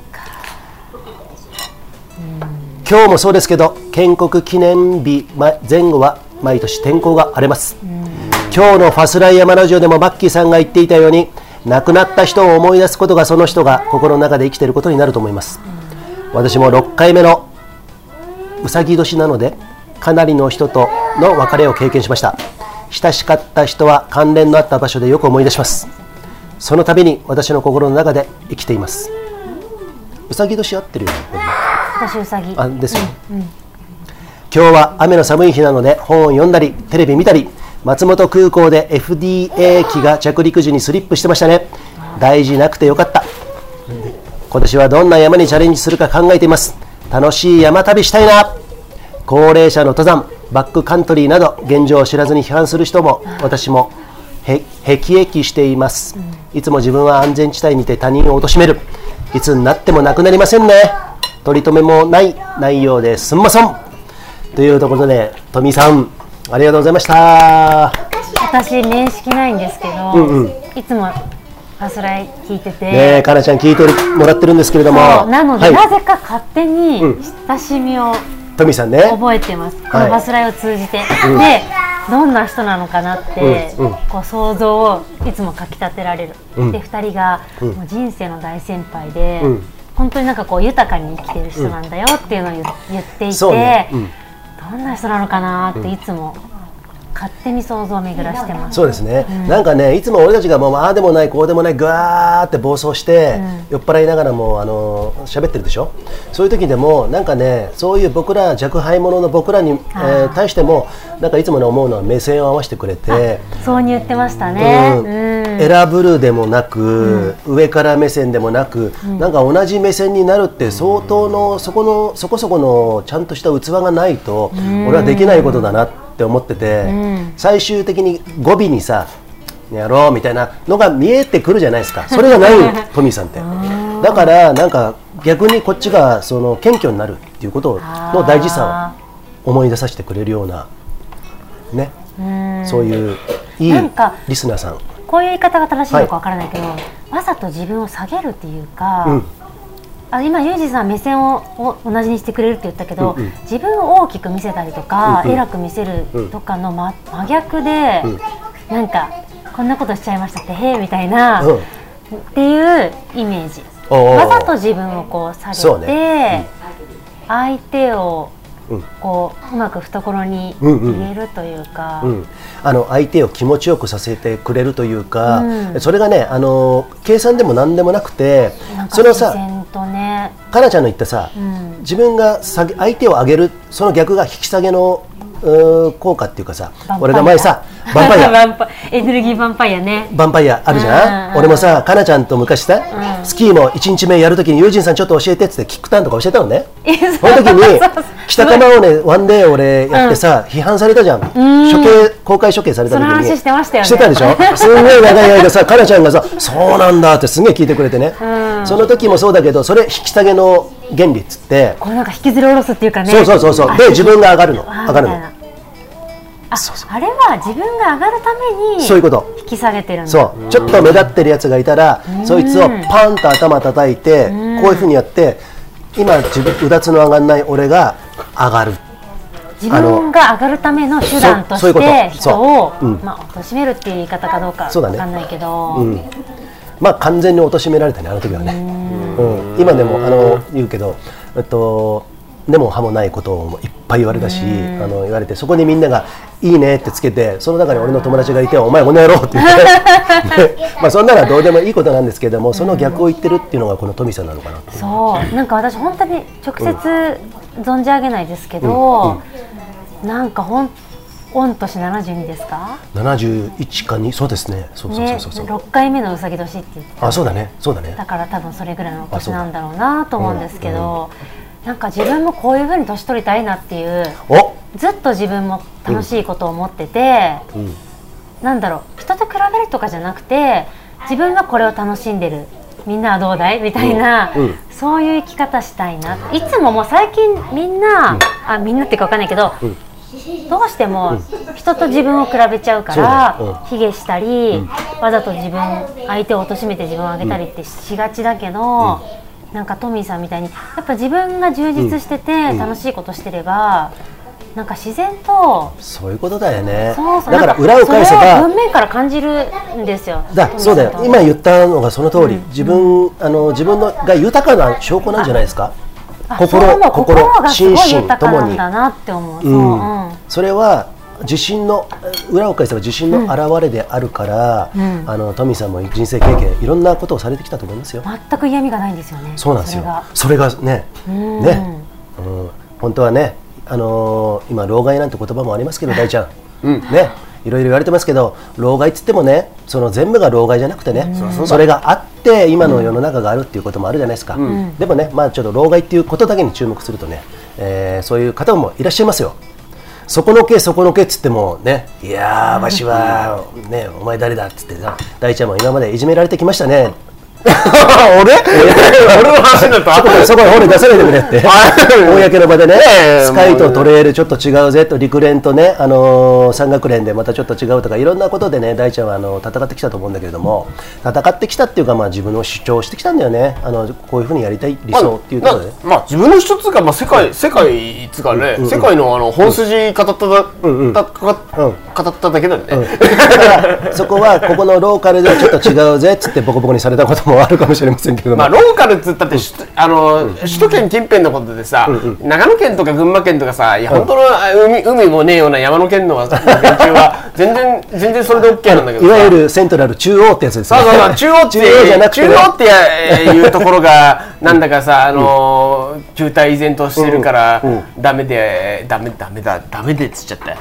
Speaker 2: 今日もそうですけど建国記念日ま前後は毎年天候が荒れます今日の「ファスライヤマラジオ」でもマッキーさんが言っていたように亡くなった人を思い出すことがその人が心の中で生きていることになると思います私も6回目のうさぎ年なのでかなりの人との別れを経験しました親しかった人は関連のあった場所でよく思い出しますその度に私の心の中で生きていますうさぎ年合ってるよねこれね
Speaker 4: 私うさぎ
Speaker 2: あですよ、今日は雨の寒い日なので本を読んだりテレビ見たり松本空港で FDA 機が着陸時にスリップしてましたね大事なくてよかった今年はどんな山にチャレンジするか考えています楽しい山旅したいな高齢者の登山バックカントリーなど現状を知らずに批判する人も私もへ辟易していますいつも自分は安全地帯にて他人を貶めるいつになってもなくなりませんね取り留めもない内容ですんまそんというところで富井さんありがとうございました
Speaker 4: 私面識ないんですけど、
Speaker 2: うんうん
Speaker 4: いつもパスライ聞いてて、
Speaker 2: ねえかなちゃん聞いてもらってるんですけれども
Speaker 4: そうなので、
Speaker 2: はい
Speaker 4: なぜか勝手に親しみを
Speaker 2: 富井さんね
Speaker 4: 覚えてます、こ
Speaker 2: はい
Speaker 4: のバスライを通じて、でどんな人なのかなって、
Speaker 2: うんうん
Speaker 4: こう想像をいつもかきたてられる、
Speaker 2: うん
Speaker 4: で2人がもう人生の大先輩で、
Speaker 2: うん
Speaker 4: 本当になんかこう豊かに生きてる人なんだよっていうのを言言っていて、
Speaker 2: そうねうん
Speaker 4: どんな人なのかなっていつも勝手に想像を巡らしてます。
Speaker 2: そうですね、なんかねいつも俺たちがもうああでもないこうでもないぐわーって暴走して、酔っ払いながらもうあのー喋ってるでしょそういう時でもなんかねそういう僕ら若輩者の僕らに、えー対してもなんかいつもね思うのは目線を合わせてくれて、
Speaker 4: 挿入ってました
Speaker 2: う
Speaker 4: ね。
Speaker 2: ん
Speaker 4: うん
Speaker 2: 選ぶるでもなく、上から目線でもなく、なんか同じ目線になるって相当のそこのそこそこのちゃんとした器がないと、俺はできないことだなって思ってて、最終的に語尾にさ「やろう」みたいなのが見えてくるじゃないですかそれがないトミーさんって。だからなんか逆にこっちがその謙虚になるっていうことの大事さを思い出させてくれるようなねそういういい
Speaker 4: なんか
Speaker 2: リスナーさん。
Speaker 4: こういう言い方が正しいのかわからないけど、わざと自分を下げるっていうか、
Speaker 2: うん
Speaker 4: あ今ユージさん目線をお同じにしてくれるって言ったけど、
Speaker 2: うんうん
Speaker 4: 自分を大きく見せたりとか、
Speaker 2: うんうん
Speaker 4: 偉く見せるとかの真,、真逆で、なんかこんなことしちゃいましたってへえみたいな、
Speaker 2: うん
Speaker 4: っていうイメージ。
Speaker 2: おー
Speaker 4: わざと自分をこう下
Speaker 2: そう
Speaker 4: げて、
Speaker 2: ね
Speaker 4: 相手をこううまく懐に入れるというか、
Speaker 2: うん、あの相手を気持ちよくさせてくれるというか、
Speaker 4: うん
Speaker 2: それがねあの計算でも何でもなくて
Speaker 4: なんか
Speaker 2: その
Speaker 4: 自
Speaker 2: さ
Speaker 4: 然とね、
Speaker 2: かなちゃんの言ったさ、
Speaker 4: うん
Speaker 2: 自分が下げ相手を上げるその逆が引き下げのうー効果っていうかさ
Speaker 4: ヴァンパイア
Speaker 2: 俺が前 さヴァンパイア
Speaker 4: ヴァンパエネルギーヴァンパイアね。
Speaker 2: ヴァンパイアあるじゃ、
Speaker 4: うんんうん
Speaker 2: 俺もさかなちゃんと昔さ、
Speaker 4: うん
Speaker 2: スキーも1日目やるときに友人さんちょっと教えてっつってキックターンとか教えたのね その時に北
Speaker 4: の
Speaker 2: 玉をねワンデー俺やってさ、批判されたじゃん処刑公開処刑された時に
Speaker 4: その話してましたよね
Speaker 2: してたでしょ すんごい長い間さかなちゃんがさ「そうなんだ」ってすんげえ聞いてくれてね、
Speaker 4: うん
Speaker 2: その時もそうだけどそれ引き下げの原理っつって、
Speaker 4: こうなんか引きずり下ろすっていうかね。
Speaker 2: そうそうそうそうで自分が上がるの
Speaker 4: あ
Speaker 2: 上がる
Speaker 4: みた
Speaker 2: の
Speaker 4: いなああれは自分が上がるために
Speaker 2: そういうこと
Speaker 4: 引き下げてるんだ
Speaker 2: そうちょっと目立ってるやつがいたらそいつをパンと頭叩いてこういうふうにやって今自分うだつの上がんない俺が上がる
Speaker 4: 自分が上がるための手段と
Speaker 2: そうそうい
Speaker 4: し
Speaker 2: うこと
Speaker 4: て人を
Speaker 2: そううん
Speaker 4: まあ貶めるっていう言い方かどうかわ
Speaker 2: そうだ
Speaker 4: か
Speaker 2: ね
Speaker 4: んないけど、
Speaker 2: うんまあ完全に貶められたねあの時はね、うん、今でもあの言うけどえっと根も葉もないことをいっぱい言われたしあの言われてそこにみんなが「いいね」ってつけてその中に俺の友達がいて「お前この野郎」って言 って、ねまあそんなのはどうでもいいことなんですけどもその逆を言ってるっていうのがこの富さんなのかなっていう
Speaker 4: そうなんか私本当に直接存じ上げないですけど、なんかほん御年72ですか
Speaker 2: 71か2そうですねそうそうそ
Speaker 4: ね
Speaker 2: うそうそう、
Speaker 4: 6回目のうさぎ年って言って
Speaker 2: あそうだねそうだね
Speaker 4: だから多分それぐらいの
Speaker 2: あそ
Speaker 4: 年
Speaker 2: うだ
Speaker 4: なんだろうなと思うんですけど、なんか自分もこういうふうに年取りたいなっていう
Speaker 2: お
Speaker 4: ずっと自分も楽しいことを思ってて、
Speaker 2: ん
Speaker 4: なんだろう人と比べるとかじゃなくて自分はこれを楽しんでるみんなはどうだいみたいな、
Speaker 2: うんうん
Speaker 4: そういう生き方したいないつももう最近みんな、あみんなっていうかわかんないけど、どうしても人と自分を比べちゃうから、
Speaker 2: そうだよ
Speaker 4: 卑下したり、わざと自分相手を貶めて自分を上げたりってしがちだけど、なんかトミーさんみたいにやっぱ自分が充実してて楽しいことしてれば、なんか自然と
Speaker 2: そういうことだよね
Speaker 4: そうそう
Speaker 2: だから
Speaker 4: なん
Speaker 2: 裏を返せ
Speaker 4: それ
Speaker 2: ば
Speaker 4: を文面から感じるんですよトミ
Speaker 2: だ
Speaker 4: ー
Speaker 2: そうだよ
Speaker 4: さんと
Speaker 2: 今言ったのがその通り、自分あの自分のが豊かな証拠なんじゃないですか
Speaker 4: あ
Speaker 2: 心
Speaker 4: そう思う
Speaker 2: 心
Speaker 4: 心がすごい
Speaker 2: 心身
Speaker 4: 豊か
Speaker 2: とも
Speaker 4: な
Speaker 2: に
Speaker 4: んだなって思うそう
Speaker 2: う
Speaker 4: うん
Speaker 2: んそれは自信のえ裏を返せば自信の表れであるから、あのトミーさんも人生経験いろんなことをされてきたと思いますよ
Speaker 4: 全く嫌味がないんですよね
Speaker 2: そうなんですよ
Speaker 4: れが
Speaker 2: それがね
Speaker 4: ん
Speaker 2: ね、うん、本当はねあのー今老害なんて言葉もありますけど大ちゃん、ねいろいろ言われてますけど老害っつってもねその全部が老害じゃなくてね、それがあって今の世の中があるっていうこともあるじゃないですか、でもねまあちょっと老害っていうことだけに注目するとね、えーそういう方もいらっしゃいますよそこのけそこのけっつってもねいやーわしはねお前誰だっつってさ大ちゃんも今までいじめられてきましたね
Speaker 3: 俺俺の話にな
Speaker 2: ちょ
Speaker 3: っ
Speaker 2: っと
Speaker 3: た
Speaker 2: そこに俺出さないでくれ って、公の場でね、
Speaker 3: ええ
Speaker 2: スカイ
Speaker 3: も
Speaker 2: と
Speaker 3: う
Speaker 2: トレイルちょっと違うぜと、陸連とね、あのー山岳連でまたちょっと違うとか、いろんなことでね、大ちゃんはあの戦ってきたと思うんだけれども、戦ってきたっていうか、まあ、自分の主張してきたんだよね、あのこういうふうにやりたい理想っていうところでね。
Speaker 3: まあ、自分の一つが、まあ、世界、世界っつうかね、世界のあの本筋語っただ、たか語っただけなんでね。
Speaker 2: だからそこはここのローカルではちょっと違うぜっつってボコボコにされたこともあるかもしれませんけれども、
Speaker 3: まあ、ローカルっつったって、しゅあの、首都圏近辺のことでさ、長野県とか群馬県とかさ、いや、本当のあ海、海もねえような山の県 の連中は、全然、全然それで OK なんだけど
Speaker 2: い
Speaker 3: さ。
Speaker 2: わゆるセントラル中央ってやつです
Speaker 3: そうそう そう中央って
Speaker 2: 中央じゃなくて
Speaker 3: 中央っていうところ がなんだかさあのー球体依然としてるからダメでダメダメだダメでっつっちゃった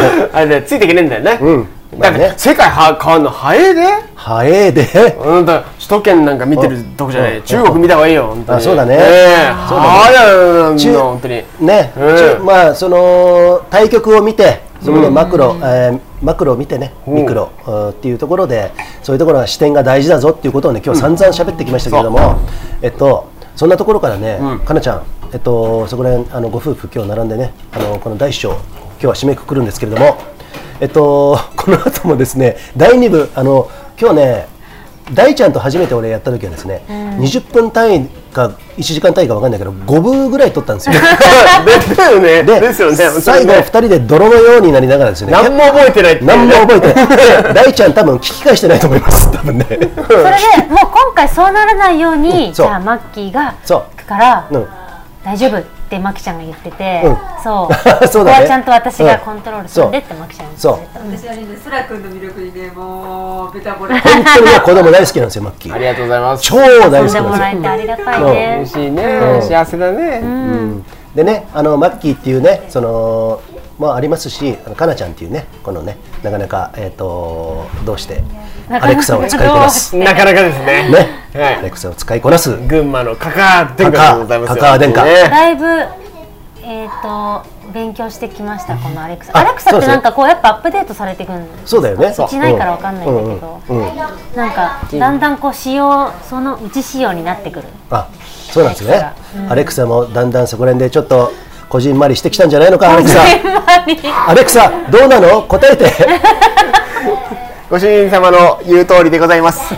Speaker 3: あのあれでついていけねえんだよね、
Speaker 2: ん
Speaker 3: だって、
Speaker 2: まあね
Speaker 3: 世界は変わるの早いで、
Speaker 2: 早えで。
Speaker 3: うん、だから首都圏なんか見てるとこじゃない、
Speaker 2: うん
Speaker 3: 中国見た方がいいよ本当に
Speaker 2: あそうだね
Speaker 3: ええ
Speaker 2: そうだね
Speaker 3: 早い
Speaker 2: 中
Speaker 3: の本当に
Speaker 2: ね、
Speaker 3: うん
Speaker 2: ちょまあその対局を見てそこでマクロ、えーマクロを見てねミクロうんっていうところでそういうところが視点が大事だぞっていうことをね今日散々喋ってきましたけれども、えっとそんなところからね、かなちゃんえっとそこら辺あのご夫婦今日並んでねあのこの第一章今日は締めくくるんですけれどもえっとこの後もですね第二部あの今日ね大ちゃんと初めて俺やった時はですね、20分単位か1時間単位か分かんないけど5分ぐらい取ったんですよ
Speaker 3: でだよね
Speaker 2: で
Speaker 3: ですよね
Speaker 2: 最後2人で泥のようになりながらですね
Speaker 3: 何も覚えてないっていうね
Speaker 2: 何も覚えてな いで大ちゃん多分聞き返してないと思います多分ね
Speaker 4: それでもう今回そうならないように、
Speaker 2: ん
Speaker 4: じ
Speaker 2: そう
Speaker 4: ゃあマッキーが
Speaker 2: そう
Speaker 4: から、
Speaker 2: うん
Speaker 4: 大丈夫ってってマキちゃんが言ってて、
Speaker 2: うん
Speaker 4: そう
Speaker 2: そうだね
Speaker 4: ここはちゃんと私がコントロールするんでってマキちゃんが言って
Speaker 12: 私
Speaker 4: た
Speaker 12: はね、スラ君の魅力にね、もう、ベタボレ。
Speaker 2: 本当にね子供大好きなんですよマッキー
Speaker 3: ありがとうございます
Speaker 2: 超大好きなん
Speaker 4: 遊
Speaker 2: で
Speaker 4: ん
Speaker 2: す
Speaker 4: でもら
Speaker 2: よ
Speaker 4: えてありがたい
Speaker 2: そう
Speaker 4: ね
Speaker 3: 嬉しいね、
Speaker 2: うん
Speaker 3: 幸せだね、
Speaker 2: でねあのマッキーっていうねそのまあありますしあのかなちゃんっていうねこのねなかなかえっ、とどうしてアレクサを使いこな すね
Speaker 3: なかなかですねはい
Speaker 2: アレクサを使いこなす
Speaker 3: 群馬のカカア殿下でございますよ
Speaker 2: カカア殿下
Speaker 3: ね
Speaker 4: だいぶえっ、と勉強してきましたこのアレクサ
Speaker 2: あ
Speaker 4: アレクサ
Speaker 2: そう
Speaker 4: っ
Speaker 2: で
Speaker 4: て
Speaker 2: すね
Speaker 4: なんかこうやっぱアップデートされていくんです
Speaker 2: そうだよね
Speaker 4: うちないからわかんないんだけど、
Speaker 2: うんうんうん
Speaker 4: なんかだんだんこう仕様そのうち仕様になってくる
Speaker 2: あそうなんです
Speaker 4: ア
Speaker 2: ね
Speaker 4: レクサうん
Speaker 2: アレクサもだんだんそこら辺でちょっとこじんまりしてきたんじゃないのかアレクサアレクサどうなの答えて
Speaker 3: ご主人様の言う通りでございます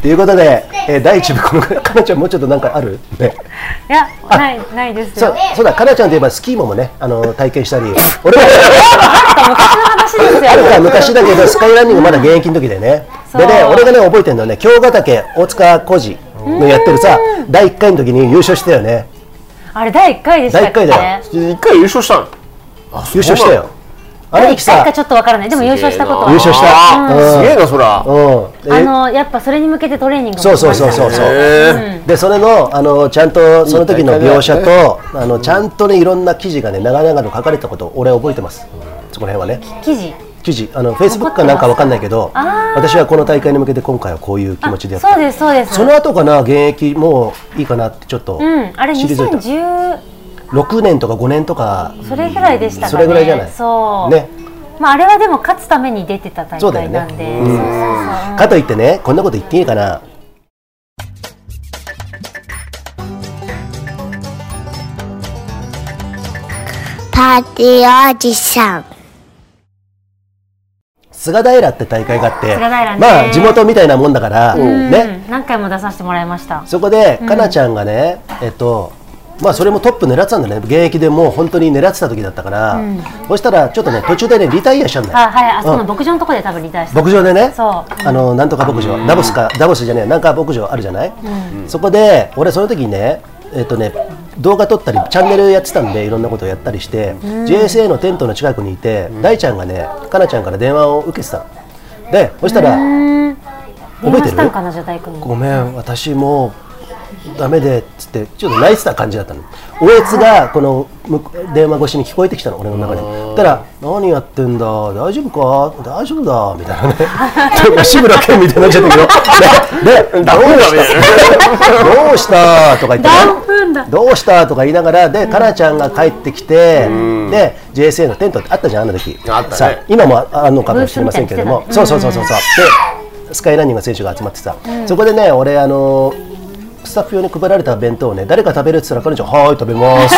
Speaker 2: ということで、えー第一部このかなちゃんもうちょっとなんかあるね
Speaker 4: いやないないです
Speaker 2: そ
Speaker 4: よ
Speaker 2: うそうだかなちゃんといえばスキーももねあの体験した り俺も
Speaker 4: 昔の話ですよ
Speaker 2: あるから昔だけどスカイランニングまだ現役の時でね
Speaker 4: そう
Speaker 2: でね俺がね覚えてるのはね京ヶ岳大塚浩二のやってるさ第1回の時に優勝したよね
Speaker 4: あれ第一回でしたっ
Speaker 2: 第
Speaker 4: け
Speaker 2: 1回だよ
Speaker 3: 一回優勝したの
Speaker 2: 優勝したよあの
Speaker 4: 第
Speaker 2: 時
Speaker 4: 一回
Speaker 2: さ
Speaker 4: かちょっとわからないでも優勝したことは
Speaker 2: 優勝した
Speaker 3: あ
Speaker 2: うん
Speaker 3: すげえなそら
Speaker 2: うん
Speaker 4: あ
Speaker 2: え
Speaker 4: のやっぱそれに向けてトレーニングを
Speaker 2: そうそうそうそうそうでそれのあのちゃんとその時の描写とあのちゃんとねいろんな記事がね長々と書かれたこと俺覚えてますそこら辺はね
Speaker 4: 記事
Speaker 2: 記事あのフェイスブックかなんかわかんないけど
Speaker 4: あー
Speaker 2: 私はこの大会に向けて今回はこういう気持ちでやって
Speaker 4: そうですそうです
Speaker 2: その後かな現役もういいかなってちょっと
Speaker 4: うんあれ
Speaker 2: 退いた、
Speaker 4: 2010
Speaker 2: 6年とか5年とか
Speaker 4: それぐらいでしたかね
Speaker 2: それぐらいじゃない
Speaker 4: そう
Speaker 2: ね
Speaker 4: まあ、あれはでも勝つために出てた大
Speaker 2: そうだよ
Speaker 4: 会
Speaker 2: ね
Speaker 4: なんで、
Speaker 2: うん
Speaker 4: そうそうそう
Speaker 2: かといってねこんなこと言っていいかな
Speaker 10: パーティーおじさん。
Speaker 2: 菅平って大会があって
Speaker 4: 菅平ね
Speaker 2: まあ地元みたいなもんだから、
Speaker 4: うん
Speaker 2: ね
Speaker 4: 何回も出させてもらいました
Speaker 2: そこでかなちゃんがね、えっとまあそれもトップ狙ってたんだね現役でもう本当に狙ってた時だったから、
Speaker 4: うん
Speaker 2: そしたらちょっとね途中でねリタイアしちゃうんだよ
Speaker 4: あはいあそこの
Speaker 2: うん
Speaker 4: 牧場のとこで多分リタイアした
Speaker 2: 牧場でね
Speaker 4: そううん
Speaker 2: あのなんとか牧場ダボスかダボスじゃねえなんか牧場あるじゃない、そこで俺その時にねえっとね動画撮ったりチャンネルやってたんでいろんなことをやったりして、JSA のテントの近くにいて、大ちゃんがねかなちゃんから電話を受けてたのでそしたら、
Speaker 4: 電
Speaker 2: 覚え
Speaker 4: 話
Speaker 2: て
Speaker 4: したん
Speaker 2: る
Speaker 4: かなじゃあ大君に
Speaker 2: ごめん私もうダメでっつってちょっと泣いてた感じだったのおえつがこの向こう電話越しに聞こえてきたの俺の中でそしたら「何やってんだ大丈夫か大丈夫だ」みたいなね ちょっと志村けんみたいになっちゃったけど「で でどうしたどうした?」とか言ってねどうしたとか言いながらでかなちゃんが帰ってきて、で JSA のテントってあったじゃんあの時
Speaker 3: あったね
Speaker 2: さ今もああるのかもしれませんけれども、
Speaker 4: ブースみたいなやつ
Speaker 2: そうそうそうそ
Speaker 4: だね
Speaker 2: うそうでスカイランニングの選手が集まってさ、そこでね俺あのスタッフ用に配られた弁当をね誰か食べるって言ったら彼女は「はーい食べます」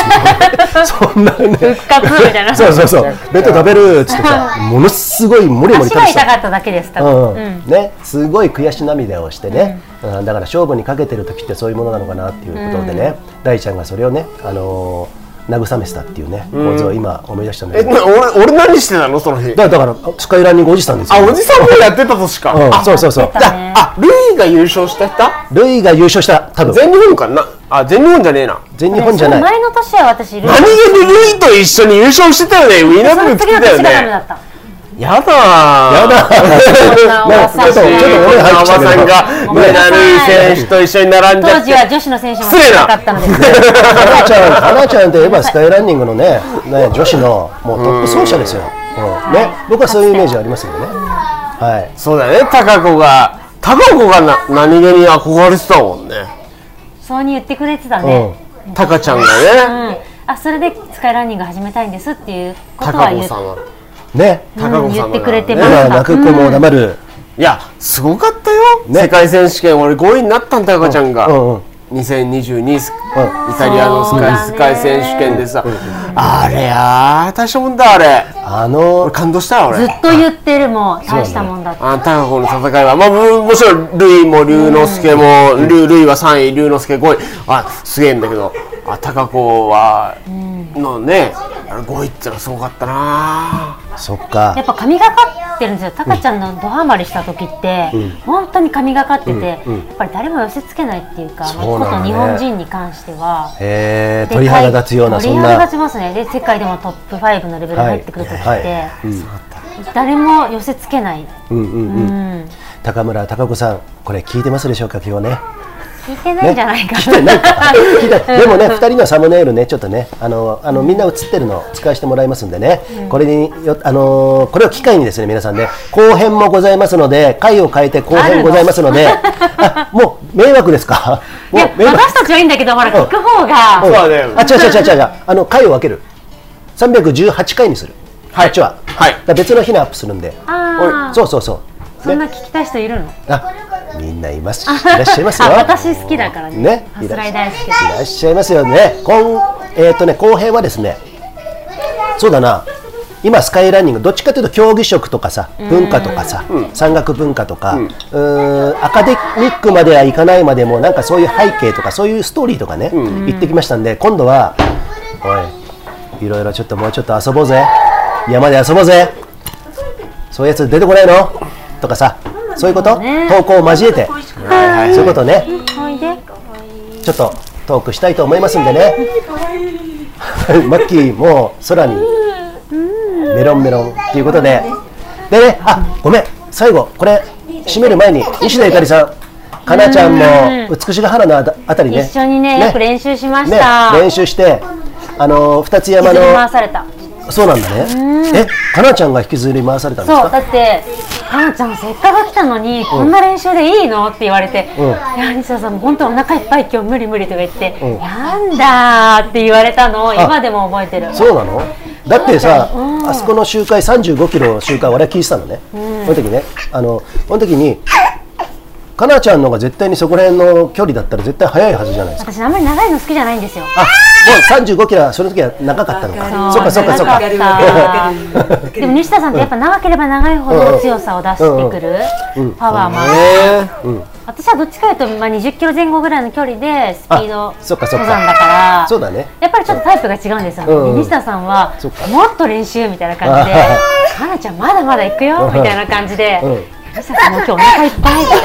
Speaker 2: そんなね
Speaker 4: 復活みたいな
Speaker 2: そうそうそう弁当食べるっつってさものすごいもりもり
Speaker 4: 足
Speaker 2: 食べ
Speaker 4: が
Speaker 2: て
Speaker 4: 痛
Speaker 2: た
Speaker 4: かっただけです多
Speaker 2: うん
Speaker 4: 分、うん
Speaker 2: ね、すごい悔し涙をしてね、うんだから勝負にかけてる時ってそういうものなのかなっていうことでね、大ちゃんがそれをね、あのー慰めてたっていうね構図を今思い出したんだ
Speaker 3: え
Speaker 2: けど、
Speaker 3: な俺俺何してたのその日
Speaker 2: だだからスカイランニングおじさんですよ
Speaker 3: あおじさんもやってた年か、
Speaker 2: うん
Speaker 3: あ
Speaker 2: そうそうそう
Speaker 4: やってたね
Speaker 3: あルイが優勝してた
Speaker 2: ルイが優勝した多分
Speaker 3: 全日本かなあ全日本じゃねえな
Speaker 2: 全日本じゃ
Speaker 4: その
Speaker 2: ない
Speaker 4: 前の年は私ルー
Speaker 3: 何気にルイと一緒に優勝してたよねウィナ
Speaker 4: そ
Speaker 3: ーズ
Speaker 4: の
Speaker 3: 着
Speaker 4: 次の
Speaker 3: てたよ
Speaker 4: 年が
Speaker 3: ね
Speaker 4: ダメだった
Speaker 3: やだー
Speaker 2: やだ
Speaker 4: そんなおば
Speaker 2: ちょ
Speaker 4: さ
Speaker 2: っとちょっと
Speaker 4: ん
Speaker 2: 俺入っちゃ
Speaker 3: さ
Speaker 2: っ
Speaker 3: ん
Speaker 2: たけど
Speaker 3: が
Speaker 4: ごめ
Speaker 3: 上
Speaker 4: んな
Speaker 3: 田瑠
Speaker 4: さい
Speaker 3: 衣選手と一緒に並ん
Speaker 4: 当
Speaker 3: で
Speaker 4: 時は女子の選手も少なかったので
Speaker 2: かなち ゃん、かなちゃんといえばスカイランニングのね、ね女子のもうトップ走者ですよ。うんね、僕はそういうイメージありますけどね。はい。
Speaker 3: そうだよね高子が高子がな何気に憧れてたもんね
Speaker 4: そうに言ってくれてた
Speaker 2: うん
Speaker 4: ね、
Speaker 3: 高ちゃんが
Speaker 4: う
Speaker 3: ね
Speaker 4: んあそれでスカイランニング始めたいんですっていうことは
Speaker 3: 高
Speaker 4: 言
Speaker 3: 子
Speaker 4: っ
Speaker 3: さんは
Speaker 2: ね、
Speaker 3: 高
Speaker 4: うん
Speaker 3: 子さん
Speaker 4: 言っ
Speaker 3: は
Speaker 4: てくれて
Speaker 2: だ
Speaker 4: ま
Speaker 2: か
Speaker 4: し
Speaker 2: ら
Speaker 4: た
Speaker 2: 泣く子も黙る。
Speaker 3: いやすごかったよ、
Speaker 2: ね
Speaker 3: 世界選手権俺5位になったんだよ高ちゃんが、
Speaker 2: うんうん
Speaker 3: 2022スイタリアのス
Speaker 4: そう
Speaker 3: カイ
Speaker 4: だね
Speaker 3: スカイ選手権でさ、あれやー大したもんだあれ
Speaker 2: あの
Speaker 3: 俺感動したよ
Speaker 4: ず
Speaker 3: 俺
Speaker 4: っと言ってるもん大したもんだって
Speaker 3: あ高子の戦いは、まあ、ももちろんルイも龍之介も、ルルイは3位龍之介5位あすげえんだけどあ高子は、のねあれ5位ってのはすごかったな
Speaker 2: そっか
Speaker 4: やっぱ神がかってるんですよタカちゃんのドハマりした時って、
Speaker 2: うん
Speaker 4: 本当に神がかってて、
Speaker 2: うんうん
Speaker 4: やっぱり誰も寄せつけないっていうか
Speaker 2: そうなんだ
Speaker 4: こと
Speaker 2: ね
Speaker 4: 日本人に関しては
Speaker 2: へえ
Speaker 4: で
Speaker 2: 鳥肌立つようなそ
Speaker 4: 鳥
Speaker 2: ん
Speaker 4: 肌立
Speaker 2: な
Speaker 4: ちますねで世界でもトップ5のレベルに入ってくる時って、
Speaker 2: はいうん
Speaker 4: 誰も寄せつけない、
Speaker 2: うんう
Speaker 4: うん
Speaker 2: うん
Speaker 4: ん、
Speaker 2: 高村貴子さんこれ聞いてますでしょうか今日ね
Speaker 4: 聞いてないんじゃないかな、
Speaker 2: 聞いたでもね、
Speaker 4: うん
Speaker 2: 2人のサムネイルね、ちょっとね、あのあのみんな映ってるの使わせてもらいますんでね、これによあのーこれを機会にですね、皆さんね、後編もございますので、回を変えて後編ございますので、あもう迷惑ですか？
Speaker 4: い
Speaker 2: も
Speaker 4: や
Speaker 2: う迷惑。
Speaker 4: 私たちはいいんだけどほら聞く方が、
Speaker 2: うん
Speaker 3: そうだよ
Speaker 2: あ、違う違う違う違う。あの回を分ける。318回にする。はい。は。はい。別の日にアップするんで。
Speaker 4: あー
Speaker 2: そうそうそう。
Speaker 4: そんな聞きたい人いるの
Speaker 2: あ、みんないます。いらっしゃいますよ。
Speaker 4: あ私好きだからね
Speaker 2: ね
Speaker 4: ファスライ大好き
Speaker 2: いらっしゃいますよね。今えっ、とね後編はですね、そうだな。今スカイランニングどっちかというと競技色とかさ文化とかさ、山岳文化とか、うーんアカデミックまではいかないまでもなんかそういう背景とかそういうストーリーとかね、言ってきましたんで今度はおいいろいろちょっともうちょっと遊ぼうぜ山で遊ぼうぜそういうやつ出てこないのとかさそういうこと、投稿を交えて、
Speaker 4: はい
Speaker 2: そういうことね
Speaker 4: おいで
Speaker 2: ちょっとトークしたいと思いますんでね マッキーもう空にメロンメロンっていうことででねあごめん最後これ締める前に西田ゆかりさんかなちゃんも美しが原のあたあたりね
Speaker 4: 一緒にねよく練習しまし
Speaker 2: ね
Speaker 4: た、
Speaker 2: 練習してあの二つ
Speaker 4: 引
Speaker 2: 山
Speaker 4: きずり回
Speaker 2: の
Speaker 4: された
Speaker 2: そうなんだねえかなちゃんが引きずり回されたんです
Speaker 4: そうだ
Speaker 2: か
Speaker 4: って「かなちゃんせっかく来たのにこんな練習でいいの?」って言われて「
Speaker 2: うん
Speaker 4: いや西田さんもう本当お腹いっぱい今日無理無理」とか言って「
Speaker 2: うん
Speaker 4: やんだ」って言われたのを
Speaker 2: あ
Speaker 4: 今でも覚えてる
Speaker 2: そうなのだってさ、
Speaker 4: うん
Speaker 2: あそこの集会35キロの集会俺は聞いてたのね、
Speaker 4: うん
Speaker 2: その時ねあのその時にかなちゃんの方が絶対にそこら辺の距離だったら絶対速いはずじゃないですか
Speaker 4: 私あんまり長いの好きじゃないんですよ
Speaker 2: あもう35キロはその時は長かったのかそっかそっかそっか
Speaker 4: 長ったでも西田さんってやっぱ長ければ長いほど強さを出してくる
Speaker 2: うん
Speaker 4: パワーもある
Speaker 2: うんうん
Speaker 4: 私はどっちかというと、まあ、20キロ前後ぐらいの距離でスピード
Speaker 2: あそっかそっ
Speaker 4: 登
Speaker 2: か
Speaker 4: 山だから
Speaker 2: そうだね
Speaker 4: やっぱりちょっとタイプが違うんですよ、
Speaker 2: うんうん
Speaker 4: 西田さんは
Speaker 2: そっか
Speaker 4: もっと練習みたいな感 じで
Speaker 2: あ
Speaker 4: 「かなちゃんまだまだ行くよ」みたいな感じで
Speaker 2: うん
Speaker 4: 「西田さんも今日お腹いっぱい」みたいな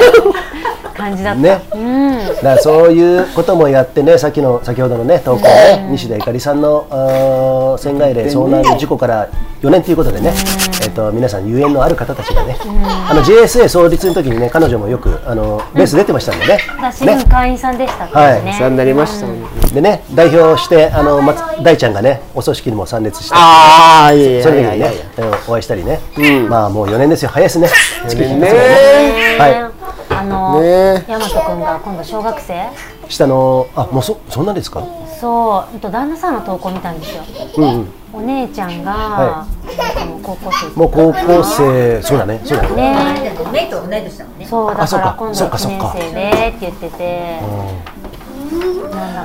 Speaker 4: 感じだった、
Speaker 2: ね
Speaker 4: うん
Speaker 2: だからそういうこともやってね、さっきの先ほどのね投稿ね、西田ゆかりさんのあー船外霊遭難事故から4年ということでね、えっと皆さん有縁のある方たちがね、あの JSA 創立の時にね彼女もよくあのレース出てましたんでね、
Speaker 4: 私、
Speaker 2: ね
Speaker 4: 会員さんでしたから
Speaker 2: はい
Speaker 4: ね、
Speaker 3: になりましたもんね
Speaker 2: でね代表してあの松大ちゃんがねお葬式にも参列して、
Speaker 3: ああいやい
Speaker 2: その時
Speaker 3: や
Speaker 2: に
Speaker 3: い
Speaker 2: ね
Speaker 3: やいや
Speaker 2: うんお会いしたりね、まあもう4年ですよ早いですね。月日
Speaker 3: ね
Speaker 4: ね
Speaker 2: は
Speaker 4: あの、
Speaker 3: ね
Speaker 4: 大和君が今度小学生
Speaker 2: い下のあもうそそんなんですか。
Speaker 4: そううんと旦那さんの投稿見たんですよ
Speaker 2: うんうん。
Speaker 4: お姉ちゃんが、
Speaker 2: は
Speaker 4: あの高校生
Speaker 2: もう高校生そうだねそうだね。
Speaker 4: ね
Speaker 5: 目と同い年だもんね。
Speaker 4: そうだ
Speaker 2: あ
Speaker 4: か
Speaker 2: そう
Speaker 4: ら
Speaker 2: か
Speaker 4: 今度
Speaker 2: そうか
Speaker 4: 1
Speaker 2: そう
Speaker 4: 年
Speaker 2: か
Speaker 4: 生でって言っててなんだ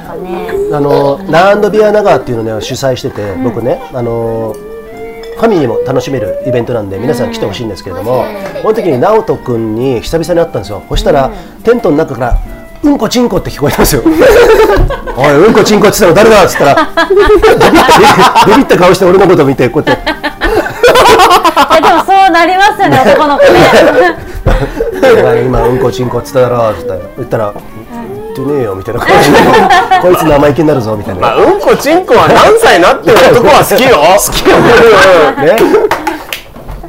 Speaker 4: かね
Speaker 2: あのランドビアナガーっていうのを、ね、主催してて、僕ねあのファミリーも楽しめるイベントなんで皆さん来てほしいんですけれども、この時に直人君に久々に会ったんですよそしたら、テントの中から「うんこちんこ」って聞こえたんですよ おいうんこちんこって言ったの誰だっつったらビビビビった顔して俺のこと見てこうやって
Speaker 4: いやでもそうなりますよね男の 子ね
Speaker 2: お前今うんこちんこっつっただろっつったら言ったら「言ってねえよ」みたいな感じで「こいつ生意気になるぞ」みたいな
Speaker 3: まあうんこちんこは何歳になっても男は好きよ好きよ
Speaker 2: ね、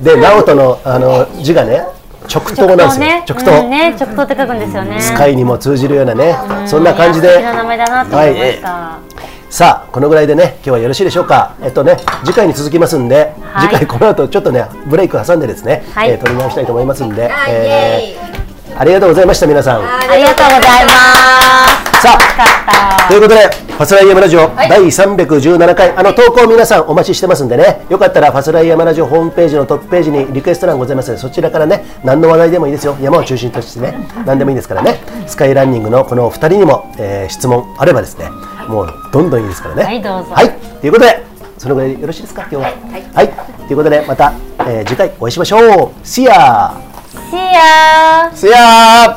Speaker 2: で直人のあの字がね直
Speaker 4: 直
Speaker 2: 刀なんですよ
Speaker 4: ね
Speaker 2: 直
Speaker 4: う
Speaker 2: 刀、
Speaker 4: んね直投って書くんですよね
Speaker 2: スカイにも通じるようなね、そんな感じ
Speaker 4: いや素
Speaker 2: で
Speaker 4: 敵な名前だなと思いました、
Speaker 2: さあこのぐらいでね今日はよろしいでしょうかえっとね次回に続きますんで、
Speaker 4: はい
Speaker 2: 次回この後ちょっとねブレイク挟んでですね、
Speaker 4: はい
Speaker 2: えー取り直したいと思いますんで、えーありがとうございました皆さん
Speaker 4: ありがとうございます
Speaker 2: さあ
Speaker 4: よかった
Speaker 2: ということで、ファスライヤマラジオ、第317回、あの投稿皆さんお待ちしてますんでね、よかったらファスライヤマラジオホームページのトップページにリクエスト欄ございますので、そちらからね、何の話題でもいいですよ、山を中心としてね、何でもいいですからね、スカイランニングのこのお二人にも、えー質問あればですね、もうどんどんいいですからね。
Speaker 4: はいどうぞ
Speaker 2: はい、ということで、そのぐらいでよろしいですか、今日は。はい、ということで、また、えー次回お会いしましょう。See ya!
Speaker 4: See ya
Speaker 3: せやー
Speaker 4: あ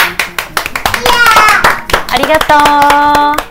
Speaker 4: りがとう